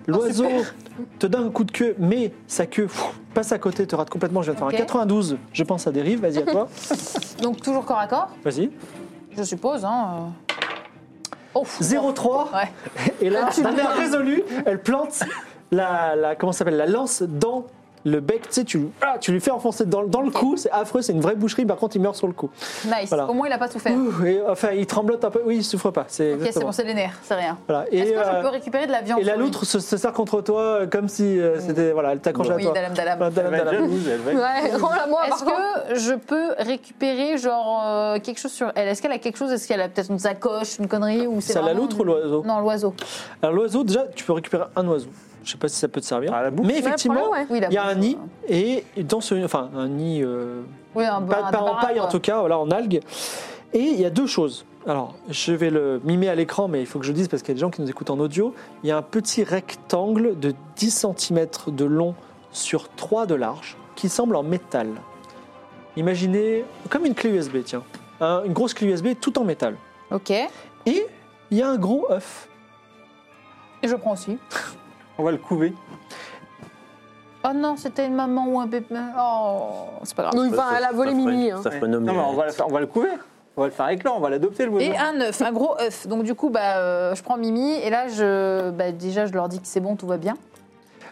A: L'oiseau
B: Oh,
A: te donne un coup de queue, mais sa queue pff, passe à côté, te rate complètement. Je viens de faire
B: Ok.
A: un 92, je pense à dérive, vas-y à toi.
B: Donc toujours corps à corps,
A: Vas-y.
B: je suppose. Hein. euh. Oh,
A: 0,3.
B: Ouais. Ah,
A: Et là, d'un air résolu, elle plante la, la, comment ça s'appelle, la lance dans le bec. Tu sais, tu, ah, tu lui fais enfoncer dans, dans le cou, c'est affreux, c'est une vraie boucherie, par contre, il meurt sur le coup.
B: Nice.
A: Voilà.
B: Au moins, il a pas tout fait.
A: Ouh, et, enfin, il tremblote un peu, oui, il souffre pas. C'est
B: Ok, c'est
A: exactement.
B: bon, c'est les nerfs, c'est rien.
A: Voilà. Et,
B: Est-ce que
A: euh,
B: je peux récupérer de la viande
A: Et la
B: sur lui
A: loutre se, se serre contre toi euh, comme si euh, c'était. Voilà, elle t'accroche à
B: Oui,
A: toi.
B: dalam, dalam.
A: Voilà,
C: Elle
A: dalam,
C: va être
A: dalam.
C: jalouse, elle va être-
E: Ouais, rends-la-moi, par
B: Est-ce
E: contre.
B: que je peux récupérer genre euh, quelque chose sur elle Est-ce qu'elle a quelque chose Est-ce qu'elle a peut-être une sacoche, une connerie ou c'est
A: C'est à la
B: vraiment Mm.
A: loutre
B: une-
A: ou l'oiseau
B: Non, l'oiseau.
A: Alors, l'oiseau, déjà, tu peux récupérer un oiseau. Je sais pas si ça peut te servir.
C: Ah, la bouffe.
A: Mais effectivement,
E: prends-le, ouais.
B: Oui, la
A: il y a un
B: bouffe.
A: nid. Et dans ce. Enfin, un nid. euh,
B: Oui, un,
A: pas, pas en paille en tout cas, voilà, en algues. Et il y a deux choses. Alors, je vais le mimer à l'écran, mais il faut que je le dise parce qu'il y a des gens qui nous écoutent en audio. Il y a un petit rectangle de 10 cm de long sur 3 de large qui semble en métal. Imaginez comme une clé USB, tiens. Un- une grosse clé USB tout en métal.
B: Ok. Et
A: Et il y a un gros œuf.
B: je prends aussi.
C: On va le couver.
B: Oh non, c'était une maman ou un bébé. Oh, c'est pas grave.
E: Oui, enfin, elle a volé
D: Ça ferait-
E: Mimi. hein.
D: Ça
C: Ouais.
D: ferait un
C: Non,
D: homme,
C: mais on
D: euh,
C: va, le faire- on va le couver. On va le faire éclore, on va l'adopter le
B: Et
C: oiseau.
B: un œuf, un gros œuf. Donc du coup, bah, euh, je prends Mimi et là, je, bah, déjà, je leur dis que c'est bon, tout va bien.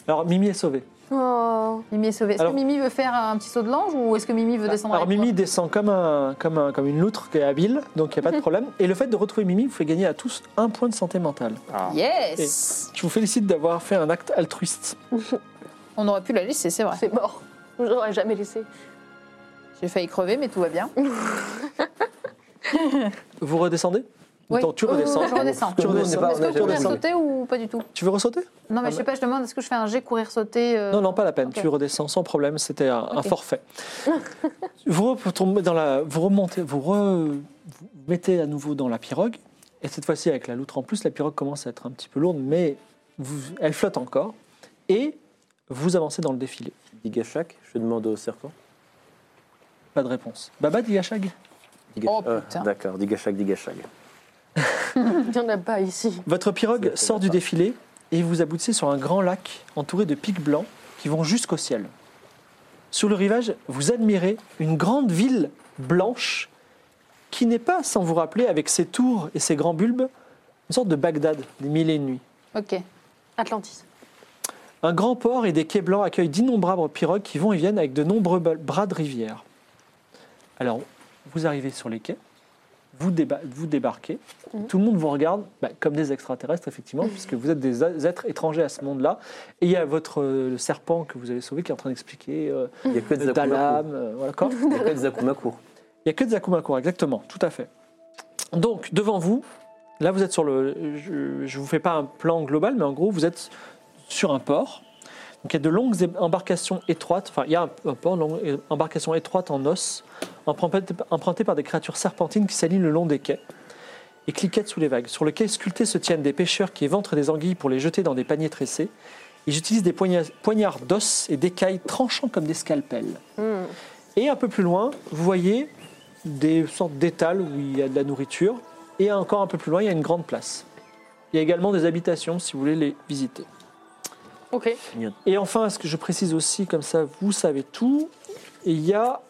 A: Alors, Mimi est sauvée.
E: Oh.
B: Mimi est sauvée. Est-ce
A: Alors- Bah,
B: que Mimi veut faire un petit saut de l'ange ou est-ce que Mimi veut descendre
A: Alors
B: avec
A: Mimi descend comme, un, comme, un- comme une loutre qui est habile, donc il n'y a pas de problème. Et le fait de retrouver Mimi vous fait gagner à tous un point de santé mentale.
C: Ah.
E: Ah,
B: moi Yes
A: Je vous félicite d'avoir fait un acte altruiste.
B: On aurait pu la laisser, c'est vrai.
E: C'est mort. Je l'aurais jamais laissé.
B: J'ai failli crever, mais tout va bien.
A: Vous redescendez
B: Oui.
A: Attends, tu redescends.
B: Oui, oui, oui, je redescends.
A: Tu
D: Nous, on est
A: redescends.
D: pas-
B: Est-ce que
D: on
B: je
D: a
B: peux
D: jamais
B: faire
D: descendu.
B: sauter ou pas du tout
A: Tu veux ressauter
B: Non, mais
A: Ah,
B: je sais pas, je demande, est-ce que je fais un jet courir-sauter euh,
A: Non, non, pas la peine.
B: ok.
A: Tu redescends sans problème. C'était un, un
B: Ok.
A: forfait. vous, retombez dans la, vous remontez, vous, re- vous mettez à nouveau dans la pirogue. Et cette fois-ci, avec la loutre en plus, la pirogue commence à être un petit peu lourde, mais vous- elle flotte encore. Et vous avancez dans le défilé.
D: Digashak, je demande au serpent.
A: Pas de réponse. Baba Digashag,
D: Diga-
B: Oh,
D: Ah,
B: putain.
D: D'accord, Digashak, Digashak.
E: Il n'y en a pas ici.
A: votre
D: C'est
A: pirogue
D: la
A: sort
D: première
A: du
D: fois.
A: défilé et vous aboutissez sur un grand lac entouré de pics blancs qui vont jusqu'au ciel. Sur le rivage, vous admirez une grande ville blanche qui n'est pas, sans vous rappeler, avec ses tours et ses grands bulbes, une sorte de Bagdad des mille et une nuits.
B: Ok.
E: Atlantis.
A: Un grand port et des quais blancs accueillent d'innombrables pirogues qui vont et viennent avec de nombreux ba- bras de rivière. Alors, vous arrivez sur les quais, vous, déba- vous débarquez, tout le monde vous regarde bah, comme des extraterrestres, effectivement, puisque vous êtes des a- êtres étrangers à ce monde-là. Et il y a votre euh, le serpent que vous avez sauvé qui est en train d'expliquer euh,
D: Il n'y a que des Akumakur.
A: Dalam, euh, voilà, quoi.
D: Il n'y a que des Akumakur.
A: Il n'y a que des Akumakur, exactement, tout à fait. Donc, devant vous, là vous êtes sur le. Je ne vous fais pas un plan global, mais en gros, vous êtes sur un port. Donc il y a de longues é- embarcations étroites, enfin il y a un, un port, une longue é- embarcation étroite en os, empruntée- empruntée par des créatures serpentines qui s'alignent le long des quais et cliquettent sous les vagues. Sur le quai sculpté se tiennent des pêcheurs qui éventrent des anguilles pour les jeter dans des paniers tressés. Ils utilisent des poigna- poignards d'os et d'écailles tranchants comme des scalpels.
E: Hmm.
A: Et un peu plus loin, vous voyez des sortes d'étals où il y a de la nourriture. Et encore un peu plus loin, il y a une grande place. Il y a également des habitations si vous voulez les visiter.
E: Ok.
A: Et enfin, ce que je précise aussi, comme ça vous savez tout, il y a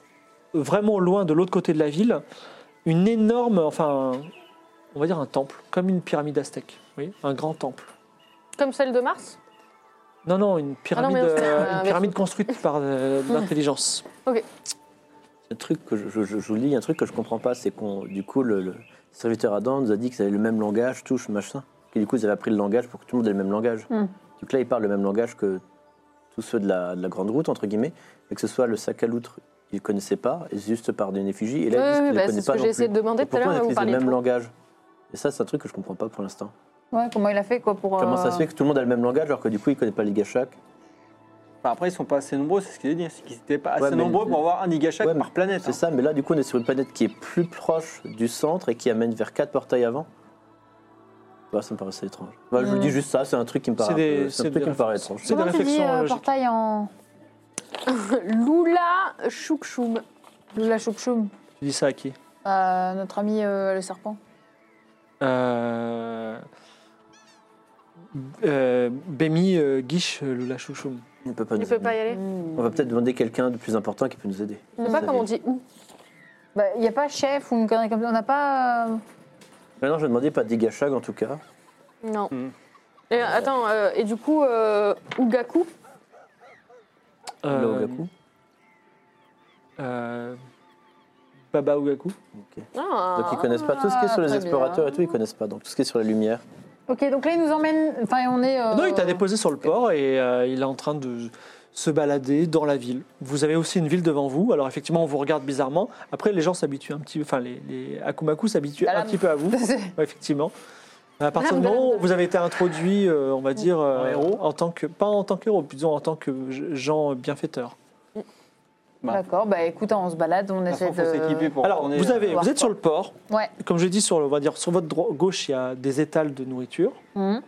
A: vraiment loin de l'autre côté de la ville une énorme, enfin, on va dire un temple, comme une pyramide aztèque. Oui, un grand temple.
E: Comme celle de Mars
A: Non, non, une pyramide,
E: mais on
A: euh,
E: sait, euh,
A: une
E: avec-
A: pyramide construite par euh, de l'intelligence.
D: Un truc que je, je, je- je vous lis, un truc que je comprends pas, c'est qu'on, du coup, le, le serviteur Adam nous a dit qu'ils avaient le même langage, touche, machin. Et du coup, ils avaient appris le langage pour que tout le monde ait le même langage.
E: Hmm.
D: Donc là, ils parlent le même langage que tous ceux de la, de la grande route, entre guillemets. Mais que ce soit le sac à loutre, ils ne connaissaient pas, et juste par une effigie. Et là, ils disent
E: Ouais,
D: qu'ils
E: ouais,
D: les
E: bah,
D: connaissent
E: C'est ce
D: pas
E: que
D: non
E: j'ai essayé de
D: plus.
E: demander
D: Et
E: tout à
D: pourquoi
E: l'heure.
D: on utilise
E: Vous
D: le
E: parliez
D: même
E: trop.
D: langage Et ça, c'est un truc que je comprends pas pour l'instant.
B: Ouais, comment il a fait quoi pour.
D: Comment
B: euh,
D: ça se fait que tout le monde a le même langage alors que du coup, il connaît pas les gashak
C: Enfin, après, ils sont pas assez nombreux, c'est ce qu'il a dit. C'est qu'ils n'étaient pas assez
D: Ouais, mais-
C: nombreux pour avoir un Igashak
D: Ouais, mais-
C: par planète.
D: C'est
C: hein.
D: ça, mais là, du coup, on est sur une planète qui est plus proche du centre et qui amène vers quatre portails avant. Bah, ça me paraissait étrange. Bah, Je vous
B: Mm.
D: dis juste ça, c'est un truc qui me paraît,
A: C'est des-
D: un peu- c'est
A: c'est
D: un truc
A: des
D: qui me paraît
A: réflexions.
D: étrange.
A: C'est des
B: Comment tu dis
A: réflexions
B: euh,
A: logiques.
B: portail en.
E: Lula Choukchoum.
B: La choup-choum
A: Tu dis ça à qui
B: Euh, notre ami euh, le serpent.
A: euh, euh, Bémi euh, Guiche euh, Lula Chouchoum.
D: Il peut pas
E: Il
D: nous
E: ne peut
D: aider.
E: pas y aller.
D: On va peut-être demander quelqu'un de plus important qui peut nous aider.
E: Je ne sais pas comment on dit où.
B: Il n'y Bah, a pas chef ou une connerie comme ça. On n'a pas. euh,
D: Maintenant, je vais demander pas Digashag en tout cas.
E: Non.
C: Hmm.
E: Et, attends, euh, et du coup, euh, Ugaku
D: Là,
A: Euh,
D: Ogaku.
A: euh, Baba Ougaku.
E: Ah.
D: Donc, ils connaissent pas tout ce qui est sur les
B: très bien.
D: explorateurs et tout, ils connaissent pas. Donc, tout ce qui est sur la lumière.
B: Ok, donc là, il nous emmène. Enfin, on est.
E: Oh.
B: euh,
A: Non, il t'a déposé sur le port et euh, il est en train de se balader dans la ville. Vous avez aussi une ville devant vous. Alors effectivement, on vous regarde bizarrement. Après, les gens s'habituent un petit peu, enfin les, les Akumaku s'habituent
B: À la-
A: un petit peu à vous, Ouais, effectivement. À partir du
E: Madame
A: moment
E: de-
A: où vous avez été introduit, euh, on va dire, euh,
C: En héros.
A: en tant que, pas en tant qu'héros, disons en tant que gens bienfaiteurs.
B: D'accord, bah écoute, on se balade, on
C: De toute
B: essaie
C: façon, faut s'équiper
B: de.
C: pour
A: Alors,
C: tourner,
A: vous,
C: euh,
A: avez,
B: voir
A: vous êtes sur le port.
B: Ouais.
A: Comme je dis, sur, le- on va dire, sur votre dro- gauche, il y a des étals de nourriture.
B: Mhm.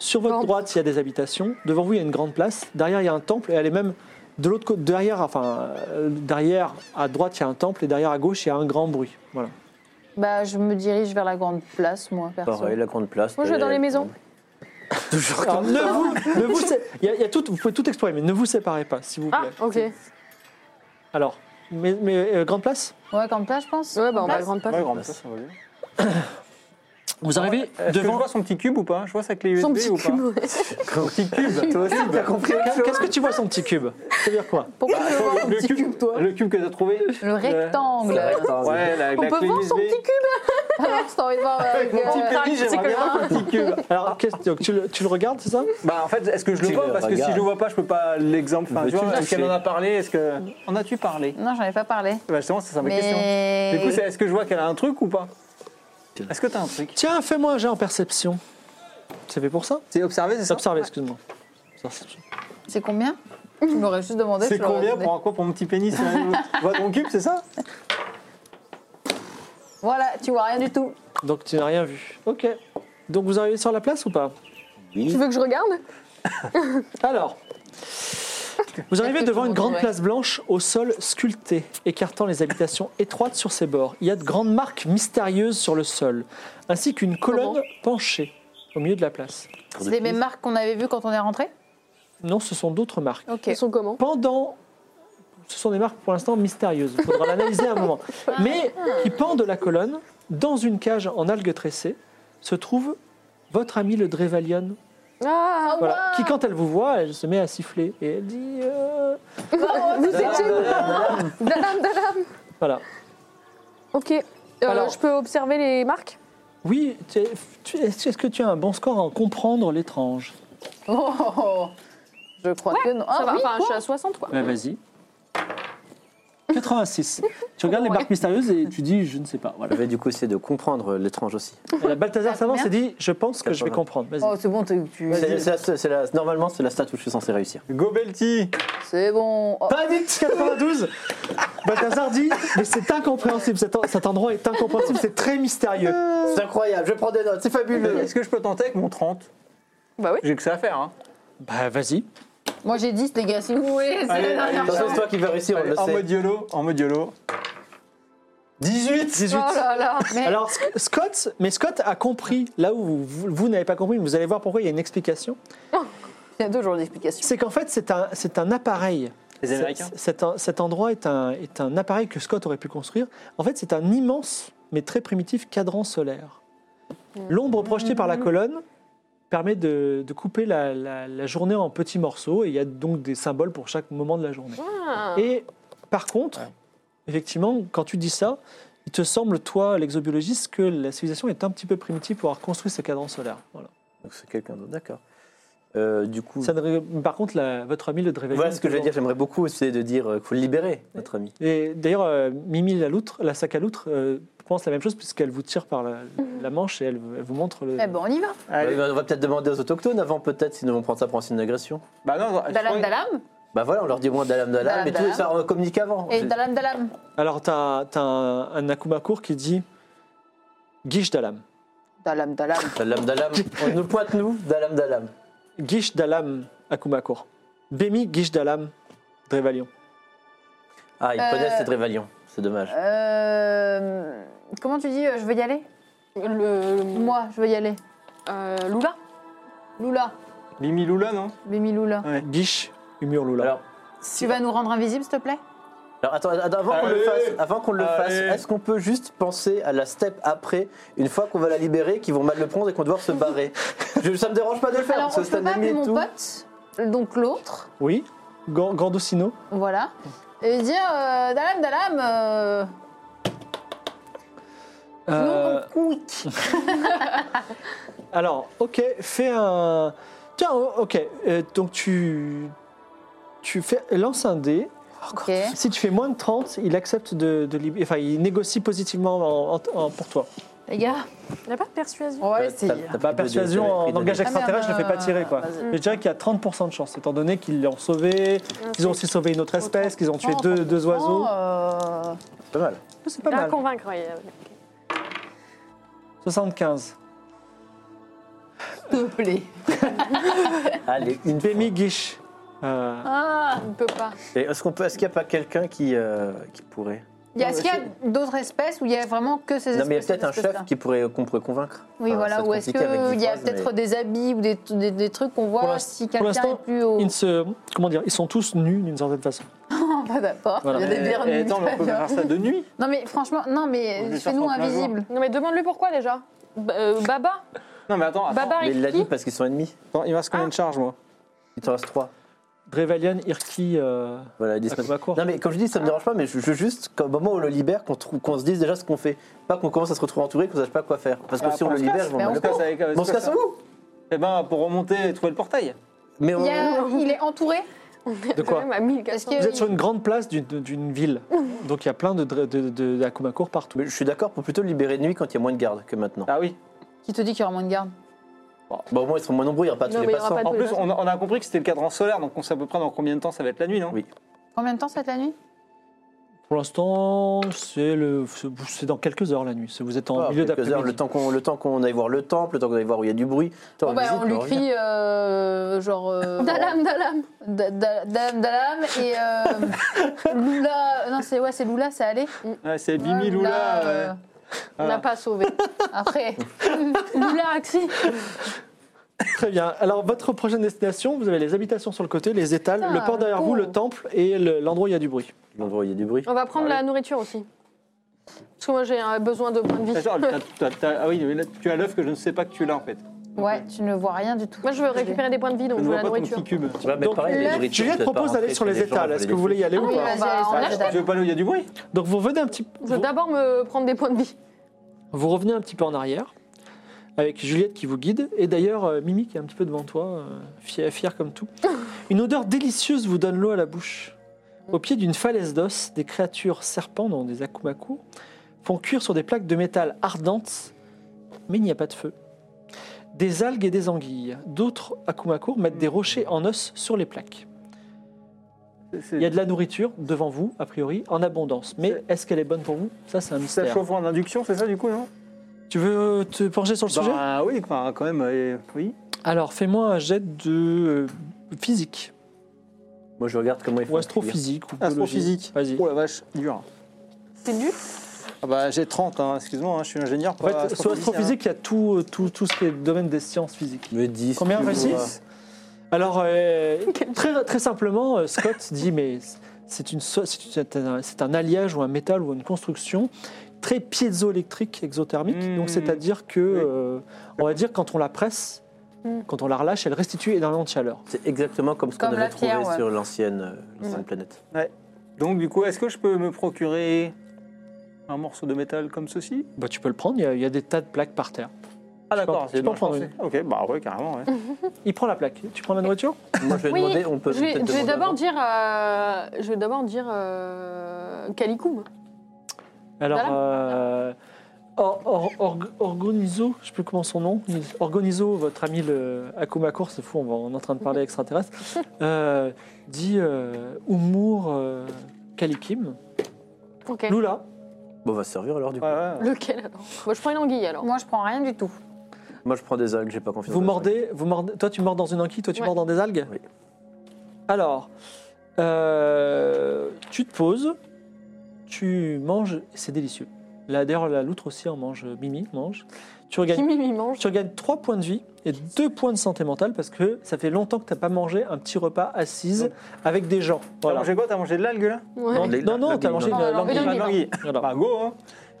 A: Sur votre
E: Bon.
A: droite, il y a des habitations. Devant vous, il y a une grande place. Derrière, il y a un temple. Et elle est même de l'autre côté. Derrière, enfin, euh, derrière, à droite, il y a un temple. Et derrière, à gauche, il y a un grand bruit. Voilà.
B: Bah, je me dirige vers la grande place, moi, perso.
D: Pareil, la grande place.
E: Moi, je vais dans les maisons.
D: Toujours
A: Alors, ne vous, ne vous, sé- il y a- il y a tout, vous pouvez tout explorer, mais ne vous séparez pas, s'il vous
E: Ah,
A: plaît.
E: ok. Ouais,
A: Alors, mais, mais, euh, grande place
B: Ouais, grande place, je pense.
E: bah, on va
B: Place.
E: grande
C: Ouais,
E: pas.
C: grand, ça, ça va bien.
A: Vous arrivez
C: Est-ce que je
A: devant.
C: vois son petit cube ou pas Je vois sa clé USB
E: Son petit
C: ou pas
E: cube. ouais.
C: Son petit cube Toi aussi, t'as compris
A: Qu'est-ce que tu vois, son petit cube C'est-à-dire quoi
E: Pourquoi je veux voir mon
C: Ah, le
E: petit
C: cube,
E: cube, toi
C: Le cube que t'as trouvé
B: Le rectangle.
C: Ouais, là, avec
E: On
C: la
E: peut
C: clé
E: voir
C: USB.
E: son petit cube
B: Alors, si t'as envie de voir. euh,
C: Avec mon
B: euh,
C: petit pénis, j'aimerais bien voir son petit cube.
A: Alors, qu'est-ce- donc, tu, le, tu le regardes, c'est ça
C: Bah, en fait, est-ce que je le
D: Tu
C: vois
D: le
C: Parce que si je
D: regardes.
C: le vois pas, je peux pas l'exemple. Enfin, tu
D: Veux-tu
C: vois,
D: le
C: est-ce qu'elle
D: toucher
C: en a parlé Est-ce que. En as-tu parlé
B: euh, Non, j'en ai pas parlé.
C: Bah, justement, c'est ça ma question.
B: Mais.
C: Du coup, c'est est-ce que je vois qu'elle a un truc ou pas Est-ce que t'as un truc
A: Tiens, fais-moi un jet en perception. C'est fait pour ça
C: C'est observé, c'est
A: Observez, excuse-moi. Perception.
B: C'est combien Tu me l'aurais juste demandé.
C: C'est
B: tu l'aurais
C: combien
B: donné.
C: pour un quoi pour mon petit pénis sur un- Vois ton cube, c'est ça
B: Voilà, tu vois rien du tout.
A: Donc, tu n'as rien vu. Ok. Donc, vous arrivez sur la place ou pas
E: Tu veux que je regarde
A: Alors, vous
B: Est-ce
A: arrivez
B: que
A: devant
B: tout
A: une
B: le monde
A: grande
B: est vrai
A: place blanche au sol sculpté, écartant les habitations étroites sur ses bords. Il y a de grandes marques mystérieuses sur le sol, ainsi qu'une colonne
E: Comment
A: penchée au milieu de la place.
B: C'est les mêmes marques qu'on avait vues quand on est rentré
A: Non, ce sont d'autres marques.
B: Ok.
E: Ils sont comment
A: pendant. Ce sont des marques pour l'instant mystérieuses, il faudra l'analyser un moment. Mais qui pend de la colonne, dans une cage en algues tressées, se trouve votre ami le Drevalion.
E: Ah,
A: Voilà, qui, quand elle vous voit, elle se met à siffler et elle dit. euh,
E: vous étiez où Dadam, dadam.
A: Voilà.
E: Ok. Euh,
A: Alors.
E: je peux observer les marques
A: Oui, tu es- tu es- est-ce que tu as un bon score en comprendre l'étrange
B: Oh, oh, oh. Je crois que non.
E: Ça
B: Ah
E: va,
B: oui,
E: Enfin, je
B: quoi
E: suis à 60, quoi.
A: Ben, Vas-y. 86. tu regardes les barques mystérieuses et tu dis, je ne sais pas. Voilà.
D: Je vais du coup essayer de comprendre l'étrange aussi.
A: Et la Balthazar
B: Ça,
A: Savant
B: combien
A: s'est dit, je pense que je vais
D: 80.
A: comprendre. Vas-y.
B: Oh, c'est bon, tu- tu.
D: C'est- c'est la- c'est la- normalement, c'est la stat où je suis censé réussir.
C: Gobelty
B: C'est bon. Oh,
A: Panique 92 Balthazar dit, mais c'est incompréhensible, cet, en- cet endroit est incompréhensible, c'est très mystérieux.
D: C'est incroyable, je prends des notes, c'est fabuleux.
C: Est-ce que je peux tenter avec mon 30
E: Bah oui.
C: J'ai que ça à faire. Hein.
A: Bah vas-y.
B: Moi j'ai 10, les gars, si vous voulez. C'est
C: Allez,
B: la dernière
D: De toute façon, c'est
B: chance.
D: toi qui vas réussir, on
C: Allez,
D: le
C: en
D: sait.
C: mode YOLO, en mode YOLO.
A: 18 18
E: Oh là là.
B: Mais-
A: Alors Sc- Scott, mais Scott a compris là où vous, vous- vous n'avez pas compris, mais vous allez voir pourquoi il y a une explication.
B: Il y a deux jours d'explication.
A: C'est qu'en fait c'est un c'est un appareil.
C: Les Américains
A: C'est- Cet, cet endroit est un est un appareil que Scott aurait pu construire. En fait c'est un immense mais très primitif cadran solaire. L'ombre projetée par la colonne permet de, de couper la, la- la journée en petits morceaux et il y a donc des symboles pour chaque moment de la journée.
E: Ah.
A: Et par contre, effectivement, quand tu dis ça, il te semble, toi, l'exobiologiste, que la civilisation est un petit peu primitive pour avoir construit ce cadran solaire. Voilà.
D: Donc c'est quelqu'un d'autre, d'accord. Euh, du coup,
A: Ça ne ré- par contre, la- votre ami le Drevelian...
D: voilà ce que je vais dire. J'aimerais beaucoup essayer de dire euh, qu'il faut le libérer, notre ami.
A: Et d'ailleurs, euh, Mimi la loutre, la sac à loutre, euh, pense la même chose puisqu'elle vous tire par la,
B: Mhm.
A: la manche et elle, elle vous montre le...
B: Eh ben, on y va.
C: Allez.
D: Ouais, On va peut-être demander aux autochtones avant, peut-être, s'ils vont prendre ça pour un signe d'agression.
C: Bah non, non, je
B: Dalam
C: crois-
B: Dalam.
D: Bah voilà, on leur dit au moins dalam dalam,
B: Dalam,
D: et tout,
B: dalam.
D: et ça on communique avant.
B: Et
D: Je-
B: Dalam Dalam.
A: Alors, tu as, un, un Akumakour qui dit... Gish Dalam.
B: Dalam Dalam.
D: Dalam dalam, on nous pointe nous, dalam dalam.
A: Gish Dalam Akumakour. Bemi Gish Dalam Drevalion.
D: Ah, ils
B: Euh,
D: connaissent cette révalion, c'est dommage.
B: Euh, Comment tu dis euh, je veux y aller
E: Le, le-
B: Moi, je veux y aller.
E: euh, Lula.
B: Lula,
C: Mimi Lula, non
B: Bémi Lula.
A: Gish Umurlula.
D: Alors,
B: Tu vas nous rendre invisibles, s'il te plaît
D: alors attends, attends, avant qu'on le
C: Allez.
D: fasse, avant qu'on le fasse,
C: Allez.
D: est-ce qu'on peut juste penser à la step après, une fois qu'on va la libérer, qu'ils vont mal le prendre et qu'on va devoir se barrer Je- Ça me dérange pas de le faire,
B: Alors,
D: parce
B: on
D: que c'est
B: peut
D: un
B: pas appeler
D: ami et
B: mon
D: tout.
B: pote, donc l'autre,
A: Oui Gan- Gandocino
B: voilà, et dire euh, Dalam Dalam, euh,
A: Euh,
B: non, quick.
A: Alors, ok, fais un. Tiens, ok, euh, donc tu. Tu fais, lance un dé.
B: Ok.
A: Si tu fais moins de 30, il accepte de, de lib- Enfin, il négocie positivement en- en- en- pour toi.
B: Les gars,
E: Il n'y a pas de persuasion.
B: on va
D: T'as-
B: essayer.
D: t'as-
A: Bah,
D: t'as pris deux dés,
A: persuasion
D: t'as
A: en
D: pris deux
A: langage
D: dés.
B: Ah, merde,
A: extraterrestre, je ne fais pas
B: euh,
A: tirer, quoi.
B: vas-y.
A: Mais je dirais qu'il y a 30% de chance, étant donné qu'ils l'ont sauvé, qu'ils ont aussi sauvé une autre espèce, qu'ils ont tué deux, deux oiseaux.
B: Oh, euh,
D: Pas mal.
A: C'est pas
E: Là,
A: mal.
E: convaincre, ouais. Ok.
A: 75.
B: S'il te plaît.
D: Allez, une
A: Bemi Guiche. Euh,
E: Ah, on ne peut pas.
D: Et Est-ce qu'on peut, est-ce qu'il n'y a pas quelqu'un qui, euh, qui pourrait
B: Y a- Est-ce qu'il y a d'autres espèces où il y a vraiment que ces espèces
D: Non, mais il y a peut-être un
B: ces
D: chef
B: espèces-là
D: qui pourrait qu'on pourrait convaincre.
B: Oui,
D: Enfin, ça
B: voilà,
D: va
B: ou
D: être
B: est-ce
D: compliqué avec
B: qu'il
D: dix
B: y a
D: phrases, mais-
B: peut-être des habits ou des, des- des trucs qu'on voit
A: l'inst-
B: si
A: pour
B: quelqu'un
A: l'instant,
B: est plus haut
A: ils ne se, comment dire, ils sont tous nus d'une certaine façon.
B: Non, pas d'accord,
A: Voilà.
B: il y a des
C: Eh,
B: vernis.
C: eh, attends, mais on peut faire ça de nuit
B: Non mais franchement, non
C: On
B: mais
C: les
B: fais-nous
C: sort en plein jour.
B: invisibles.
E: Non, mais demande-lui pourquoi déjà. Ba- euh, Baba
C: Non, Ah, mais attends, attends.
E: Baba
D: Mais il l'a dit
E: Rifki
D: parce qu'ils sont ennemis.
C: Attends, il me reste combien de charges, moi
D: Il t'en reste trois.
A: Drevalian, Irki. euh,
D: Voilà, ils disent pas-
A: Akumakour.
D: Non, mais comme je dis, ça me dérange pas, mais je veux juste qu'au moment où on le libère, qu'on trouve- qu'on se dise déjà ce qu'on fait. Pas qu'on commence à se retrouver entouré, qu'on sache pas quoi faire. Parce que
B: Bah,
C: Ah,
D: si on
C: qu'on
D: Bah, le
C: se
D: libère,
C: casse,
D: ils vont
B: mais
D: mal
B: on
D: le
B: se casse.
D: prendre.
C: avec,
D: Mais on se casse où
C: Eh ben, pour remonter et trouver le portail.
D: Mais on-
B: Il, y a- il est entouré.
A: De quoi
E: Même à 1400.
B: Est-ce
A: Vous êtes sur une grande place d'une- d'une ville, donc il y a plein de, dra- de, de- d'Akumakour partout.
D: Mais je suis d'accord pour plutôt le libérer de nuit quand il y a moins de gardes que maintenant.
C: Ah oui.
B: Qui te dit qu'il y aura moins de garde
D: Bon, au moins ils seront moins nombreux, il n'y aura pas tous
E: Non,
D: les
E: mais il y aura
D: passants.
E: pas de-
C: En plus, on a, on a compris que c'était le cadran solaire, donc on sait à peu près dans combien de temps ça va être la nuit, non
D: Oui.
B: Combien de temps ça va être la nuit
A: Pour l'instant, c'est, le, c'est- c'est dans quelques heures la nuit. C'est- Vous êtes en
D: Ah,
A: milieu
D: quelques
A: d'après-midi.
D: heures, le temps qu'on le temps qu'on aille voir le temple, le temps qu'on aille voir où il y a du bruit. le temps
B: Bon,
D: de
B: bah,
D: visite,
B: On lui
D: revient.
B: crie euh, genre euh,
E: Dalam, Dalam
B: Da- da- Dalam Dalam et euh, Lula. Non c'est ouais c'est Lula, c'est allé.
C: Ouais, c'est Bimi Lula.
B: euh,
C: ouais.
E: On
C: Ah.
E: n'a pas sauvé.
B: Après,
E: Lula Axi
A: Très bien. Alors, votre prochaine destination, vous avez les habitations sur le côté, les étals,
E: Putain,
A: le port derrière
E: le
A: vous,
E: pauvre.
A: le temple et le- l'endroit où il y a du bruit.
D: L'endroit où il y a du bruit.
E: On va prendre la nourriture aussi. Parce que moi j'ai euh, besoin de points de vie.
C: Attends, t'as- t'as- t'as- ah oui, mais là, tu as l'œuf que je ne sais pas que tu l'as en fait.
B: ouais, tu ne vois rien du tout.
E: Moi je veux récupérer des points de vie donc
C: Je
E: je
C: ne
E: veux
C: vois
E: la
C: pas ton
E: nourriture.
C: petit cube.
D: Ouais, mais
A: Donc,
D: pareil, les
B: là,
D: nourritures,
A: Juliette
D: peut-être pas
A: propose d'aller
D: rentrer
A: sur les
D: gens,
A: étals.
D: voler
A: Est-ce
D: des
A: que vous voulez y aller
B: Ah
A: ou
B: oui,
A: pas
B: vas-y,
E: Bah,
B: allez, sur
E: on
B: la
E: lâche
B: dalle.
C: Tu veux pas là où il y a du bruit
A: Donc, vous revenez un petit peu.
E: Je veux d'abord me prendre des points de vie.
A: Vous revenez un petit peu en arrière, avec Juliette qui vous guide, et d'ailleurs euh, Mimi qui est un petit peu devant toi, euh, fière, fière comme tout. Une odeur délicieuse vous donne l'eau à la bouche. Au pied d'une falaise d'os, des créatures serpents, dont des akumaku, font cuire sur des plaques de métal ardentes, mais il n'y a pas de feu. Des algues et des anguilles. D'autres akumaku mettent des rochers en os sur les plaques. Il y a de la nourriture devant vous, a priori, en abondance. Mais est-ce qu'elle est bonne pour vous Ça, c'est un
C: Ça
A: mystère.
C: chauffe en induction, c'est ça du coup, non
A: Tu veux te pencher sur le sujet
C: Bah oui, bah, quand même, euh, oui.
A: Alors, fais-moi un jet de euh, physique.
D: Moi, je regarde comment il faut.
A: Ou astrophysique. Ou
C: Astrophysique.
A: biologie. Vas-y.
C: Oh la vache, dur.
E: C'est nul
C: Ah bah j'ai 30, hein, excuse-moi, hein, je suis ingénieur.
A: En
C: pas
A: fait, sur astrophysique, il y a tout, euh, tout, tout ce qui est domaine des sciences physiques.
D: Me dis.
A: Combien,
D: tu
A: Francis
D: vois.
A: Alors, euh, très, très simplement, euh, Scott dit mais c'est une so- c'est une- c'est un, c'est un alliage ou un métal ou une construction très piézoélectrique exothermique.
C: Mhm.
A: Donc, c'est-à-dire que,
C: Oui.
A: euh, on va dire, quand on la presse,
E: Mhm.
A: quand on la relâche, elle restitue énormément de chaleur.
D: C'est exactement comme ce qu'on
B: Comme la
D: avait trouvé
B: pierre, ouais.
D: sur l'ancienne euh, l'ancienne planète.
C: Donc du coup, est-ce que je peux me procurer un morceau de métal comme ceci
A: Bah, tu peux le prendre, il y a- il y, a des tas de plaques par terre.
C: Ah
A: d'accord,
C: c'est
A: tu peux en prendre une.
C: Ok, bah ouais, carrément, ouais.
A: Il prend la plaque. Tu prends la nourriture
D: Moi, je vais
E: Oui,
D: demander. On peut.
E: Je vais,
D: peut-être
E: je vais
D: demander
E: d'abord
D: avant.
E: dire, euh, je vais d'abord dire euh, Calicoum.
A: Alors,
E: Voilà.
A: euh, Or- Or- Org- Organizo, je sais plus comment son nom, il- Organizo, votre ami le Akumakor, c'est fou, on, va- on est en train de parler extraterrestre, euh, dit euh, Umur euh, Kalikim.
E: Ok.
A: Lula,
D: Bon, on va se servir alors du coup.
C: Ouais, ouais.
E: Lequel alors Moi, je prends une anguille alors.
B: Moi, je prends rien du tout.
D: Moi, je prends des algues. J'ai pas confiance.
A: vous
D: dans les algues.
A: mordez, vous mordez, toi tu mords dans une anguille, toi tu
E: Ouais.
A: mords dans des algues
D: Oui.
A: Alors, euh, tu te poses, tu manges, c'est délicieux. Là, D'ailleurs, la loutre aussi en mange, Mimi mange. Tu regagnes
E: Qui m'y mange
A: Tu regagnes 3 points de vie et 2 points de santé mentale parce que ça fait longtemps que tu n'as pas mangé un petit repas assise avec des gens.
C: T'as
A: Voilà.
C: mangé quoi T'as mangé de l'algue là
E: Ouais.
A: Non,
D: Les-
A: non, non,
D: la-
A: tu as
D: la-
A: mangé
E: la-
A: une
E: la-
A: langue.
E: la-
C: Bah,
E: l'algue.
C: l'anguille.
A: Voilà.
C: Bah go, hein.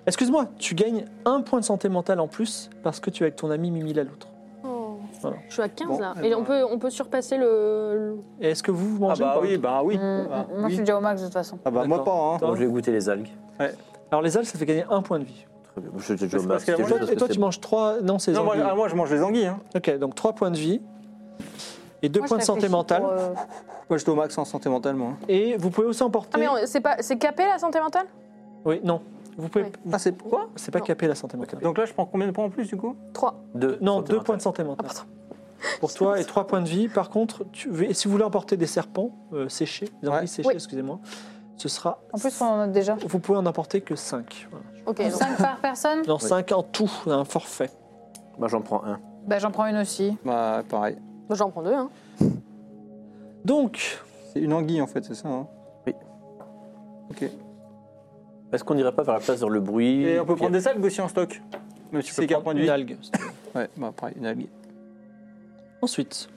A: Excuse-moi, tu gagnes 1 point de santé mentale en plus parce que tu es avec ton ami Mimi la loutre.
E: Oh.
A: Voilà.
E: Je suis à 15
C: Bon,
E: là.
C: eh
E: Et
C: ben.
E: on peut, on peut surpasser le.
A: Et est-ce que vous vous
C: Ah
A: mangez ou
C: bah
A: pas
C: oui, bah oui.
B: Hum,
C: Ah,
B: moi, je
C: oui.
B: suis déjà au max de toute façon.
C: Ah bah moi pas, hein.
A: Toi
D: Bon, je vais goûter les algues.
A: Alors les algues, ça fait gagner 1 point de vie.
D: Très bien. Je- je- je-
C: Parce
D: bah,
C: que
D: c'était
A: Et
D: juste
C: moi,
D: parce
A: toi,
D: que c'est-
A: tu manges 3 Non, c'est les
C: Non, moi,
A: anguilles.
C: ah, moi, je mange les anguilles. Hein.
A: Ok, donc 3 points de vie et 2
B: Moi, je
A: points de santé
B: réfléchis
A: mentale.
B: pour, euh,
C: Moi j'étais au max en santé hein. mentale, moi.
A: Et vous pouvez aussi emporter.
E: Ah, mais on- c'est pas, c'est capé la santé mentale
A: Oui, non. Vous pouvez.
E: Ouais.
C: Ah c'est quoi
A: C'est pas
E: Non.
A: capé la santé mentale.
C: Donc là je prends combien de points en plus du coup
E: 3.
D: Deux.
A: Non,
D: Santé
A: deux
D: mentale.
A: points de santé mentale. Pour toi et trois points de vie. Par contre, tu, et si vous voulez emporter des serpents euh, séchés, des anguilles
C: Ouais.
A: séchées,
E: Oui.
A: excusez-moi, ce sera.
B: En plus, on en a déjà.
A: Vous pouvez en emporter que 5.
E: Ok. donc-
B: 5 par personne
A: Non,
D: Oui.
A: 5 en tout, on a un forfait.
D: Moi, j'en prends un.
B: Bah, j'en prends une aussi.
C: Bah pareil.
E: Moi, J'en prends deux. Hein.
A: Donc,
C: C'est une anguille en fait, c'est ça. hein
D: Est-ce qu'on n'irait pas vers la place dans le bruit
C: Et on peut prendre des algues aussi en stock. Même si
A: tu
C: c'est
A: peux
C: 4
A: prendre
C: points de
A: une
C: vie.
A: algue.
C: Ouais, bah pareil, une algue.
A: Ensuite,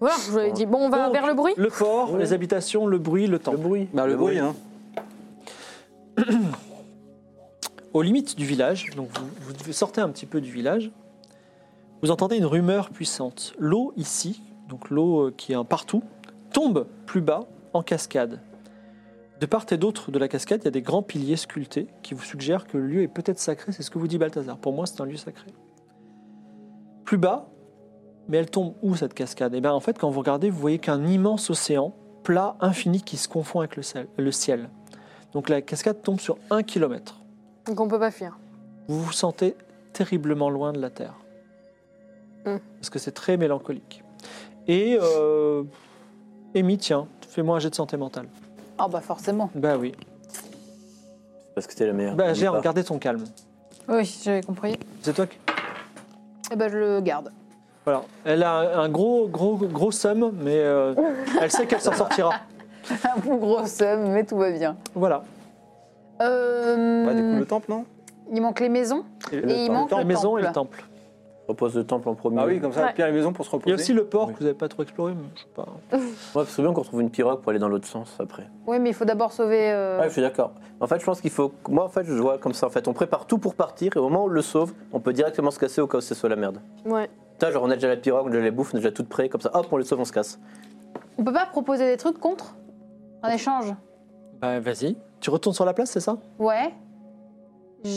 E: Voilà, je vous avais dit. Bon, on va
A: Donc,
E: vers le bruit
A: le port, les habitations, le bruit, le temps.
D: Le bruit.
C: Bah le, bruit, hein.
A: Aux limites du village, donc vous, vous sortez un petit peu du village, vous entendez une rumeur puissante. L'eau ici, donc l'eau euh, qui est un partout, tombe plus bas en cascade. De part et d'autre de la cascade, il y a des grands piliers sculptés qui vous suggèrent que le lieu est peut-être sacré. C'est ce que vous dit Balthazar. Pour moi, c'est un lieu sacré. Plus bas, mais elle tombe où cette cascade Eh bien, en fait, quand vous regardez, vous voyez qu'un immense océan plat, infini, qui se confond avec le sel- le ciel. Donc la cascade tombe sur un kilomètre.
E: Donc on peut pas fuir.
A: Vous vous sentez terriblement loin de la Terre.
B: Mm.
E: Hmm.
A: Parce que c'est très mélancolique. Et euh, Amy, tiens, fais-moi un jet de santé mentale.
B: Ah, bah, forcément.
A: Bah oui.
D: Parce que c'était la meilleure.
A: Bah j'ai
D: regardé.
A: regardé ton calme.
B: Oui, j'avais compris.
A: C'est toi qui...
B: Et bah, je le garde.
A: Voilà. Elle a un gros, gros, gros somme, mais euh, elle sait qu'elle s'en sortira.
B: Un bon gros somme, mais tout va bien.
A: Voilà.
B: Euh,
C: Bah du coup le temple, non
B: il manque les maisons
C: Et
B: et il
D: temple.
B: manque
A: La
B: le
A: maison et le
B: temple.
A: temple.
D: Repose le temple en premier.
C: Bah oui, comme ça,
E: Ouais.
C: Pierre et maison pour se
A: Il y
C: reposer.
A: a aussi le port
D: Oui.
A: que vous n'avez pas trop exploré, mais je sais pas.
D: Moi, c'est bien qu'on trouve une pirogue pour aller dans l'autre sens après.
B: Oui, mais il faut d'abord sauver. euh,
D: Ouais, je suis d'accord. En fait, je pense qu'il faut. Moi, en fait, je vois comme ça. En fait, on prépare tout pour partir et au moment où on le sauve, on peut directement se casser au cas où ce soit la merde.
E: Ouais.
D: Putain, genre, on a déjà la pirogue, on a déjà les bouffes, on est déjà toutes prêtes. Comme ça, hop, on le sauve, on se casse.
B: On peut pas proposer des trucs contre En échange
A: Bah vas-y. Tu retournes sur la place, c'est ça
B: Ouais.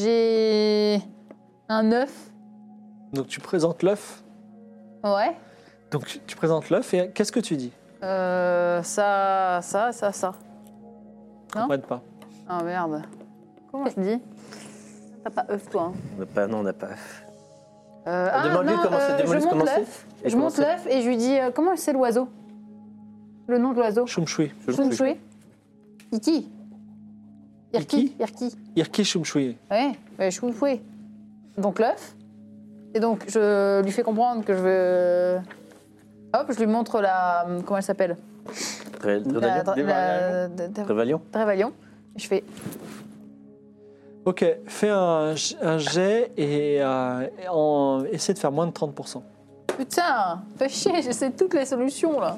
B: J'ai un œuf.
A: Donc tu présentes l'œuf.
B: Ouais.
A: Donc tu présentes l'œuf et qu'est-ce que tu dis
B: Euh, ça, ça, ça, ça. Hein
A: Je comprends pas.
B: Ah merde. Comment je dis T'as pas œuf, toi. hein.
D: On n'a pas, non, on n'a pas.
B: Euh,
D: Demande-lui
B: non,
D: comment c'est-
B: euh,
D: demande-lui
B: Je monte
D: comment c'est.
B: l'œuf.
D: Et
B: Je
D: comment
B: monte
D: c'est
B: l'œuf et je lui dis euh, comment c'est l'oiseau Le nom de l'oiseau
A: Chumchui.
B: Chunchoué Iki Irki Irki
A: Irki Chumchui.
B: Ouais, ouais Chunchoué. Donc l'œuf. Et donc je lui fais comprendre que je veux. Hop, je lui montre la. euh, Comment elle s'appelle
D: Très, très
B: La.
D: valiant.
B: dra- la- dra-
D: Très valiant.
B: Drévalion. Je fais.
A: Ok, fais un, g- un jet et, euh, et en- essaie de faire moins de 30%.
B: Putain Fais chier, j'essaie toutes les solutions là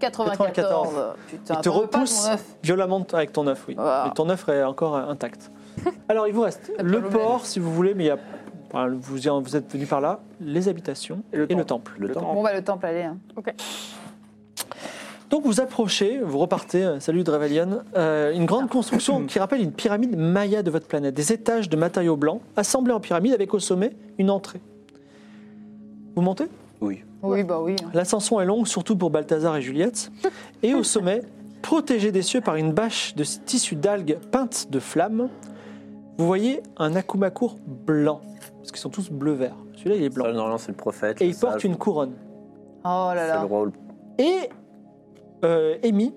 B: 94,
A: 94.
B: Putain,
A: Il te
B: t'en veux pas de mon
A: repousse.
B: œuf.
A: Violemment avec ton œuf, oui.
B: Ah.
A: Mais ton œuf est encore euh, intact. Alors, il vous reste
B: pas
A: le
B: le même.
A: port, si vous voulez, mais il y a, enfin, vous, y- vous êtes venu par là, les habitations et le, temple.
D: Le temps.
B: Bon, bah le temple, allez. hein.
A: Donc, vous approchez, vous repartez, euh, salut Drevalian, euh, une grande construction qui rappelle une pyramide maya de votre planète. Des étages de matériaux blancs assemblés en pyramide avec au sommet une entrée. Vous montez
D: Oui.
B: Oui, bah oui. hein.
A: L'ascension est longue, surtout pour Balthazar et Juliette. Et au sommet, protégé des cieux par une bâche de tissu d'algues peinte de flammes, vous voyez un akumakour blanc, parce qu'ils sont tous bleu-vert. Celui-là, il est
D: Ça,
A: blanc.
D: Normalement, c'est le prophète.
A: Et
D: le
A: il porte
D: sage,
A: une couronne.
B: Oh là
D: C'est le
B: là.
D: roi ou le
A: Et euh, Amy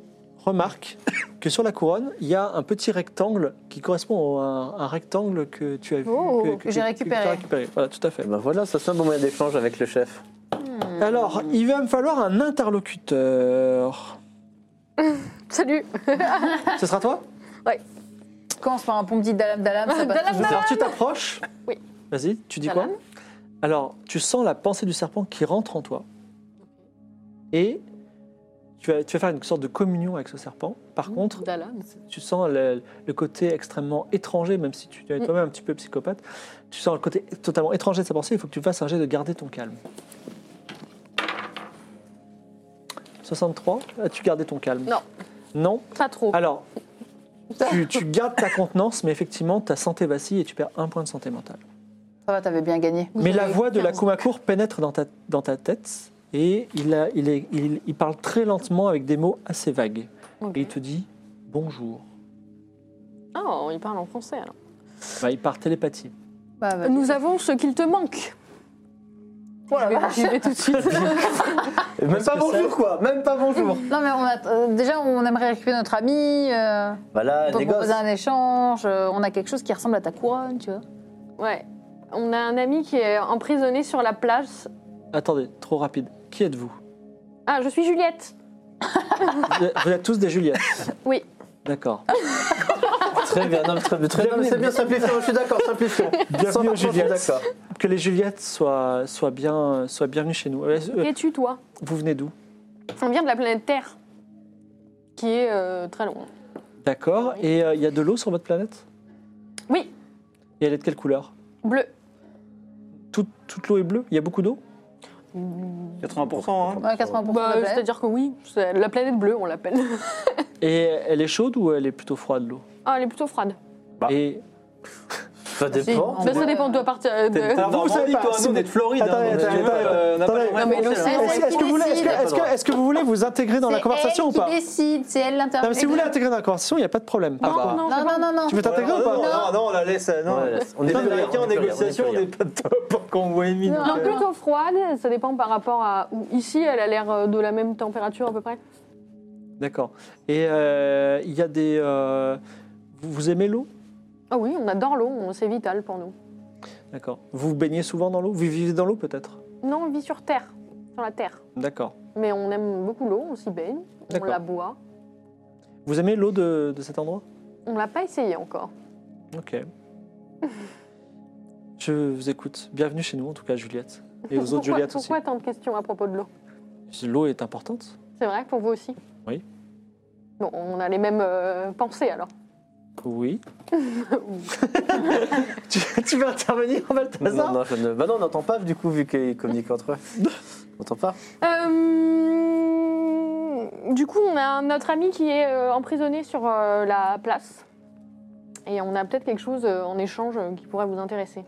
A: remarque que sur la couronne, il y a un petit rectangle qui correspond à un, un rectangle que tu as vu.
B: Oh,
A: que,
B: que j'ai
A: tu-
B: récupéré.
A: t'as Voilà, tout à fait.
D: Eh ben voilà, ça c'est un bon moyen d'échange avec le chef.
B: Hmm.
A: Alors, il va me falloir un interlocuteur.
E: Salut
A: Ce sera toi
B: Commence par un bon petit dalam dalam, ça passe.
E: Dalam,
B: toujours.
A: Alors tu t'approches.
E: Oui.
A: Vas-y, tu dis
E: Salam.
A: quoi Alors, tu sens la pensée du serpent qui rentre en toi. Et tu vas, tu vas faire une sorte de communion avec ce serpent.
E: Mmh.
A: Par contre,
E: Dalam.
A: tu sens le, le côté extrêmement étranger, même si tu es
E: Mm.
A: toi-même un petit peu psychopathe. Tu sens le côté totalement étranger de sa pensée. Il faut que tu fasses un jet de garder ton calme.
E: Mmh.
A: 63, as-tu gardé ton calme
E: Non.
A: Non
E: Pas trop.
A: alors, tu, tu gardes ta contenance, mais effectivement, ta santé vacille et tu perds un point de santé mentale.
B: Ça va, t'avais bien gagné.
A: Mais la
E: avez
A: voix de la
E: 15.
A: Kumakour pénètre dans ta, dans ta tête et il, a- il, est- il- il parle très lentement avec des mots assez vagues.
E: Ok.
A: Et il te dit bonjour.
E: Oh, il parle en français alors.
A: Bah, il part télépathie.
B: Bah, vas-y.
E: Euh, Nous avons ce qu'il te manque.
B: Oh la
E: Je vais-
B: vache.
E: j'y vais tout de suite.
D: Même
A: pas bonjour,
D: quoi Même pas bonjour
B: Non, mais on a, euh, déjà, on aimerait récupérer notre ami. Euh,
D: Voilà,
B: pour
D: négoce
B: proposer un échange. euh, on a quelque chose qui ressemble à ta couronne, tu vois.
E: Ouais. On a un ami qui est emprisonné sur la plage.
A: Attendez, trop rapide. Qui êtes-vous
E: Ah, je suis Juliette.
A: vous, êtes- vous êtes tous des Juliettes
E: Oui.
A: D'accord.
D: Très bien, non, mais très, très
A: Bienvenue.
D: bien, mais c'est bien, simplifions, je suis d'accord, simplifions.
A: Bienvenue
D: Sans
A: aux
D: par contre, je suis
A: Juliettes.
D: d'accord.
A: Que les Juliettes soient, soient, bien, soient bienvenues chez nous. Euh, euh,
E: es-tu, toi
A: Vous venez d'où
E: On vient de la planète Terre, qui est euh, très loin.
A: D'accord. Et euh, il y a de l'eau sur votre planète
E: Ah Oui,
A: Et elle est de quelle couleur
E: bleu.
A: Toute, toute l'eau est bleue Il y a beaucoup d'eau
C: 80%, hein.
B: Ouais, 80%
E: Bah,
B: de la planète.
E: C'est-à-dire que oui, c'est la planète bleue, on l'appelle.
A: Et elle est chaude ou elle est plutôt froide l'eau
E: Ah, elle est plutôt froide.
D: Bah.
A: Et
D: Ça dépend.
A: Oh,
B: Ah,
E: Bah, ça
B: ouais.
E: dépend, de partir. euh, de-
C: T'es- t'es en
A: vous, vous savez
C: Normandie,
A: pas,
C: toi,
A: si
C: nous, on
A: vous-
C: est de Floride.
A: Attendez,
C: hein, donc,
A: attendez,
C: euh, on n'a pas
A: attendez.
C: les moyens
E: Non, mais
C: de penser,
E: l'océan,
C: hein.
B: c'est
A: est-ce est-ce que, vous voulez- est-ce que- est-ce que- est-ce que vous voulez vous intégrer dans la
B: C'est
A: conversation
B: elle
A: ou pas
B: qui décide, c'est elle
A: Non, mais si
B: l'intervention.
A: vous voulez intégrer dans la conversation, il n'y a pas de problème.
E: Non,
A: Par-
E: non,
B: Non, non, non, non.
A: Tu veux t'intégrer
C: Non,
A: ou pas
C: non, non, non, on la laisse. euh, Non,
D: Ouais, on
C: Les
D: est plus
C: Américains
D: rien,
C: en
D: on est plus
C: négociation,
D: rien,
C: on
D: on est
C: n'est pas top pour qu'on voit Emile.
E: Non, plutôt froide, ça dépend par rapport à où. Ici, elle a l'air euh, de la même température à peu près.
A: D'accord. Et euh, il y a des. euh, vous, vous aimez l'eau
E: Ah oui, on adore l'eau, on- c'est vital pour nous.
A: D'accord. Vous vous baignez souvent dans l'eau Vous vivez dans l'eau peut-être
E: Non, on vit sur Terre, sur la Terre.
A: D'accord.
E: Mais on aime beaucoup l'eau, on s'y baigne, on
A: D'accord.
E: la boit.
A: Vous aimez l'eau de, de cet endroit
E: On l'a pas essayé encore.
A: Ok. Je vous écoute. Bienvenue chez nous en tout cas, Juliette. Et aux autres
E: pourquoi,
A: Juliettes aussi.
E: pourquoi tant de questions à propos de l'eau
A: L'eau est importante.
E: C'est vrai, pour vous aussi
A: Oui.
E: Bon, on a les mêmes euh, pensées alors.
A: Oui. tu, tu veux intervenir, Balthazar
D: Non, non, je ne... Bah non, on n'entend pas du coup, vu qu'ils communiquent entre eux. On n'entend pas
E: Euh, du coup, on a notre ami qui est euh, emprisonné sur euh, la place. Et on a peut-être quelque chose euh, en échange euh, qui pourrait vous intéresser.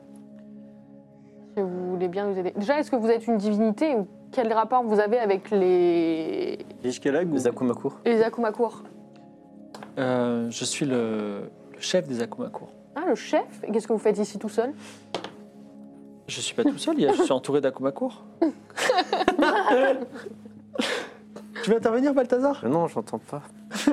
E: Si vous voulez bien nous aider. Déjà, est-ce que vous êtes une divinité ou quel rapport vous avez avec les,
C: Ishkelag ou...
D: Les Akumakur.
E: les Akumakur
A: Euh, je suis le, le chef des Akumakur.
E: Ah, le chef Et Qu'est-ce que vous faites ici tout seul
A: Je suis pas tout seul, il y a- je suis entouré d'Akumakur. tu veux intervenir, Balthazar
D: Mais Ah non, j'entends pas.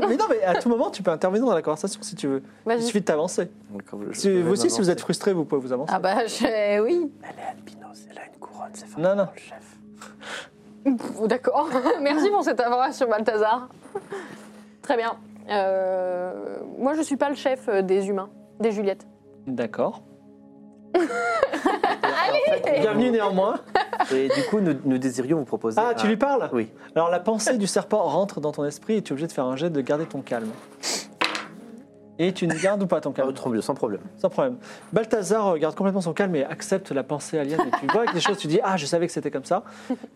A: Mais non, mais à tout moment, tu peux intervenir dans la conversation si tu veux. Il
E: Vas-y.
A: suffit de t'avancer.
D: D'accord, je-
A: Si-
D: je vais
A: vous aussi, si vous
D: m'avancer.
A: êtes frustré, vous pouvez vous avancer.
B: Ah bah je- oui.
D: Elle est albinos, elle a une couronne, c'est
A: Non, non.
D: forcément le chef.
E: Pff, Oh, D'accord. Merci pour cette information, Balthazar. Très bien. Euh, moi, je suis pas le chef euh, des humains, des Juliettes.
A: D'accord.
D: Ah, Allez
A: Bienvenue néanmoins.
D: Et du coup, nous, nous désirions vous proposer.
A: Ah, tu
D: un-
A: lui parles
D: Oui.
A: Alors la pensée du serpent rentre dans ton esprit et tu es obligé de faire un jet de garder ton calme. Et tu ne gardes ou pas ton
D: Ah,
A: calme
D: trop mieux, sans problème.
A: Sans problème. Balthazar euh, garde complètement son calme et accepte la pensée alien. Et tu vois avec les choses, tu dis Ah, je savais que c'était comme ça.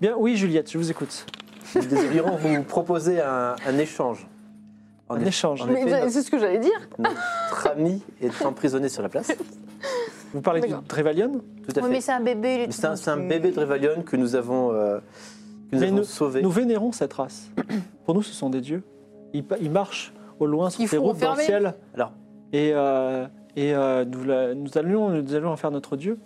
A: Bien, oui, Juliette, je vous écoute.
D: Nous désirions vous proposer un, un échange. En
A: Un
D: effet,
A: échange.
D: En
E: Mais
D: effet,
E: C'est ce que j'allais dire.
D: notre, notre ami est emprisonné sur la place. Tout
A: Vous parlez du
E: D'accord.
A: Drevalion
D: à
B: Oui,
D: fait.
B: mais c'est un bébé. il est
D: Mais
B: tout
D: C'est un, c'est un
B: mince.
D: bébé de Revalion que nous avons, euh, que nous
A: Mais
D: avons sauvé.
A: Nous vénérons cette race. Pour nous, ce sont des dieux. Ils, pa- ils marchent au loin sur
B: Ils
A: ces
B: font
A: routes dans le
B: fermer.
A: ciel.
D: Alors.
A: Et, euh, et euh, nous, la- nous, allions, nous allions en faire notre dieu.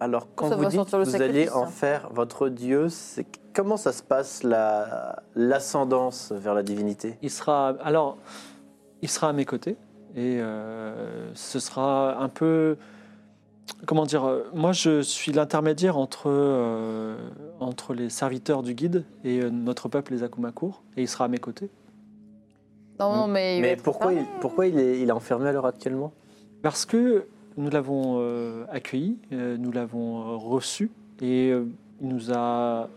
D: Alors, quand
B: Ça
D: vous
B: va
D: dites
B: sortir
D: que
B: le
D: vous
B: sacrifice,
D: allez en
B: hein.
D: faire votre dieu, c'est comment ça se passe la- l'ascendance vers la divinité
A: Il sera alors, il sera à mes côtés et euh, ce sera un peu, comment dire, euh, moi je suis l'intermédiaire entre euh, entre les serviteurs du guide et euh, notre peuple les Akumakur et il sera à mes côtés
B: Non, non, mais. il va
D: Mais
B: être
D: pourquoi,
B: fermé.
D: il, pourquoi il, est, il est enfermé à l'heure actuellement
A: parce que nous l'avons euh, accueilli, euh, nous l'avons euh, reçu et euh, il nous a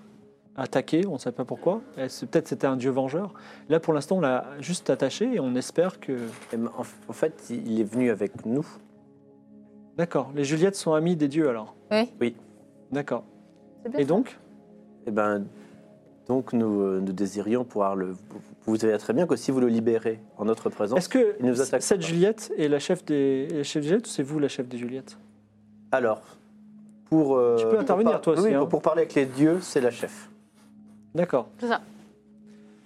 A: attaqué, on ne sait pas pourquoi. Est-ce- Peut-être c'était un dieu vengeur. Là pour l'instant on l'a juste attaché et on espère que
D: Eh ben, en, en fait, il est venu avec nous.
A: D'accord, les Juliettes sont amies des dieux alors
B: Oui.
D: Oui.
A: D'accord.
B: C'est bien
A: Et donc
D: Et ben, donc, nous, euh, nous désirions pouvoir le. vous- Vous savez très bien que si vous le libérez en notre présence.
A: Est-ce que
D: il nous attaque
A: cette
D: pas.
A: Juliette est la chef des, est la chef des Juliettes ou c'est vous la chef des Juliettes
D: Alors, pour. euh,
A: Tu peux
D: pour
A: intervenir,
D: par-
A: toi aussi,
D: Oui,
A: hein.
D: pour, pour parler avec les dieux, c'est la chef.
A: D'accord.
E: C'est ça.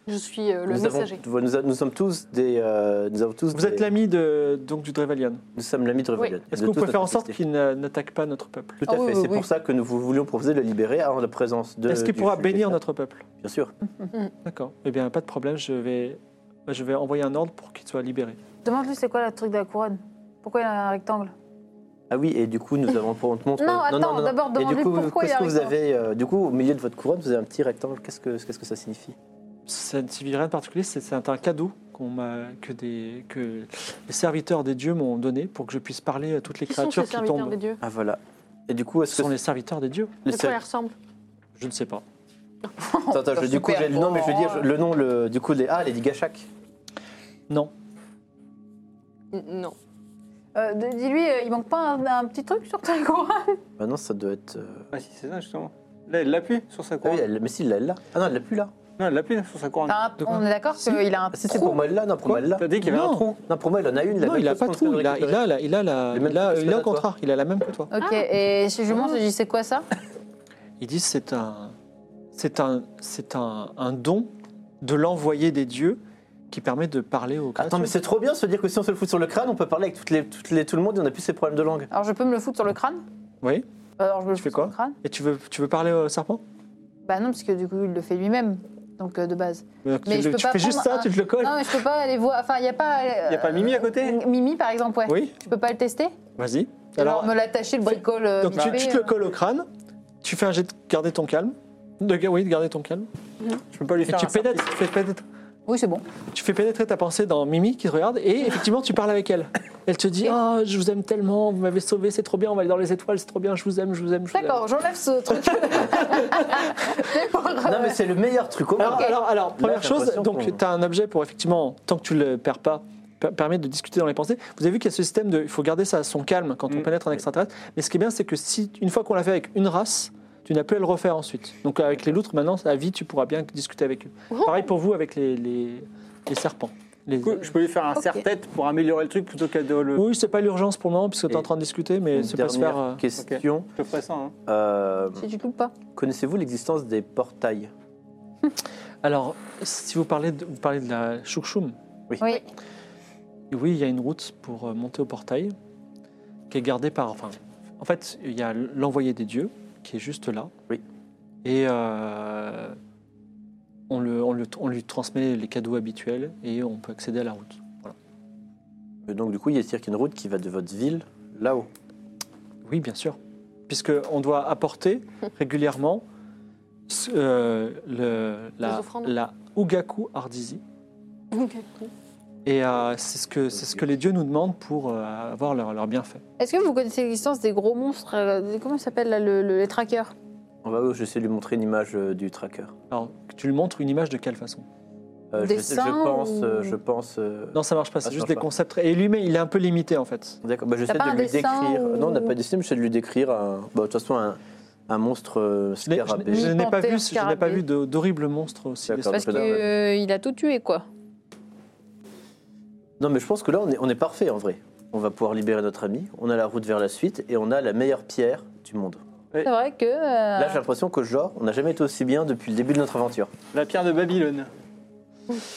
E: Je suis euh, le
D: nous, avons-
E: messager.
D: nous, a- nous sommes tous des. euh, nous avons tous
A: Vous êtes
D: des-
A: l'ami de, donc, du Drevalion.
D: Nous sommes l'ami de Revelion.
A: Est-ce
D: De
A: que vous
D: toute
A: pouvez faire en
D: notre
A: sorte
D: société.
A: qu'il n'a- n'attaque pas notre peuple
D: Tout
B: Ah
D: à
B: oui,
D: fait.
B: oui,
D: c'est
B: oui.
D: pour ça que nous vous voulions proposer de le libérer avant la présence de.
A: Est-ce qu'il
D: du
A: pourra
D: Fulgé.
A: bénir notre peuple
D: Bien sûr.
A: D'accord. Eh bien, pas de problème, je vais, je vais envoyer un ordre pour qu'il soit libéré.
B: Demande-lui c'est quoi le truc de la couronne Pourquoi il a un rectangle
D: Ah oui, et du coup, nous avons pour on te montre.
B: Non, attends, d'abord,
D: Et
B: demande-lui
D: du coup,
B: pourquoi il
D: qu'est-ce
B: a
D: que vous
B: raison.
D: avez euh, Du coup, au milieu de votre couronne, vous avez un petit rectangle. Qu'est-ce que qu'est-ce que ça signifie
A: Ça ne signifie rien de particulier, c'est c'est un cadeau qu'on m'a- que, des, que les serviteurs des dieux m'ont donné pour que je puisse parler à toutes les
E: Qui sont
A: créatures
E: ces
A: qui
E: serviteurs
A: tombent.
E: des dieux
D: Ah voilà. Et du coup,
A: Ce
D: est-ce
A: sont
D: que
A: les serviteurs des dieux
E: De quoi ils ressemblent
A: Je ne sais pas.
D: Attends, attends, je- du coup,
B: Super,
D: j'ai le nom, mais je veux
B: bon.
D: dire le nom, le du coup, les ah, les Digashak.
A: Non.
E: N- Non.
B: Euh, de- Dis-lui, euh, il manque pas un, un petit truc sur ta couronne
D: Bah non, ça doit être. euh,
C: Ah si, c'est ça justement. Là, elle l'appuie sur sa
D: Ah oui,
C: couronne.
D: elle- mais si, elle l'a elle l'a. Ah non, elle l'a plus là.
C: Non, elle l'appuie sur sa couronne.
B: T'as un-
A: De quoi
B: On est d'accord qu'il a un
D: Ah, si, c'est
B: trou.
D: pour moi elle l'a. Non, pour moi elle l'a.
C: T'as dit qu'il y avait
A: Non.
C: un trou.
D: Non, pour moi elle en a une.
A: Non, il a
D: a
A: pas trop. Il a, il a, la- il a, la-
D: Le même
A: il a-
D: truc que
A: il a au
D: toi.
A: contraire, il a la même que toi.
B: Ok, et si je lui montre, je lui dis c'est quoi ça
A: Ils disent c'est un, c'est un, c'est un, un don de l'envoyé des dieux qui permet de parler aux créatures.
D: Attends, mais c'est trop bien de se dire que si on se le fout sur le crâne, on peut parler avec toutes les, toutes les, tout le monde et on n'a plus ces problèmes de langue.
B: Alors je peux me le foutre sur le crâne Euh,
A: Oui.
B: Alors je me le
A: Tu fais
B: fous sur
A: quoi
B: le crâne
A: Et tu veux, tu veux parler au serpent
B: Bah non, parce que du coup il le fait lui-même, donc euh, de base.
A: Donc,
B: Mais
A: Tu,
B: je
A: le-
B: peux
A: tu
B: pas
A: fais juste
B: prendre
A: ça,
B: un- Ah
A: tu te le colles.
B: Non, mais je peux pas aller voir. Enfin, il n'y a pas.
C: Il
B: euh,
C: n'y a pas Mimi à côté
B: Mimi par exemple, ouais.
A: Oui.
B: Je peux pas le tester
A: Vas-y.
B: Alors,
A: Alors,
B: me l'attacher, le
A: fais-
B: bricole. euh,
A: donc
B: vite
A: tu,
B: fait,
A: tu te le
B: euh.
A: colles au crâne. Tu fais un jet de garder ton calme. De, ga- oui, de garder ton calme.
C: Je peux pas lui
A: Et
C: faire
A: tu
C: un
A: pénètres, tu, fais pénètre-
B: Oui, c'est bon.
A: tu fais pénétrer ta pensée dans Mimi qui te regarde et effectivement tu parles avec elle. Elle te dit Ah, je vous aime tellement, vous m'avez sauvé, c'est trop bien, on va aller dans les étoiles, c'est trop bien, je vous aime, je vous aime, je vous aime.
B: D'accord, j'enlève ce truc. C'est pour, euh,
D: Non, mais c'est le meilleur truc au monde.
A: Alors, alors, alors, première
D: j'ai
A: chose,
D: l'impression qu'on-
A: donc tu as un objet pour effectivement, tant que tu le perds pas, per- permet de discuter dans les pensées. Vous avez vu qu'il y a ce système de, il faut garder ça à son calme quand on
C: Mm.
A: pénètre un extraterrestre. Mais ce qui est bien, c'est que si une fois qu'on l'a fait avec une race, tu n'as plus à le refaire ensuite. Donc avec les loutres, maintenant, à vie, tu pourras bien discuter avec eux. Pareil pour vous avec les, les, les serpents. Les-
C: coup, je peux lui faire un
B: Ok.
C: serre-tête pour améliorer le truc plutôt qu'à de le.
A: Oui, c'est pas l'urgence pour le moment, puisque tu es en train de discuter, mais
D: Une
A: ça peut se faire. euh,
D: dernière question.
C: Je ferai ça. hein.
D: Euh,
B: Si tu coupes pas.
D: Connaissez-vous l'existence des portails
A: euh. Alors, si vous parlez de, vous parlez de la chouchoum,
B: Oui.
A: oui, il y a une route pour euh, monter au portail qui est gardée par. Enfin, en fait, il y a l'envoyé des dieux qui est juste là.
D: Oui.
A: Et euh, on, le, on, le- on lui transmet les cadeaux habituels et on peut accéder à la route. Voilà.
D: Et Euh, Donc du coup, il y a c'est-à-dire qu'il y a une route qui va de votre ville là-haut.
A: Oui, bien sûr. Puisqu'on doit apporter régulièrement ce- euh, le-
E: Les
A: la,
E: offrandes.
A: la Ugaku Ardizi.
E: Ok.
A: Et euh, c'est ce, que- c'est ce que les dieux nous demandent pour euh, avoir leur, leur bienfait.
B: Est-ce que vous connaissez l'existence des gros monstres euh, Comment ils s'appellent là, le- le- les traqueurs
D: On va, j'essaie de lui montrer une image euh, du tracker.
A: Alors, tu lui montres une image de quelle façon
D: Euh, je,
B: Des
D: je
B: seins
D: pense,
B: ou-
D: euh, je pense. euh,
A: Non, ça marche pas, c'est
D: Ah, ça
A: juste
D: marche
A: des
D: pas.
A: concepts. Et lui, mais il est un peu limité en fait.
D: D'accord. Bah, j'essaie
B: pas
D: de
B: un
D: lui
B: dessin
D: décrire.
B: ou-
D: Non, on n'a pas de dessin, mais j'essaie de lui décrire. Un... bah, de toute façon, un, un monstre euh,
A: Je n'ai- je
D: scarabée.
A: n'ai- je n'ai pas
B: Panthère,
A: vu, je n'ai pas
B: scarabée.
A: vu de- d'horribles monstres aussi.
D: D'accord.
A: des-
B: Parce
D: je
B: qu'il
D: peux dire,
B: Euh, a tout tué, quoi.
D: Non, mais je pense que là, on est, on est parfait en vrai. On va pouvoir libérer notre ami. On a la route vers la suite et on a la meilleure pierre du monde.
B: C'est vrai que. euh,
D: Là, j'ai l'impression que genre, on n'a jamais été aussi bien depuis le début de notre aventure.
C: La pierre de Babylone.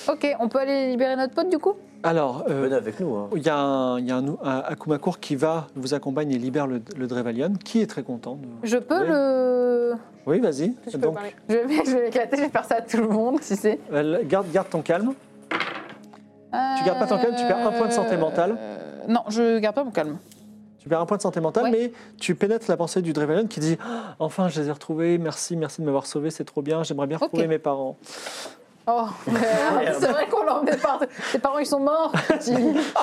B: Ok, on peut aller libérer notre pote du coup
A: Alors, euh,
D: Venez avec nous. hein.
A: il y a un, il y a un, un Akumakour qui va, vous accompagne et libère le, le Drevalion, qui est très content. de-
B: Je peux
A: Oui.
B: le.
A: Oui, vas-y.
E: Je peux
A: Donc,
E: parler.
B: Je vais, je vais l'éclater, je vais faire ça à tout le monde, tu sais.
A: euh, garde, garde ton calme. Tu gardes pas ton calme, tu perds un point de santé mentale.
B: Euh, Non, je garde pas mon calme.
A: Tu perds un point de santé mentale,
B: Ouais.
A: mais tu pénètres la pensée du Drevalion qui dit Ah, Enfin, je les ai retrouvés, merci, merci de m'avoir sauvé, c'est trop bien, j'aimerais bien
B: Ok.
A: retrouver mes parents.
B: Oh, merde, c'est vrai qu'on l'emmène partout. Ses parents, ils sont morts. c'est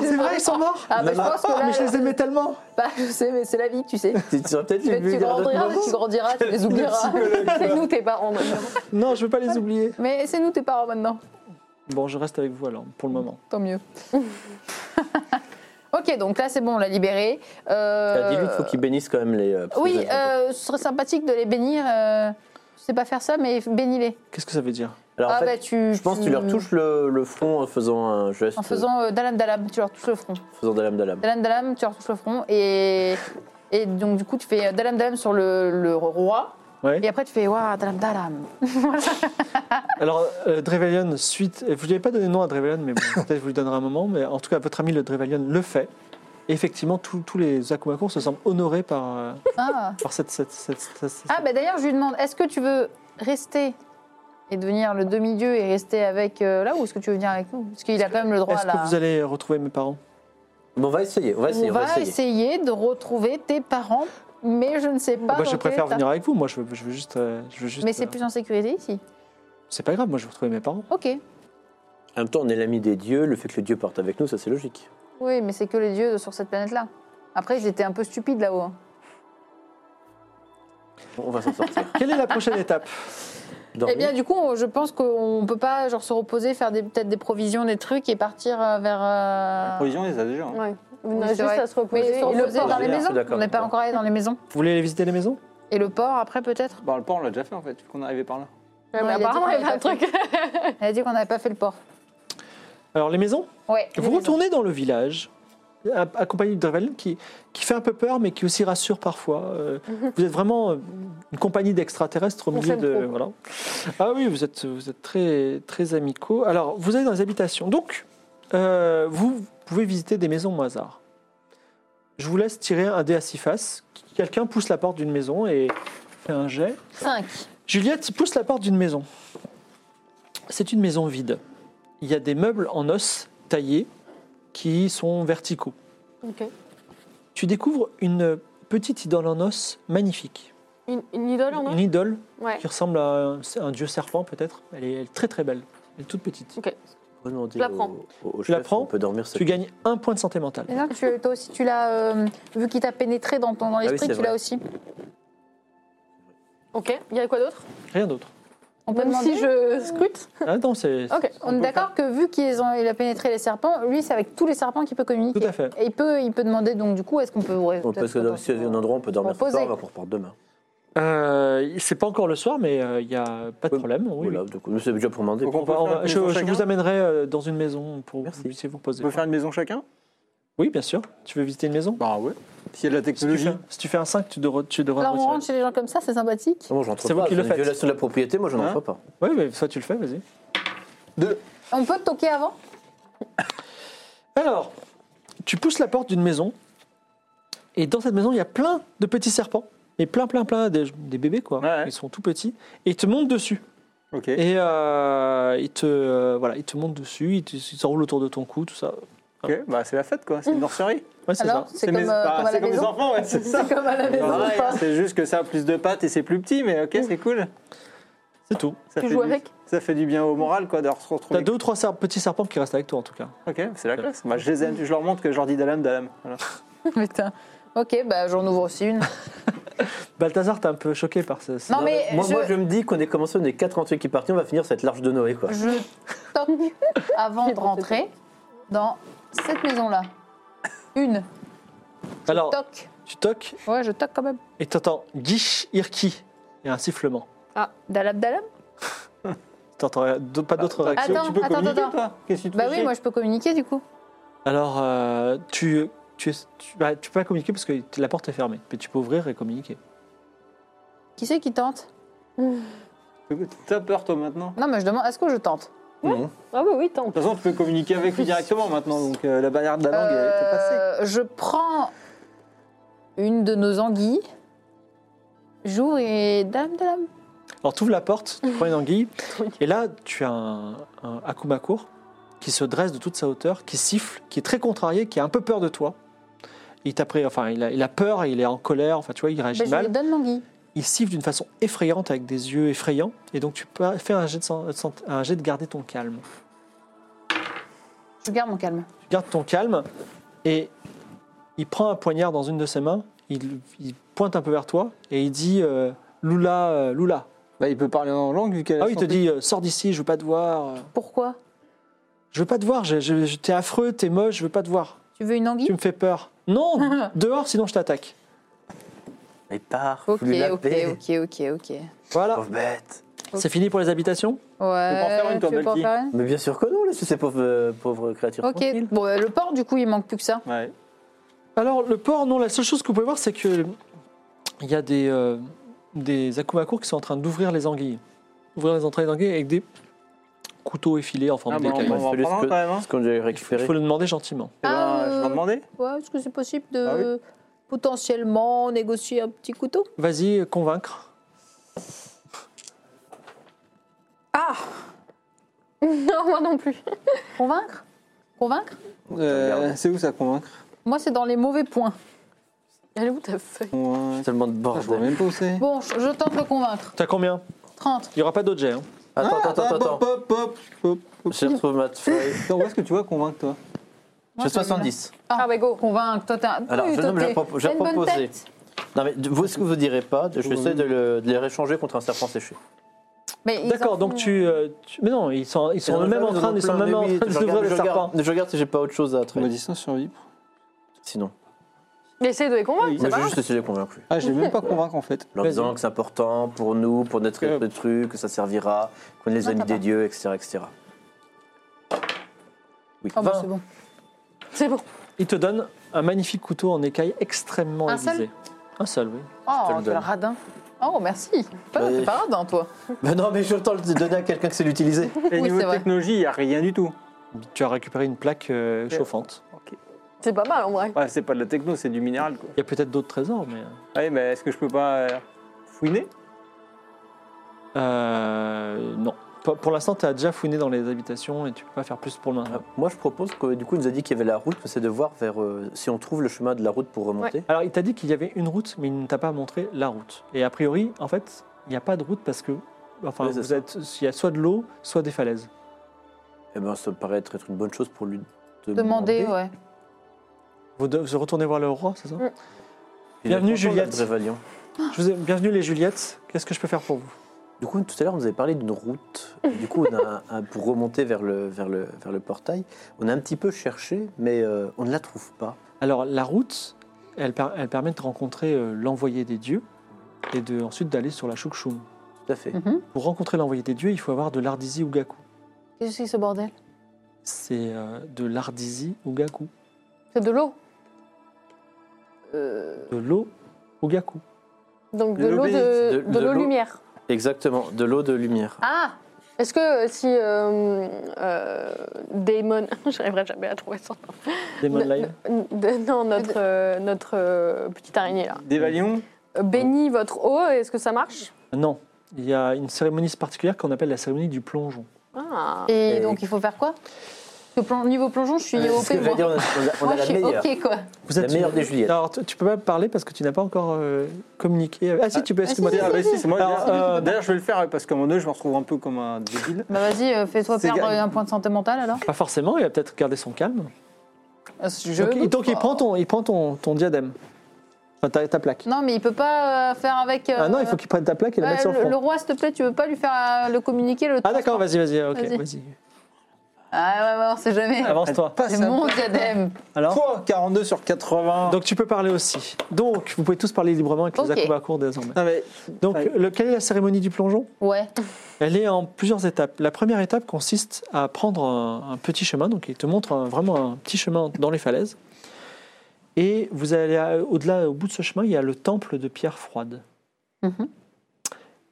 A: C'est vrai, ils sont morts Oh,
B: Ah, bah, je pense que là,
A: Mais je les aimais tellement
B: Bah, je sais, mais c'est la vie, tu sais.
D: Tu tu aurais peut-être
B: Tu,
D: vu
B: tu
D: vers d'autres
B: grandiras,
D: moments.
B: tu grandiras, tu les oublieras.
E: C'est nous tes parents maintenant.
A: Non, je veux pas les oublier.
B: Mais c'est nous tes parents maintenant,
A: Bon, je reste avec vous alors, pour le moment.
B: tant mieux. ok, donc là c'est bon, on l'a libéré.
D: T'as
B: Euh...
D: dit lui qu'il faut qu'il bénisse quand même les. euh, parce que vous
B: Oui,
D: êtes-
B: euh, ce serait sympathique de les bénir. euh, Je sais pas faire ça, mais bénis-les.
A: Qu'est-ce que ça veut dire
D: Alors, en
B: ah
D: fait,
B: bah tu.
D: je pense que tu leur touches le, le front en faisant un geste.
B: En faisant euh, dalam dalam, tu leur touches le front.
D: en faisant dalam dalam.
B: Dalam dalam, tu leur touches le front et. Et donc du coup tu fais euh, dalam dalam sur le, le roi
A: Ouais.
B: et après tu fais waouh dalam dalam.
A: Alors, euh, Drevalion, suite. Vous lui avez pas donné de nom à Drevalion, mais bon, peut-être que je vous lui donnerai un moment. Mais en tout cas, votre ami le Drevalion le fait. Et effectivement, tous tous les Akumakour se semblent honorés par, euh,
B: Ah.
A: par cette. cette, cette- cette- cette-
B: Ah bah d'ailleurs je lui demande, est-ce que tu veux rester et devenir le demi-dieu et rester avec euh, là ou est-ce que tu veux venir avec nous Parce qu'il a quand même le droit
A: Est-ce
B: là. hein.
A: que vous allez retrouver mes parents
D: Bon, on va essayer, on va essayer,
B: On
D: on
B: va
D: va
B: essayer.
D: essayer.
B: de retrouver tes parents, mais je ne sais pas.
A: Moi,
B: dans
A: je
B: quel
A: préfère
B: état.
A: venir avec vous. Moi, je veux, je veux juste. euh, je veux juste
B: Mais c'est
A: euh,
B: plus en sécurité ici.
A: c'est pas grave, moi, je veux retrouver mes parents.
B: Ok.
D: En même temps, on est l'ami des dieux, le fait que les dieux partent avec nous, ça c'est logique.
B: Oui, mais c'est que les dieux sur cette planète-là. Après, ils étaient un peu stupides là-haut. hein.
D: Bon, On va s'en sortir.
A: Quelle est la prochaine étape
B: Eh
D: Dormir.
B: bien, du coup, on- je pense qu'on peut pas genre se reposer, faire des- peut-être des provisions, des trucs et partir euh, vers. euh,
A: Ah.
C: La provision, on les a déjà. hein.
E: Ouais.
B: Oui,
E: On a
B: c'est
E: juste
B: vrai.
E: à se reposer.
B: Mais se
E: et le
B: reposer
E: port.
B: dans les
D: Je suis
B: maisons.
D: Ah, d'accord
B: On n'est
D: avec
B: pas
D: toi.
B: encore allé dans les maisons.
A: Vous voulez aller visiter les maisons
B: Et le port après peut-être.
C: Bah, le port, on l'a déjà fait en fait, vu qu'on est arrivé par là.
E: Ouais,
B: Non,
E: mais
B: il a dit
E: apparemment,
B: qu'on
E: il y avait un
B: avait
E: truc.
B: Elle a dit qu'on n'avait pas fait le port.
A: Alors, les maisons
B: Ouais. les
A: Vous
B: maisons.
A: retournez dans le village, a- accompagné de Dravel, qui, qui fait un peu peur, mais qui aussi rassure parfois. Euh, vous êtes vraiment euh, une compagnie d'extraterrestres au
E: Mhm. On
A: milieu
E: s'aime
A: de.
E: trop.
A: Voilà. Ah oui, vous êtes, vous êtes très, très amicaux. Alors, vous allez dans les habitations. Donc, euh, vous pouvez visiter des maisons au hasard. Je vous laisse tirer un dé à six faces. Quelqu'un pousse la porte d'une maison et fait un jet.
B: Cinq.
A: Juliette pousse la porte d'une maison. C'est une maison vide. Il y a des meubles en os taillés qui sont verticaux.
E: Ok.
A: Tu découvres une petite idole en os magnifique.
E: Une, une idole en
A: Une
E: or
A: idole
E: Ah Ouais.
A: qui ressemble à un, un dieu serpent peut-être. Elle est, elle est très très belle. Elle est toute petite.
D: On va demander
E: Je la prends.
D: au- au- au
A: Tu la
D: chef si
A: prends
D: On peut dormir
A: Tu gagnes un point de santé mentale.
B: Et là, tu, toi aussi, tu l'as, euh, vu qu'il t'a pénétré dans, ton, dans
D: Ah oui,
B: l'esprit,
D: c'est
B: tu l'as
D: vrai.
B: aussi.
E: Ok. Il y a quoi d'autre
A: Rien d'autre.
B: On peut
E: Même
B: demander
E: si je scrute.
A: Ah non, c'est
E: Ok.
B: On est d'accord que vu qu'il ont- il a pénétré les serpents, lui, c'est avec tous les serpents qu'il peut communiquer.
A: tout à fait.
B: Et il peut, il peut demander, donc, du coup, est-ce qu'on peut... ouais,
D: On
B: peut-être
D: parce que dans si
B: potentiellement-
D: un endroit, on peut dormir ce
B: Reposer.
D: soir, on va pouvoir demain.
A: Euh, c'est pas encore le soir, mais euh, il n'y a pas de
D: Oui.
A: problème. oui,
D: Voilà, donc, mais c'est déjà pour demander.
C: Donc
A: On va- on va-
C: une
A: bah, je,
C: maison
A: je
C: chacun
A: vous amènerai euh, dans une maison pour que
D: Merci.
A: vous puissiez vous
C: On
A: poser.
C: peut faire une maison chacun
A: Oui, bien sûr. Tu veux visiter une maison
C: Bah ouais. S'il y a de la
A: si tu,
C: technologie.
A: fais, si tu fais un 5, tu, devrais- tu devras
B: Alors on
A: retirer.
B: rentre chez les gens comme ça, c'est sympathique.
D: Non, moi, je rentre
A: C'est vous
D: pas.
A: qui le
D: une
A: faites.
D: violation de la propriété, moi, je
C: Hein
D: n'entre pas.
A: Oui, mais soit tu le fais, vas-y.
C: Deux.
B: On peut toquer avant
A: Alors, tu pousses la porte d'une maison, et dans cette maison, il y a plein de petits serpents. Mais plein, plein, plein, des, des bébés, quoi.
C: Ouais.
A: Ils sont tout petits. Et ils te montent dessus.
C: Ok.
A: Et euh, ils, te, euh, voilà, ils te montent dessus, ils te- ils s'enroulent autour de ton cou, tout ça.
C: Ok, Bah c'est la fête quoi. C'est une nurserie.
A: Ouais, c'est ça.
B: Alors c'est comme,
C: mes-
B: euh,
C: bah,
B: comme à la
C: c'est comme les
B: maison.
C: enfants, ouais, c'est ça. Bah,
B: C'est comme à la maison.
C: Ouais,
B: ou pas
C: C'est juste que ça a plus de pattes et c'est plus petit, mais ok, c'est cool.
A: C'est tout.
C: Ça
E: Tu
C: fait
E: joues
C: du-
E: avec
C: Ça fait du bien au moral, quoi, de se
A: T'as
C: retrouver.
A: deux ou trois serp- petits serpents qui restent avec toi, en tout cas.
C: Ok, c'est la classe. Bah, je les aime, je leur montre que je leur dis d'alam, d'alam. Voilà.
B: Putain. Ok, bah j'en ouvre aussi une.
A: Balthazar, t'es un peu choqué par ce. ce-
B: Non mais
D: moi,
B: Euh, je,
D: moi, je me dis qu'on est commencé, on est quatre entrées qui partent, on va finir cette l'arche de Noé, quoi.
B: je toque avant de rentrer dans cette maison-là. Une.
A: Alors,
B: Toc.
A: tu toques
B: Ouais, je toque quand même.
A: et t'entends guiche, irki et un sifflement.
B: Ah, dalab dalab
A: T'entends euh, d- pas d'autres
C: Bah,
A: réactions.
B: Attends,
C: tu peux
B: attends,
C: communiquer,
B: attends.
C: toi Qu'est-ce que tu te
B: Bah
C: fais
B: oui, moi je peux communiquer du coup.
A: Alors, euh, tu, tu, es- tu, bah, tu peux pas communiquer parce que t- la porte est fermée. Mais tu peux ouvrir et communiquer.
B: Qui c'est qui tente
C: T'as peur, toi, maintenant
B: Non, mais je demande, est-ce que je tente
D: Non.
E: Ah bah oui, tant.
C: De toute façon, tu peux communiquer avec lui directement maintenant, donc euh, la barrière de la langue elle était passée.
B: Euh, Je prends une de nos anguilles, j'ouvre et dame dame.
A: Alors, tu ouvres la porte, tu prends une anguille. et là, tu as un, un Akumakour qui se dresse de toute sa hauteur, qui siffle, qui est très contrarié, qui a un peu peur de toi. Il t'a pris, enfin, il a, il a peur, il est en colère, enfin, tu vois, il réagit
B: Bah, je lui
A: mal.
B: donne l'anguille.
A: Il siffle d'une façon effrayante avec des yeux effrayants. Et donc, tu peux faire un jet de, sen- un jet de garder ton calme.
B: Je garde mon calme.
A: Tu gardes ton calme et il prend un poignard dans une de ses mains, il, il pointe un peu vers toi et il dit euh, Lula, euh, Lula.
C: Bah, il peut parler en langue, vu qu'elle
A: Ah
C: a
A: oui, il te
C: senti-
A: dit euh, Sors d'ici, je veux pas te voir. euh,
B: Pourquoi
A: Je veux pas te voir, je- je- je- t'es affreux, t'es moche, je veux pas te voir.
B: Tu veux une
A: Tu
B: anguille
A: me fais peur. Non Dehors, sinon je t'attaque.
D: Mais pars,
B: Ok,
D: fous-lui la
B: ok,
D: paix,
B: ok, ok, ok.
A: Voilà.
D: pauvre bête.
A: C'est fini pour les habitations
B: Ouais.
C: en faire une, toi,
B: tu veux pas en
C: Belki
B: faire une
D: Mais bien sûr que non, laissez ces pauvres, euh, pauvres créatures tranquilles.
B: Ok, bon, bah, le port, du coup, il manque plus que ça.
C: Ouais.
A: Alors, le port, non, la seule chose que vous pouvez voir, c'est que il y a des, euh, des akumakours qui sont en train d'ouvrir les anguilles. Ouvrir les entrailles d'anguilles avec des couteaux effilés en forme
C: Ah,
A: de
C: bah, on
A: d'écailles.
C: va en
D: Fais-le
C: prendre un,
D: ce que-
C: quand même. Hein.
D: Ce qu'on devait
A: Il
D: récupérer.
A: faut le demander gentiment.
C: Eh ben,
B: Ah,
C: Je vais
B: euh,
C: leur demander.
B: Ouais, est-ce que c'est possible de
C: Ah oui.
B: potentiellement négocier un petit couteau
A: Vas-y, convaincre.
B: Ah
E: Non, moi non plus.
B: Convaincre Convaincre
C: Euh, c'est où ça, convaincre
B: Moi, c'est dans les mauvais points.
E: Elle est où ta feuille
D: C'est
C: Convaincre.
D: Tellement de
C: Ah, Je vois
D: bordel.
C: même pas où c'est.
B: Bon, je, je tente de le convaincre.
A: T'as combien
B: 30.
A: Il n'y aura pas d'autres jets. hein.
D: Attends,
C: Ah,
D: attends,
C: bah,
D: attends, attends.
C: Pop, pop, pop, pop.
D: Je retrouve ma feuille.
C: Attends, où est-ce que tu vois convaincre, toi
B: Moi,
D: J'ai
B: je l'ai
D: 70.
B: Ah,
E: Ah, bah go.
B: Convaincre, toi, t'es un...
D: Alors,
B: Oui,
D: je-
B: toi,
D: non, mais
B: t'es-
D: j'ai propo- j'ai
B: t'as une bonne
D: proposé.
B: tête.
D: Non, mais de- vous, ce que vous direz pas, je vais essayer de, le- de les réchanger contre un serpent séché.
B: Mais ils en
A: D'accord,
B: font-
A: donc tu, euh, tu- Mais non, ils sont, ils sont eux-mêmes en train, ils sont même en train
D: Je
A: d'ouvrir
D: regarde-
A: les
D: je
A: serpents.
D: regarde- Je regarde si j'ai pas autre chose à traiter.
C: Maudisson survie.
D: Sinon,
E: Essaye de les convaincre,
D: moi
E: ça
D: j'ai
E: va
D: juste essayé de les convaincre. lui.
C: Ah, je l'ai même pas convaincre, en fait.
D: En leur
A: Vas-y.
D: disant que c'est important pour nous, pour notre
C: Que-
D: notre truc, que ça servira, qu'on est les
B: Non,
D: amis
B: t'as pas.
D: des dieux, etc. etc. Oui,
B: Oh, bah,
D: 20.
B: c'est bon.
E: C'est bon.
A: Ils te donnent un magnifique couteau en écaille extrêmement
B: Un
A: aiguisé. Un seul, oui.
D: te le
B: Oh, quel
D: donne.
B: radin. Oh, merci. Pas,
D: Bah,
B: t'es pas radin, toi.
D: Mais non, mais j'ai le temps de le donner à quelqu'un qui sait l'utiliser.
C: Et
B: Oui,
C: niveau
B: c'est vrai.
C: technologie, il n'y a rien du tout.
A: Tu as récupéré une plaque euh, chauffante.
E: C'est pas mal en vrai.
C: Ouais, Ah, c'est pas de la techno, c'est du minéral, quoi.
A: Il y a peut-être d'autres trésors, mais...
C: Ouais, mais est-ce que je peux pas euh, fouiner
A: Euh, non. Pour pour l'instant, tu as déjà fouiné dans les habitations et tu peux pas faire plus pour le moment.
D: Euh, Moi, je propose que du coup, il nous a dit qu'il y avait la route, c'est de voir vers euh, si on trouve le chemin de la route pour remonter.
A: Alors, il t'a dit qu'il y avait une route, mais il ne t'a pas montré la route. Et a priori, en fait, il n'y a pas de route parce que... Enfin,
D: Oui, c'est
A: vous
D: ça.
A: êtes, il y a soit de l'eau, soit des falaises.
D: Eh ben, ça me paraît être être une bonne chose pour lui demander.
B: Demander, ouais.
A: Vous, de- vous retournez voir le roi, c'est ça
E: Mm.
D: Il est
A: Bienvenue,
D: content
A: Juliette.
D: d'être Révalion.
A: Je vous ai- Bienvenue les Juliettes, qu'est-ce que je peux faire pour vous
D: Du coup, tout à l'heure, on nous avait parlé d'une route. Et Du coup, on a, un- pour remonter vers le, vers, le, vers le portail, on a un petit peu cherché, mais euh, on ne la trouve pas.
A: Alors la route, elle, per- elle permet de rencontrer euh, l'envoyé des dieux, et de, ensuite d'aller sur la Shukshum.
D: Tout à fait.
B: Mm. Mhm.
A: Pour rencontrer l'envoyé des dieux, il faut avoir de l'ardizi ou gaku.
E: Qu'est-ce que c'est que ce bordel
A: C'est euh, de l'ardizi ou gaku.
E: C'est de l'eau. Euh,
A: De l'eau ou gaku.
E: Donc
C: De
E: de
C: l'eau
E: l'eau de,
D: bénite. De-
E: de
D: de
E: l'eau
D: l'eau.
E: lumière.
D: Exactement, de l'eau de lumière.
E: Ah Est-ce que euh, si euh, euh, Damon. J'arriverai jamais à trouver son nom.
A: Demon
E: Ne-
A: Line.
E: ne- de- non, notre, euh, notre euh, petite araignée
B: Ah.
E: là.
C: Des valions
E: Euh, Bénis votre eau, est-ce que ça marche
A: Non, il y a une cérémonie particulière qu'on appelle la cérémonie du plongeon.
E: Ah
B: Et
D: Et-
B: donc, il faut faire quoi Parce que plan- niveau plongeon, je suis
D: Eh C'est
B: OP. moi.
D: Euh, ce que j'allais dire, on a, on a
B: Moi, je
D: la
B: suis
D: meilleure.
B: OK, quoi.
A: Vous
D: La meilleure des Juliettes.
A: Alors, tu, tu peux pas parler parce que tu n'as pas encore euh, communiqué. Ah si, tu peux, excuse-moi.
C: Ah bah si, c'est moi.
A: Alors,
C: d'ailleurs,
A: euh,
C: D'ailleurs, je vais le faire parce qu'à mon œil, je me retrouve un peu comme un débile.
B: Bah, vas-y, euh, fais-toi
C: C'est
B: perdre
C: gagné.
B: un point de santé mentale, alors.
A: Pas forcément, il va peut-être garder son calme.
B: Je
A: donc il-
B: doute
A: donc il
B: pas.
A: prend ton, il prend ton, ton diadème. Enfin, ta, ta plaque.
B: Non, mais il peut pas euh, faire avec. euh,
A: Ah non, il faut qu'il prenne ta plaque et la
B: euh,
A: mette sur le
B: le,
A: front.
B: le roi, s'il te plaît, tu veux pas lui faire euh, le communiquer le.
A: Ah d'accord, vas-y, vas-y, ok,
B: Vas-y.
A: vas-y.
B: Ah ouais, ouais, on sait jamais.
A: Avance-toi.
C: Pas
B: C'est
C: ça.
B: mon diadème.
A: Alors
C: Quoi 42 sur 80.
A: Donc tu peux parler aussi. Donc vous pouvez tous parler librement avec les
B: Ok.
A: acrobats courts désormais.
C: Non, mais
A: Donc
C: Ouais.
A: le, quelle est la cérémonie du plongeon
B: Ouais.
A: Elle est en plusieurs étapes. La première étape consiste à prendre un, un petit chemin, donc il te montre un- vraiment un petit chemin dans les falaises. Et vous allez à- au-delà, au bout de ce chemin, il y a le temple de pierre froide.
B: Mhm.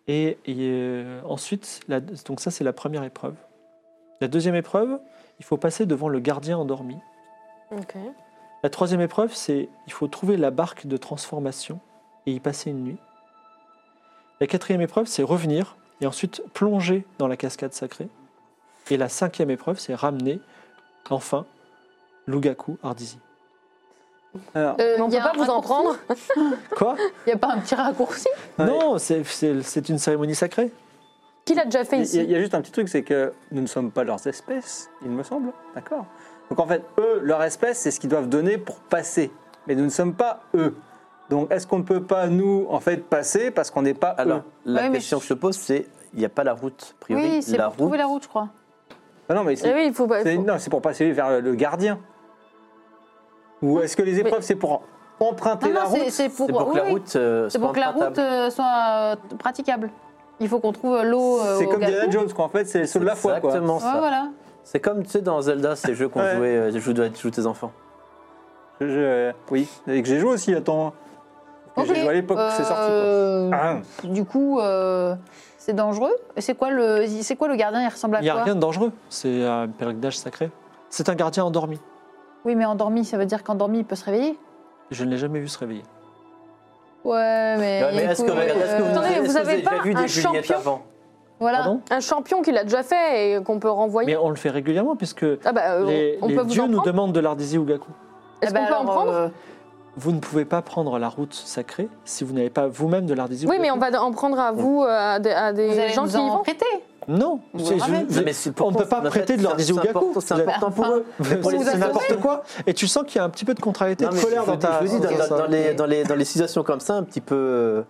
A: Et, et, euh, ensuite, la- donc ça c'est la première épreuve. La deuxième épreuve, il faut passer devant le gardien endormi.
E: Ok.
A: La troisième épreuve, c'est il faut trouver la barque de transformation et y passer une nuit. La quatrième épreuve, c'est revenir et ensuite plonger dans la cascade sacrée. Et la cinquième épreuve, c'est ramener, enfin, Lugaku Ardizi.
C: alors,
E: Euh,
B: Mais on
E: y a
B: peut pas
E: un
B: vous en
E: raccourci
B: prendre
A: Quoi
B: Y a pas un petit raccourci
C: Ouais.
A: Non, c'est- c'est c'est une cérémonie sacrée.
E: Qui l'a déjà
C: il y,
E: fait
C: a- il
E: ici
C: y a juste un petit truc, c'est que nous ne sommes pas leurs espèces, il me semble. D'accord. Donc en fait, eux, leur espèce, c'est ce qu'ils doivent donner pour passer. Mais nous ne sommes pas eux. Donc est-ce qu'on ne peut pas, nous, en fait, passer parce qu'on n'est pas
D: Alors,
C: eux
D: la
B: Ouais, mais
D: question que je te pose, c'est il n'y a pas la route, a priori.
B: Oui, c'est
D: Eh la
B: pour
D: route.
B: trouver la route, je crois.
C: Ah Non, mais
E: Eh
C: c'est
E: oui, il faut pas.
C: c'est-
E: faut-
C: non, c'est pour passer vers le, le gardien. Ou est-ce que les épreuves, c'est pour emprunter
B: Non,
C: la
B: non,
C: route
B: c'est- c'est pour.
D: C'est pour que
B: oui,
D: la
B: oui.
D: route euh,
B: C'est
D: soit
B: pour que la route
D: empruntable.
B: euh, soit euh, praticable. Il faut qu'on trouve l'eau. euh,
C: C'est
B: au
C: comme
B: Gaku.
C: Diana Jones, qu'en fait, c'est le saut de la foi. Quoi.
D: Exactement
B: Ouais,
D: ça.
B: voilà.
D: C'est comme tu sais dans Zelda, ces jeux qu'on
C: Ouais.
D: jouait, euh, les jeux de- jouent tes enfants.
C: Je- je- oui, et que j'ai joué aussi, attends. Que
B: Ok.
C: J'ai joué à l'époque, que c'est sorti. quoi.
B: Euh,
C: Ah.
B: Du coup, euh, c'est dangereux. Et C'est quoi le, c'est quoi le gardien Il ressemble à
A: Il n'y a
B: quoi
A: rien de dangereux. C'est un pèlerinage sacré. C'est un gardien endormi.
B: Oui, mais endormi, ça veut dire qu'endormi, il peut se réveiller.
A: Je ne l'ai jamais vu se réveiller.
B: Ouais, mais.
D: Ouais, mais est-ce que,
B: écoute,
D: est-ce que vous,
B: euh,
E: Attendez,
D: est-ce
E: vous
D: que
E: avez
D: avez
E: pas
D: déjà vu
E: un
D: des Juliettes
E: champion
D: avant
B: Voilà.
A: Pardon
E: Un champion qui l'a déjà fait et qu'on peut renvoyer.
A: Mais on le fait régulièrement puisque
E: Ah bah, euh,
A: les,
E: on
A: les
E: peut vous
A: dieux
E: en
A: nous
E: prendre
A: demandent de l'Ardizi ou Gaku.
E: Est-ce
B: Eh ben
E: qu'on peut en
B: alors,
E: prendre
B: euh,
A: Vous ne pouvez pas prendre la route sacrée si vous n'avez pas vous-même de l'ardésio.
E: Oui, mais on va en prendre à vous, euh, à des, à des
B: Vous allez
E: gens
B: nous
E: qui y
B: en
E: vont.
B: prêter.
A: Non,
B: On vous
A: c'est-
B: ramène.
A: je-
D: Non, mais c'est
A: on ne peut pas
D: en fait,
A: prêter de
D: c'est-
A: l'ardésio
D: c'est
A: ou Gaku.
D: important, C'est
A: Vous avez-
D: important pour eux.
A: C'est
D: Pour les
A: c'est
D: assommés.
A: n'importe quoi. Et tu sens qu'il y a un petit peu de contrariété,
D: Non,
A: de
D: mais
A: colère
D: je
A: dans
D: vous dis-
A: ta.
D: je vous dis,
B: Ok,
D: dans-
B: ça,
D: dans- dans
B: ok.
D: les- dans les dans les situations comme ça, un petit peu. euh,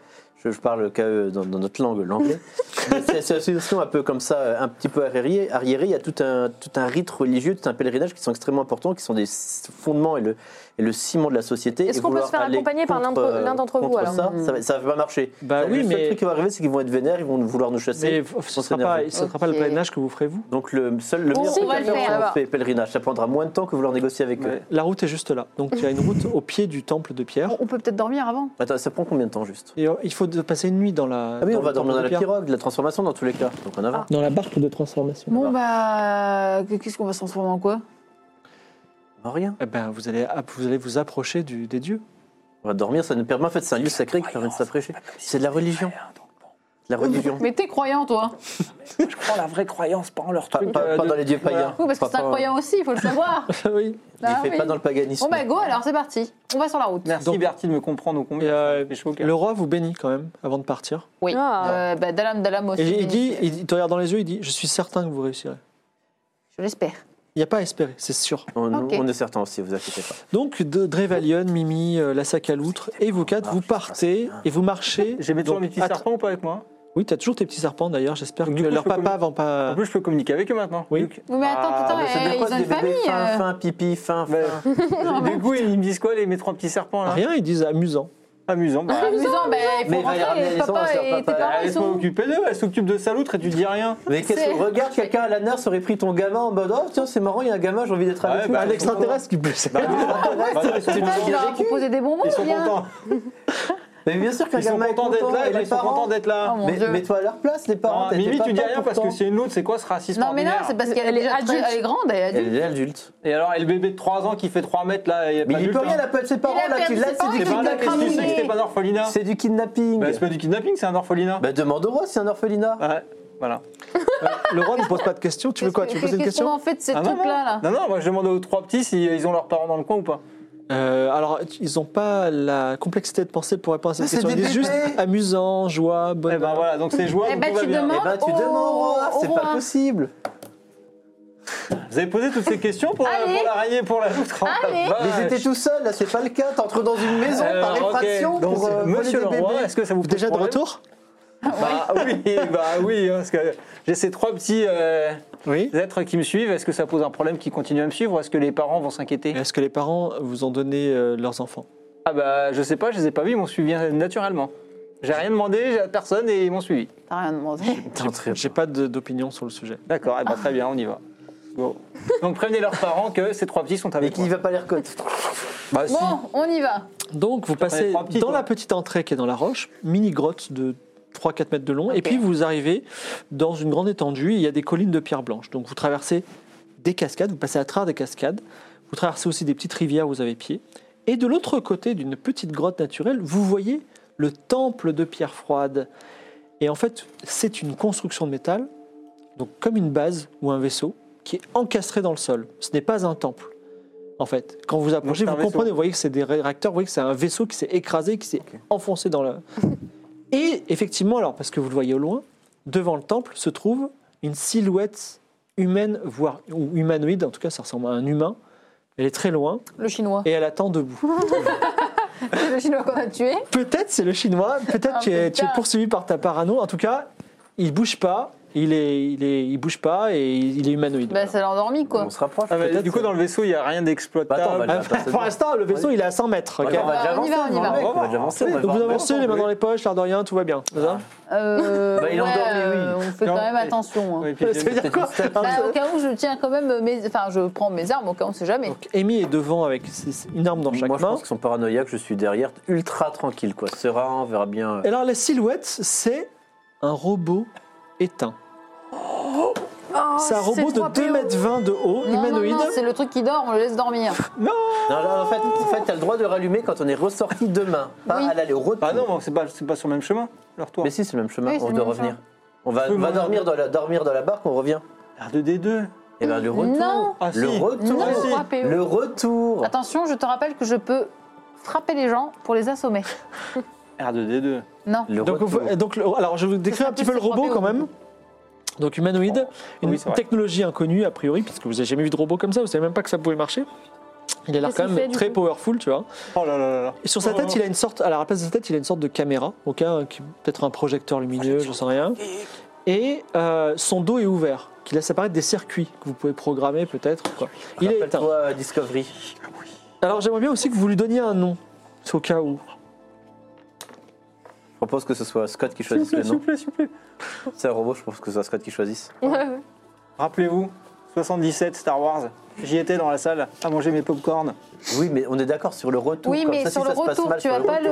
D: Je, je parle qu'à eux dans, dans notre langue, l'anglais. Mais c'est c'est une situation un peu comme ça, euh, un petit peu arriérée. arriérée. Il y a tout un, tout un rite religieux, tout un pèlerinage qui sont extrêmement importants, qui sont des s- fondements et le, et le ciment de la société.
E: Est-ce
D: Et
E: qu'on peut
D: vouloir
E: se faire
D: aller
E: accompagner par l'un
D: contre,
E: d'entre- l'un d'entre vous,
D: contre
E: alors Hmm.
D: ça, ça va- ça va pas marcher.
A: Bah
D: Ça,
A: oui,
D: le seul
A: mais-
D: truc qui va arriver, c'est qu'ils vont être vénères, ils vont vouloir nous chasser.
A: Mais f- ce ne sera,
D: s'énerve.
A: pas- ce sera pas
B: Ok.
A: le pèlerinage que vous ferez vous.
D: Donc le seul, le
E: On
D: meilleur
E: sait
D: truc
E: qu'on
D: à
E: va le
D: faire,
E: faire,
D: c'est
E: là-bas.
D: un fait- pèlerinage. Ça prendra moins de temps que vouloir négocier avec eux.
C: Ouais.
A: La route est juste là. Donc il y a une route au pied du temple de Pierre.
B: On- On peut peut-être dormir avant.
D: Attends, ça prend combien de temps juste
A: Et euh, il faut de- passer une nuit dans la.
D: Ah oui, on
A: le
D: va dormir
A: temple
D: dans
A: de
D: la
A: Pierre.
D: pirogue, de la transformation dans tous les cas. Donc en avant.
A: Dans la barque de transformation.
B: Bon, bah. que- Qu'est-ce qu'on va se transformer en quoi
D: Ah, Rien.
A: Eh ben, vous allez, app- vous allez vous approcher du- des dieux.
D: On va dormir, ça nous permet. En fait, c'est un lieu sacré qui permet de s'approcher. C'est de
C: Ah,
D: la religion. De La religion.
B: Mais t'es croyant, toi
C: Je prends la vraie croyance, pas en leur
D: Pas,
C: truc.
D: pas-
C: euh,
D: pas
C: de-
D: dans les dieux
C: Voilà.
D: païens.
B: Oui, parce que
D: Pas-
B: c'est
D: pas-
B: incroyable aussi, il faut le savoir.
A: oui.
D: Je les
B: Ah,
D: fais
B: oui.
D: pas dans le paganisme.
B: Bon, bah, go, alors c'est parti. On va sur la route.
C: Merci
A: Donc-
C: Bertie de me comprendre au
A: Et,
C: combien.
A: euh,
C: ça fait chaud au cœur.
A: Le roi vous bénit quand même avant de partir.
B: Oui.
E: Ah.
B: Euh, bah, Dalam, Dalam aussi.
A: Et il dit, il te regarde dans les yeux, il dit Je suis certain que vous réussirez.
B: Je l'espère.
A: Il n'y a pas à espérer, c'est sûr.
D: On,
B: Ok.
D: on est certain aussi, vous inquiétez pas.
A: Donc, de Drevalion, Mimi, euh, la sac à loutre et vous quatre, vous partez et vous marchez.
C: J'ai mis toujours
A: Donc,
C: mes petits
A: att-
C: serpents ou pas avec moi
A: Oui, t'as toujours tes petits serpents d'ailleurs. J'espère que
C: Donc, du coup,
A: leur
C: je peux
A: papa vont pas.
C: En plus, je peux communiquer avec eux maintenant.
A: Ah. Oui.
C: Donc,
B: Oui, mais attends,
C: Ah,
B: attends,
C: bah, ça
B: eh,
C: veut
D: C'est
B: ils ont une famille.
D: Fin,
B: euh.
D: fin, pipi, fin,
C: bah,
D: fin.
A: hein.
C: du coup, ils me disent quoi, les mes trois petits serpents là
A: Rien, ils disent amusant.
C: Amusant. Bah,
B: Amusant, ben, il faut
D: Mais il va y
B: rentrer.
D: ramener les
B: papa
D: enfants,
B: et
D: leur
B: tes
D: papa.
B: parents,
C: elle
B: ils
C: soit
B: sont...
C: occupée d'eux, elle s'occupe de sa loutre, et tu dis rien.
D: Mais qu'est-ce
B: C'est-
D: que regarde, quelqu'un à la nurse aurait pris ton gamin en mode Oh, tiens, c'est marrant, il y a un gamin, j'ai envie d'être
C: Ah
D: avec
C: ouais,
D: lui.
C: bah,
A: Un extraterrestre qui blesse.
C: Bah, bah, non, ils sont
B: Ah,
C: contents.
B: tu leur as proposé des bonbons,
C: Ils sont
B: bien.
C: contents.
D: Mais bien sûr qu'un
C: Ils sont
D: gamin est
C: contents d'être
D: content,
C: là,
D: et
C: et bah,
D: les
C: ils sont
D: parents.
C: contents d'être là.
B: Ah, mon
D: Mais-
B: Dieu.
D: Mets-toi à leur place, les parents.
C: Non,
D: t'étais
C: Mimi,
D: pas
C: tu dis rien
D: pour
C: parce que
D: toi.
C: c'est une autre, c'est quoi ce racisme
B: Non, mais non,
C: ordinaire
B: c'est parce qu'elle
E: Elle
B: est
E: est
B: déjà très-
E: adulte.
B: elle est grande, elle est adulte.
D: Elle est adulte.
C: Et alors, et le bébé de 3 ans qui fait 3 mètres là, il y a
D: Mais
C: pas
D: il
C: d'adulte,
D: peut rien,
C: hein.
D: la peur de ses parents,
B: Il a
D: là,
B: peur
D: tu
B: de
D: là,
B: ses
D: c'est
B: parents,
D: du
B: il
C: C'est
B: peut
C: pas,
B: rien
C: là, qu'est-ce que c'est que
B: cramer.
C: c'était
D: kidnapping.
C: pas un orphelinat
D: C'est Bah, du kidnapping.
C: Bah, c'est pas du kidnapping, c'est un orphelinat.
D: Bah, demande au roi, c'est un orphelinat.
C: Ouais, voilà.
A: Le roi ne pose pas de questions. Tu veux quoi Tu veux poser une
B: Qu'est-ce qu'on
A: question
B: en fait de ces
C: Ah, non, non.
B: trucs-là là
C: Non, non, moi je demande aux trois petits s'ils ont leurs parents dans le coin ou pas.
A: Euh, alors, ils n'ont pas la complexité de penser pour répondre à cette
D: Mais c'est
A: question.
D: des
A: Ils disent juste
D: bébés.
A: amusant, joie,
C: Eh
A: bonheur.
D: bah,
C: ben voilà, donc c'est jouable.
B: Eh ben,
C: tout va
B: tu
C: bien.
B: demandes-
D: Eh ben, tu
B: au-
D: demandes au roi,
B: au
D: c'est pas
B: roi.
D: possible.
C: Eh ben, Vous avez posé toutes ces questions pour, la-
B: Allez.
C: pour l'araignée, pour la loutre. Oh, la
B: Allez.
D: Mais
C: vache.
D: ils étaient tout seuls, là, c'est pas le cas. T'entres dans une maison
C: Alors,
D: par
C: Euh, ok,
D: effraction
C: donc,
D: pour euh, voler
C: Monsieur
D: des
C: le
D: bébés.
C: roi, est-ce que ça vous pose
A: Déjà de
C: problème
A: retour
B: Ah
C: Bah oui, bah oui, hein, parce que j'ai ces trois petits euh,
A: Oui.
C: êtres qui me suivent. Est-ce que ça pose un problème qu'ils continuent à me suivre ou est-ce que les parents vont s'inquiéter
A: Est-ce que les parents vous ont donné euh, leurs enfants
C: Ah bah je sais pas, je les ai pas vus, ils m'ont suivi euh, naturellement. J'ai rien demandé j'ai- à personne et ils m'ont suivi.
B: T'as rien demandé.
D: T'entrais
A: J'ai pas de- d'opinion sur le sujet.
C: D'accord, eh bah, très bien, on y va. Bon. Donc prévenez leurs parents que ces trois petits sont
D: Et
C: avec
D: qui
C: moi.
D: va pas les reconnaître.
C: Bah, si.
B: Bon, on y va.
A: Donc, vous passez
C: trois petits,
A: dans
C: quoi.
A: la petite entrée qui est dans la roche, mini grotte de 3-4 mètres de long, et
B: Ok.
A: puis vous arrivez dans une grande étendue. Il y a des collines de pierres blanches. Donc, vous traversez des cascades, vous passez à travers des cascades, vous traversez aussi des petites rivières où vous avez pied. Et de l'autre côté d'une petite grotte naturelle, vous voyez le temple de pierre froide. Et en fait, c'est une construction de métal, donc comme une base ou un vaisseau, qui est encastré dans le sol. Ce n'est pas un temple. En fait, quand vous approchez,
C: c'est un
A: vous
C: vaisseau.
A: comprenez, vous voyez que c'est des réacteurs, vous voyez que c'est un vaisseau qui s'est écrasé, qui s'est enfoncé dans le... Et effectivement, alors, parce que vous le voyez au loin, devant le temple se trouve une silhouette humaine, voire ou humanoïde, en tout cas ça ressemble à un humain. Elle est très loin
B: Le chinois.
A: et elle attend debout.
B: C'est le chinois qu'on a tué.
A: peut-être c'est le chinois, peut-être
B: Ah,
A: tu, es- tu es
B: putain.
A: poursuivi par ta parano. En tout cas, il bouge pas, il est, il est, il bouge pas et il est humanoïde.
B: Bah, ça l'a endormi quoi.
D: On se rapproche.
C: Ah, mais
D: peut-être.
C: du coup, dans le vaisseau, il n'y a rien d'exploitable.
D: Bah, attends, on va
A: Voilà.
D: Ah,
A: Pour l'instant, le vaisseau il est à 100 mètres. ok
D: Ok, on va
B: Ah,
D: déjà
B: on y va,
D: avancer,
B: on y va.
D: mec,
C: On
D: on
C: va
D: va déjà avancer, on va
A: Donc
D: voir
A: vous
D: un
A: avancez,
D: peu,
A: les mains
D: oui.
A: dans les poches, l'air de rien, tout va bien.
D: Ah,
A: c'est ça
B: Euh,
D: Bah, il est
B: ouais,
D: endormi, oui.
B: euh, On fait
C: Non,
B: quand même
C: mais-
B: attention. hein.
C: Ouais, et puis,
A: Ça
C: j'ai-
A: veut dire quoi
B: Bah, au cas où, je tiens quand même mes. Enfin, je prends mes armes, au cas où on sait jamais.
C: Oh.
A: Donc Amy est devant avec ses- une arme dans chaque
D: Moi, je
A: main.
D: pense qu'ils sont paranoïaques, je suis derrière, ultra tranquille, quoi. Serein, on verra bien.
A: Et alors la silhouette, c'est un robot éteint.
B: Oh,
A: c'est un robot de 2m20 de haut,
B: Non, non,
A: humanoïde.
B: non, c'est le truc qui dort, on le laisse dormir.
D: Non, là, en fait, en fait, t'as le droit de rallumer quand on est ressorti demain, pas
B: Oui.
D: à l'aller au retour.
C: Bah non, c'est pas, c'est pas sur le même chemin, leur toit.
D: Mais si, c'est le même chemin,
B: Oui, c'est
D: on
B: le
D: doit
B: même
D: revenir.
B: chemin.
D: On va,
C: Oui,
D: on va
C: mais-
D: dormir, dans la, dormir dans la barque, on revient.
C: R2D2.
D: Et ben le retour.
B: Non.
C: Ah, si.
D: Le retour.
B: Non,
C: Ah, si.
B: trois PO.
D: Le retour.
B: Attention, je te rappelle que je peux frapper les gens pour les assommer.
C: R2D2.
B: Non.
D: Le
A: Donc,
D: retour.
A: vous- donc, le- alors, je vais vous décrire
B: sera
A: un petit
B: plus
A: peu le robot
B: frappé au
A: quand même. Donc, humanoïde,
C: Oh,
A: une
C: oui, c'est vrai.
A: technologie inconnue a priori, puisque vous n'avez jamais vu de robot comme ça, vous savez même pas que ça pouvait marcher. Il a l'air
E: Qu'est-ce
A: quand
E: qu'il
A: même
E: fait, du
A: très
E: coup
A: powerful, tu vois.
C: Oh là là là là.
A: Et sur sa tête, il a une sorte, alors, à la place de sa tête, il a une sorte de caméra, ok, un- qui- peut-être un projecteur lumineux, je sais rien. Et euh, son dos est ouvert, qui laisse apparaître des circuits que vous pouvez programmer peut-être. quoi. Il est éteint.
D: Rappelle-toi, euh, Discovery.
C: Ah
A: Alors j'aimerais bien aussi que vous lui donniez un nom, au cas où.
D: Je propose que ce soit Scott qui choisisse le nom.
C: plaît, s'il vous plaît.
D: C'est un robot, je pense que ce soit Scott qui choisisse.
E: Ouais, ouais.
C: Rappelez-vous, 77 Star Wars. J'y étais dans la salle à manger mes popcorn.
D: Oui, mais on est d'accord sur le retour.
B: Oui,
D: comme
B: mais
D: ça, si
B: sur le
D: ça se passe
B: retour,
D: mal
B: tu
D: sur
B: vas pas
D: retour.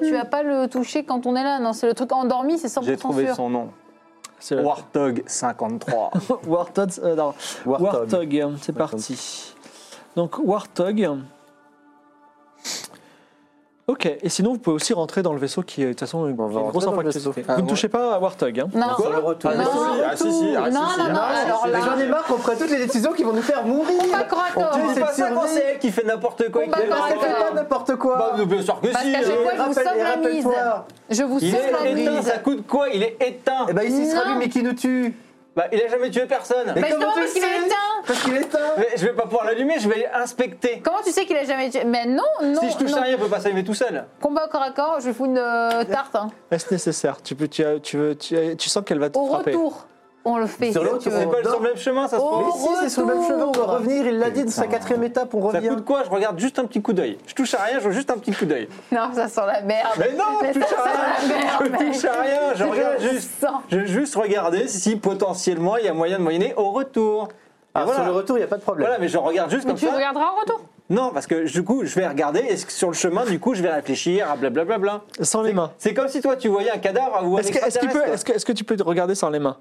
B: le, tu vas pas le toucher quand on est là. Non, c'est le truc endormi, c'est 100%
C: J'ai trouvé
B: sûr.
C: son nom.
A: C'est
C: Warthog 53.
A: Warthog. euh, non,
D: Warthog.
A: Warthog, c'est parti. Donc Warthog. Ok, et sinon vous pouvez aussi rentrer dans le vaisseau qui est de toute façon une,
D: Bon, on va
A: une grosse
D: rentrer dans le
A: infraction.
D: vaisseau. Ah,
A: Vous ne touchez pas à Warthog. hein.
B: Non.
D: Sur le retour.
C: Ah,
B: non,
C: si, ah, si, si, ah, si,
B: non,
C: si.
B: non, non,
C: Ah, si,
B: alors
C: si,
B: là,
C: si.
D: J'en ai marre qu'on prenne toutes les décisions qui vont nous faire mourir.
B: on va croire à tort.
D: On
C: C'est pas ça quand c'est elle qui fait n'importe quoi.
B: On
C: et
B: va
C: qui-
B: pas
D: Parce qu'elle fait
B: d'accord.
D: pas n'importe
C: Bah,
D: quoi.
C: bien sûr que
B: Parce
C: si.
B: qu'à chaque
C: euh,
B: fois, je vous
D: Rappelle-
B: sauve la mise.
D: Rappelle-toi.
B: Je vous
C: Il
B: sauve la
C: est éteint,
B: mise.
C: ça coûte quoi Il est éteint.
D: Eh ben ici, ce sera
B: Non.
D: lui, mais qui nous tue
C: Bah, il a jamais tué personne.
B: Mais
D: comment
B: non,
D: tu
B: parce
D: le
B: qu'il est
D: sais
B: éteint.
D: Parce qu'il est éteint
C: Mais je vais pas pouvoir l'allumer, je vais inspecter.
B: hein. Comment tu sais qu'il a jamais tué Mais non, non,
C: si je touche
B: non.
C: à rien, il peut pas s'allumer tout seul.
B: Combat au corps à corps, je lui fous une euh, tarte. hein.
A: Est-ce nécessaire tu, peux, tu, as- tu veux, tu, as- tu sens qu'elle va te
B: Au
A: frapper.
B: retour. On le fait.
D: Sur
B: si
D: l'autre,
B: tu veux.
D: on
C: C'est pas sur le même chemin, ça se
B: Oh,
C: trouve.
D: Mais si, c'est sur le même chemin, on doit
B: retour.
D: revenir, il l'a dit, de sa
F: Putain.
D: quatrième étape, on
C: Ça
D: revient.
C: coûte quoi Je regarde juste un petit coup d'œil. Je touche à rien, je veux juste un petit coup d'œil.
B: Non, ça sent la merde.
C: Mais non, je touche à
B: c'est la
C: rien.
B: merde,
C: Je touche à rien. Je
B: mais-
C: regarde
B: Je le
C: juste.
B: sens.
C: Je veux juste regarder si potentiellement il y a moyen de moyenner au retour. Et
D: Ah,
C: voilà.
D: Sur le retour, il n'y a pas de problème.
C: Voilà, mais je regarde juste
E: Mais
C: comme
E: tu
C: ça.
E: regarderas en retour.
C: Non, parce que du coup, je vais regarder et sur le chemin, du coup, je vais réfléchir à blablabla.
A: Sans les mains.
C: C'est comme si toi, tu voyais un cadavre ou un
A: Est-ce que, est-ce qu'il peut-
C: extraterrestre.
A: est-ce que- est-ce que tu peux te regarder sans les mains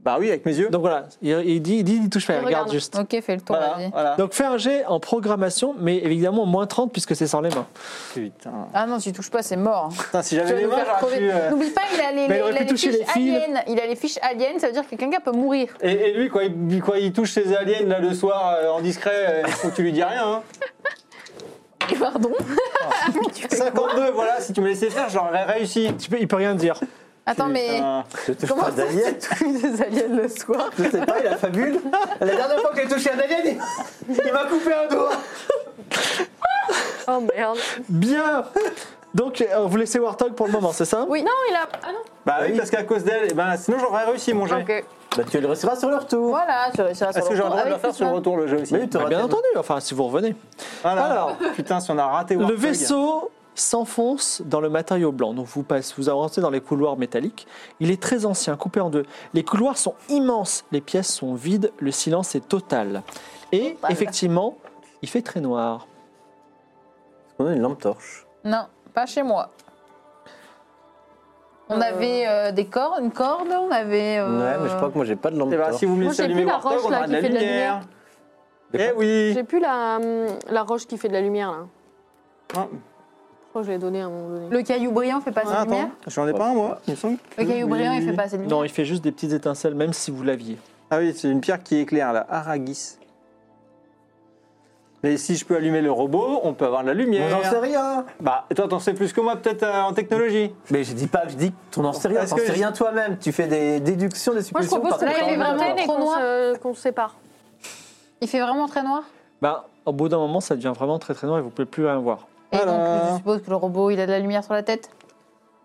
C: Bah oui, avec mes yeux.
A: Donc voilà, il, il dit, il dit, il touche pas,
E: Il
A: il regarde
E: regarde.
A: juste.
B: Ok, fais le tour,
C: voilà,
B: vas-y.
C: voilà.
A: Donc fais un jet en programmation, mais évidemment moins 30 puisque c'est sans les mains.
C: Putain.
B: Ah non, tu touches pas, c'est mort.
C: Putain,
B: Tu
C: si j'avais
B: vas
C: les
B: nous
C: mains,
B: faire
C: j'aurais pu.
B: crever.
C: euh,
B: N'oublie pas, il a
A: Mais
B: les,
A: il
B: les-
A: aurait
B: il a
A: pu
B: les
A: toucher
B: fiches
A: les fils.
B: aliens. Il a les fiches aliens, ça veut dire que quelqu'un peut mourir.
C: Et, et lui, quand il, quand il touche ses aliens là le soir euh, en discret, euh, il faut que tu lui dis rien. Hein.
B: Pardon
C: 52, voilà, si tu me laissais faire, j'aurais réussi.
A: Tu peux, il peut rien dire.
B: Attends, mais
C: Putain.
D: Je te
B: comment
D: parle
B: ça
D: d'alien,
B: tu touches des aliens le soir
D: je sais pas, il a fabule. La dernière fois qu'elle touchait un alien, il, il m'a coupé un doigt.
E: Oh merde.
A: Bien Donc euh, vous laissez Warthog pour le moment, c'est ça
E: Oui. Non, il a. Ah non.
C: Bah oui, parce qu'à cause d'elle, eh ben, sinon j'aurais réussi mon jet.
E: Ok. Ah
D: Bah, tu le resteras sur le retour.
B: Voilà, tu réussiras sur
C: Est-ce que j'aurais le droit de
B: retour.
C: le faire sur le retour le jeu aussi
D: Mais tu
A: Bah,
D: auras
A: Bien
D: tellement-
A: entendu, enfin si vous revenez.
C: Voilà.
A: Alors.
C: putain, si on a raté
A: Le
C: Warthog.
A: vaisseau s'enfonce dans le matériau blanc. Donc vous passez, vous avancez dans les couloirs métalliques. Il est très ancien, coupé en deux. Les couloirs sont immenses, les pièces sont vides, le silence est total. Et
B: Total.
A: effectivement, il fait très noir.
D: On a une lampe torche.
B: Non, pas chez moi. On
E: Euh.
B: avait euh, des cordes, une corde, on avait. euh,
D: Ouais, mais je crois que moi j'ai pas de lampe
C: Eh ben,
D: torche.
C: si vous me
E: Moi,
C: laissez
E: j'ai
C: allumer
E: plus la
C: Warthog,
E: roche,
C: on
E: là,
C: aura de
E: qui
C: la
E: fait de la
C: lumière.
D: De
C: Eh
D: quoi
C: oui
E: J'ai plus la, hum, la roche qui fait de la lumière là.
C: Ah,
E: Je crois que je l'ai donnée à un moment donné.
B: Le caillou brillant fait pas assez de
C: Attends,
B: lumière
C: j'en ai pas un moi, il me semble.
B: Le caillou brillant, il fait pas assez de
A: Non,
B: lumière
A: il fait juste des petites étincelles, même si vous l'aviez.
C: Ah oui, c'est une pierre qui éclaire là, Aragis. Mais si je peux allumer le robot, on peut avoir de la
D: Moi, J'en sais
C: lumière.
D: rien.
C: Bah, toi, t'en sais plus que moi, peut-être euh, en technologie.
D: Mais je dis pas, je dis que tu n'en sais rien.
C: Est-ce
D: T'en
C: que
D: sais
C: je-
D: rien toi-même. Tu fais des déductions, des
E: Moi, je
D: suppositions. par
E: propose qu'on
B: là,
D: contre,
B: il est
E: prenne
D: on a
E: les
B: vraiment
D: pas.
E: 21 et
B: trop
E: qu'on
B: noir.
E: se, qu'on se sépare.
B: Il fait vraiment très noir
A: Bah, au bout d'un moment, ça devient vraiment très très noir et vous pouvez plus rien voir.
B: Et donc,
C: Voilà.
B: je suppose que le robot, il a de la lumière sur la tête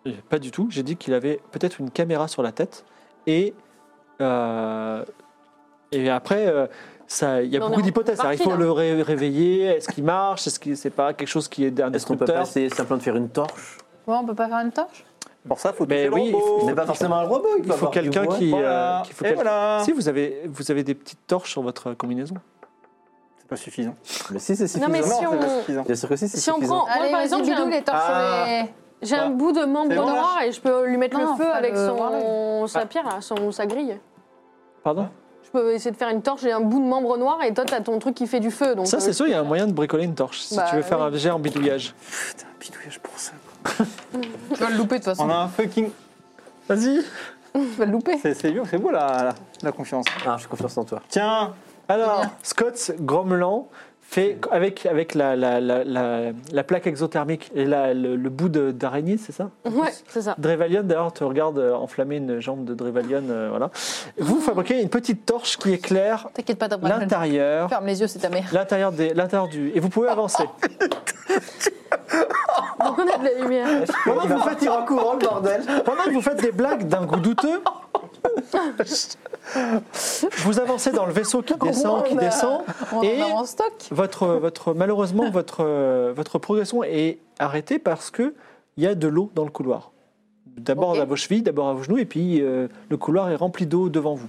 A: Et Pas du tout. J'ai dit qu'il avait peut-être une caméra sur la tête. Et, euh, et après, euh, ça- il y a
E: On est
A: beaucoup
E: en
A: d'hypothèses.
E: partie,
A: Alors, Il faut
E: là.
A: le ré- réveiller. Est-ce qu'il marche Est-ce que c'est pas quelque chose qui est un
D: Est-ce qu'on peut pas
A: destructeur
D: essayer simplement de faire une torche
B: Ouais, on peut pas faire une torche
C: Pour ça, faut
A: Mais
C: toucher
A: oui,
C: le robot.
D: C'est pas forcément un robot.
A: Il faut quelqu'un qui.
C: Voilà.
A: euh, qu'il faut
C: Et
A: quel-
C: voilà.
A: Si, vous avez, vous avez des petites torches sur votre combinaison.
C: C'est pas suffisant.
D: Mais si, c'est suffisant.
E: Non, mais
C: Non,
E: si
C: c'est pas
E: on-
C: suffisant.
D: Bien sûr que si, c'est
E: Si on
D: suffisant.
E: prend. Moi,
B: Allez,
E: par
B: vas-y,
E: exemple, j'ai
B: bidou,
E: un,
B: les torches
C: Ah.
B: les-
E: j'ai un
C: Ouais.
E: bout de membre
C: C'est bon,
E: noir et je peux lui mettre
B: Non,
E: le feu
B: pas
E: avec
B: le
E: son, sa
A: Ah.
E: pierre, là, Bah. son, sa grille.
A: Pardon
E: Je peux essayer de faire une torche, j'ai un bout de membre noir et toi, t'as ton truc qui fait du feu.
D: Ah.
E: Donc,
A: Ça,
E: euh,
A: c'est sûr, il y a un moyen de bricoler une torche. Si
E: Bah,
A: tu veux faire
E: oui.
A: un jet en bidouillage.
C: Putain, bidouillage pour ça.
B: Tu vas le louper de toute
C: On
B: façon.
C: a un fucking.
A: Vas-y
B: Tu vas le louper.
C: C'est c'est beau, c'est beau la, la, la confiance.
D: Ah, j'ai confiance en toi.
C: Tiens,
A: Alors, Scott, grommelant, fait avec, avec la, la, la, la, la plaque exothermique et la- le, le bout de- d'araignée, c'est ça
E: Ouais, c'est ça.
A: Drevalion, d'ailleurs, te regarde euh, enflammer une jambe de Drevalion. euh, voilà. Vous fabriquez une petite torche qui éclaire
B: T'inquiète pas, t'as pas de
A: l'intérieur.
B: Ferme les yeux, c'est ta mère.
A: L'intérieur des- l'intérieur du. Et vous pouvez avancer.
E: Donc, on a de la lumière.
A: Pendant que, vous faites,
D: partir en courant, le bordel.
A: pendant que vous faites des blagues d'un goût douteux, vous avancez dans le vaisseau qui descend, qui
B: On a-
A: descend.
B: On
A: Et-
B: en a en stock.
A: Votre, votre, malheureusement, votre, euh, votre progression est arrêtée parce qu'il y a de l'eau dans le couloir. D'abord
B: Ok.
A: à vos chevilles, d'abord à vos genoux, et puis euh, le couloir est rempli d'eau devant vous.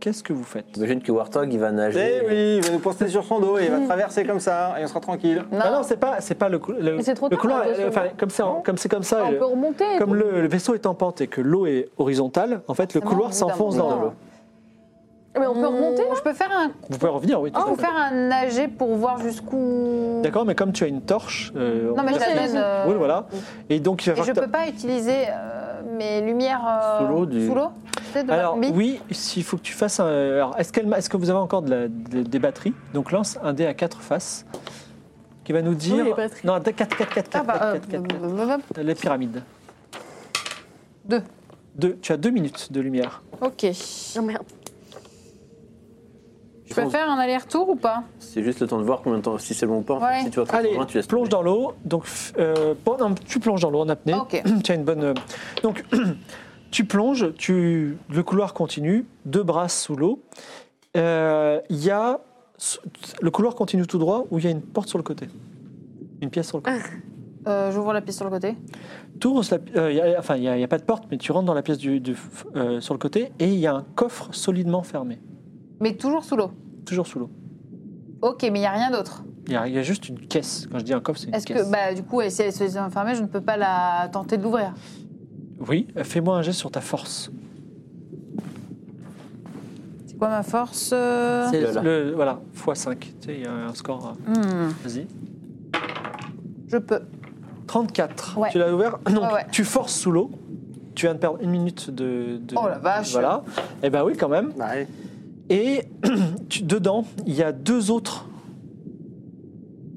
A: Qu'est-ce que vous faites
D: J'imagine que Warthog, il va nager.
C: eh oui, il va nous poster sur son dos et
E: Mm.
C: il va traverser comme ça et on sera tranquille.
B: Non,
A: Ah non, c'est pas, c'est pas le, cou- le,
E: Mais c'est trop
A: le
E: tard,
A: couloir.
E: la
B: hein,
A: est-
E: deuxième.
A: enfin, comme c'est en- comme c'est comme ça,
E: on
A: le-
E: peut remonter.
A: comme le, le vaisseau est en pente et que l'eau est horizontale, en fait, le
B: Forcément, au
A: couloir
B: bout
A: s'enfonce
B: d'un
A: dans
B: moment.
A: l'eau.
E: Mais on peut remonter.
B: Je peux faire un,
A: Vous pouvez revenir, oui. tout
B: je
A: à
B: peux
A: fait.
B: faire un nager pour voir jusqu'où.
A: D'accord, mais comme tu as une torche, euh, on
B: Non, mais
A: va
B: je la
A: dire-
B: donne. euh,
A: Oui, voilà. Et donc, il va
B: Et
A: falloir
B: je
A: que t'a-
B: peux pas utiliser euh, mes lumières euh,
D: Sous l'eau du-
B: sous l'eau tu sais, de ma
A: Alors
B: combi
A: oui, s'il faut que tu fasses un. Alors est-ce qu'elle, est-ce que vous avez encore de la- de- des batteries Donc lance un dé à quatre faces qui va nous dire.
E: les batteries.
A: non, 4, 4, 4, 4,
B: Ah
A: 4,
B: bah, euh,
A: les pyramides.
B: Deux.
A: Deux. Tu as deux minutes de lumière.
B: Ok.
E: Oh merde.
B: Je peux faire un aller-retour ou pas
D: C'est juste le temps de voir combien de temps, si c'est long ou pas.
B: Ouais.
D: Si tu vas trop
A: Allez,
D: loin, tu laisses
A: plonge dans
D: tomber.
A: l'eau. Donc, f- euh, bon, non, tu plonges dans l'eau en apnée.
B: Ok.
A: Tu as une bonne. euh, donc, Tu plonges, tu, le couloir continue, deux bras sous l'eau. Euh, Il y a le couloir continue tout droit où il y a une porte sur le côté, une pièce sur le côté.
B: Euh, J'ouvre la pièce sur le côté.
A: T'ouvres la pi- euh, y a- enfin, il n'y a, y a pas de porte, mais tu rentres dans la pièce du, du- euh, sur le côté et il y a un coffre solidement fermé,
B: Mais toujours sous l'eau.
A: toujours sous l'eau.
B: Ok, mais il n'y a rien d'autre.
A: Il y, a- il y a juste une caisse. Quand je dis un coffre, c'est une
B: Est-ce
A: caisse.
B: que, bah, du coup, si elle se est enfermée, je ne peux pas la tenter de l'ouvrir.
A: Oui, euh, fais-moi un geste sur ta force.
B: C'est quoi ma force euh
D: C'est là.
A: Le- voilà, x5. Tu sais, il y a un score. euh,
B: Hmm,
A: Vas-y.
B: Je peux.
A: 34.
B: Ouais.
A: Tu l'as ouvert Non,
B: Ouais, ouais.
A: tu forces sous l'eau. Tu viens de perdre une minute de. de-
B: Oh la vache.
A: Voilà. Eh ben oui, quand même.
C: Bah, ouais.
A: Et tu- dedans, il y a deux autres.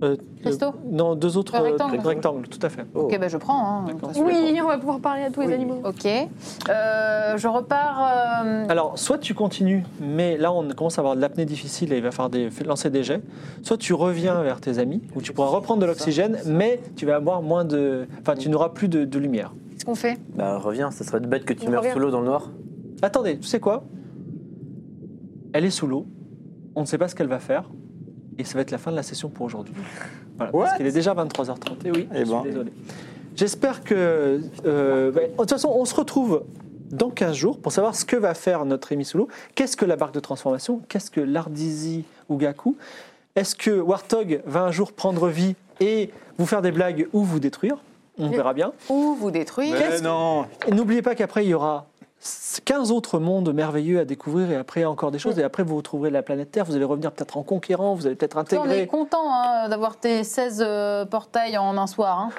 A: euh,
B: Cristaux
A: euh, Non, deux autres
B: Euh,
A: euh,
B: rectangles.
A: rectangles, tout à fait.
B: Ok, bah, je prends. hein, de toute
A: D'accord.
B: façon.
E: Oui, on va pouvoir parler à tous les animaux.
B: Ok. Euh, je repars. euh,
A: Alors, soit tu continues, mais là, on commence à avoir de l'apnée difficile et il va falloir des- lancer des jets. Soit tu reviens vers tes amis, où tu pourras reprendre de l'oxygène, mais tu vas avoir moins de. Enfin, tu n'auras plus de, de lumière.
B: Qu'est-ce qu'on fait
D: Bah reviens, ça serait bête que tu
E: On
D: meurs
E: revient.
D: sous l'eau dans le noir.
A: Attendez, tu sais quoi Elle est sous l'eau, on ne sait pas ce qu'elle va faire, et ça va être la fin de la session pour aujourd'hui. Voilà, parce
C: What
A: qu'il est déjà 23h30. Et oui,
C: Eh
A: je suis
C: ben.
A: désolé. J'espère que. euh, bah, de toute façon, on se retrouve dans 15 jours pour savoir ce que va faire notre Amy sous l'eau. Qu'est-ce que la barque de transformation Qu'est-ce que l'Ardizi Ugaku Est-ce que Warthog va un jour prendre vie et vous faire des blagues ou vous détruire On verra bien.
B: Ou vous
A: Bah,
B: détruire
C: Mais non
A: Et N'oubliez pas qu'après, il y aura 15 autres mondes merveilleux à découvrir et après, il y a encore des choses. Et après, vous retrouverez la planète Terre. Vous allez revenir peut-être en conquérant, vous allez peut-être
B: On est
A: intégrer.
B: content hein, d'avoir tes 16 euh, portails en un soir. hein.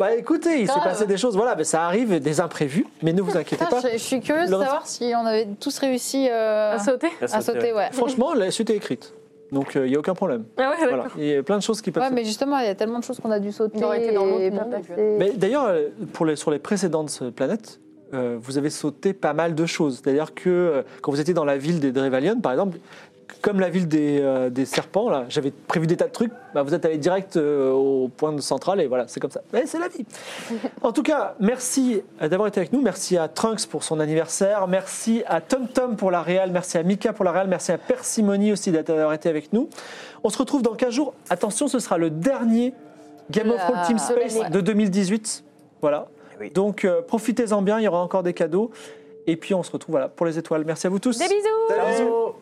A: Bah écoutez, il s'est
B: Grave. Ah,
A: passé des choses. Voilà, mais ça arrive, des imprévus. Mais ne vous inquiétez
B: Putain,
A: pas.
B: je, je suis curieuse de
A: Le-
B: savoir si on avait tous réussi euh,
E: À sauter
B: à sauter. Ouais.
A: Franchement, la suite est écrite. Donc, euh, il n'y a aucun problème.
E: Ah ouais,
A: Voilà.
E: d'accord.
A: Il y a plein de choses qui peuvent
B: Ouais,
A: se
B: mais justement, il y a tellement de choses qu'on a dû sauter.
E: Il aurait été dans l'autre
B: et
E: monde,
B: pas
E: donc,
B: passer.
A: Mais d'ailleurs, euh, pour les, sur les précédentes euh, planètes, euh, vous avez sauté pas mal de choses. C'est-à-dire que euh, quand vous étiez dans la ville des Drevalion, par exemple, comme la ville des, euh, des serpents, là, j'avais prévu des tas de trucs, bah, vous êtes allé direct euh, au point de central et voilà, c'est comme ça. Mais c'est la vie. En tout cas, merci euh, d'avoir été avec nous. Merci à Trunks pour son anniversaire. Merci à Tom Tom pour la réal. Merci à Mika pour la réal. Merci à Persimony aussi d'avoir été avec nous. On se retrouve dans 15 jours. Attention, ce sera le dernier Game of
B: Oula.
A: Thrones Team
B: De
A: Space
B: l'année.
A: de 2018. Voilà.
D: Oui.
A: Donc euh, profitez-en bien, il y aura encore des cadeaux. Et puis on se retrouve voilà, pour les étoiles. Merci à vous tous.
E: Des bisous
A: Bisous.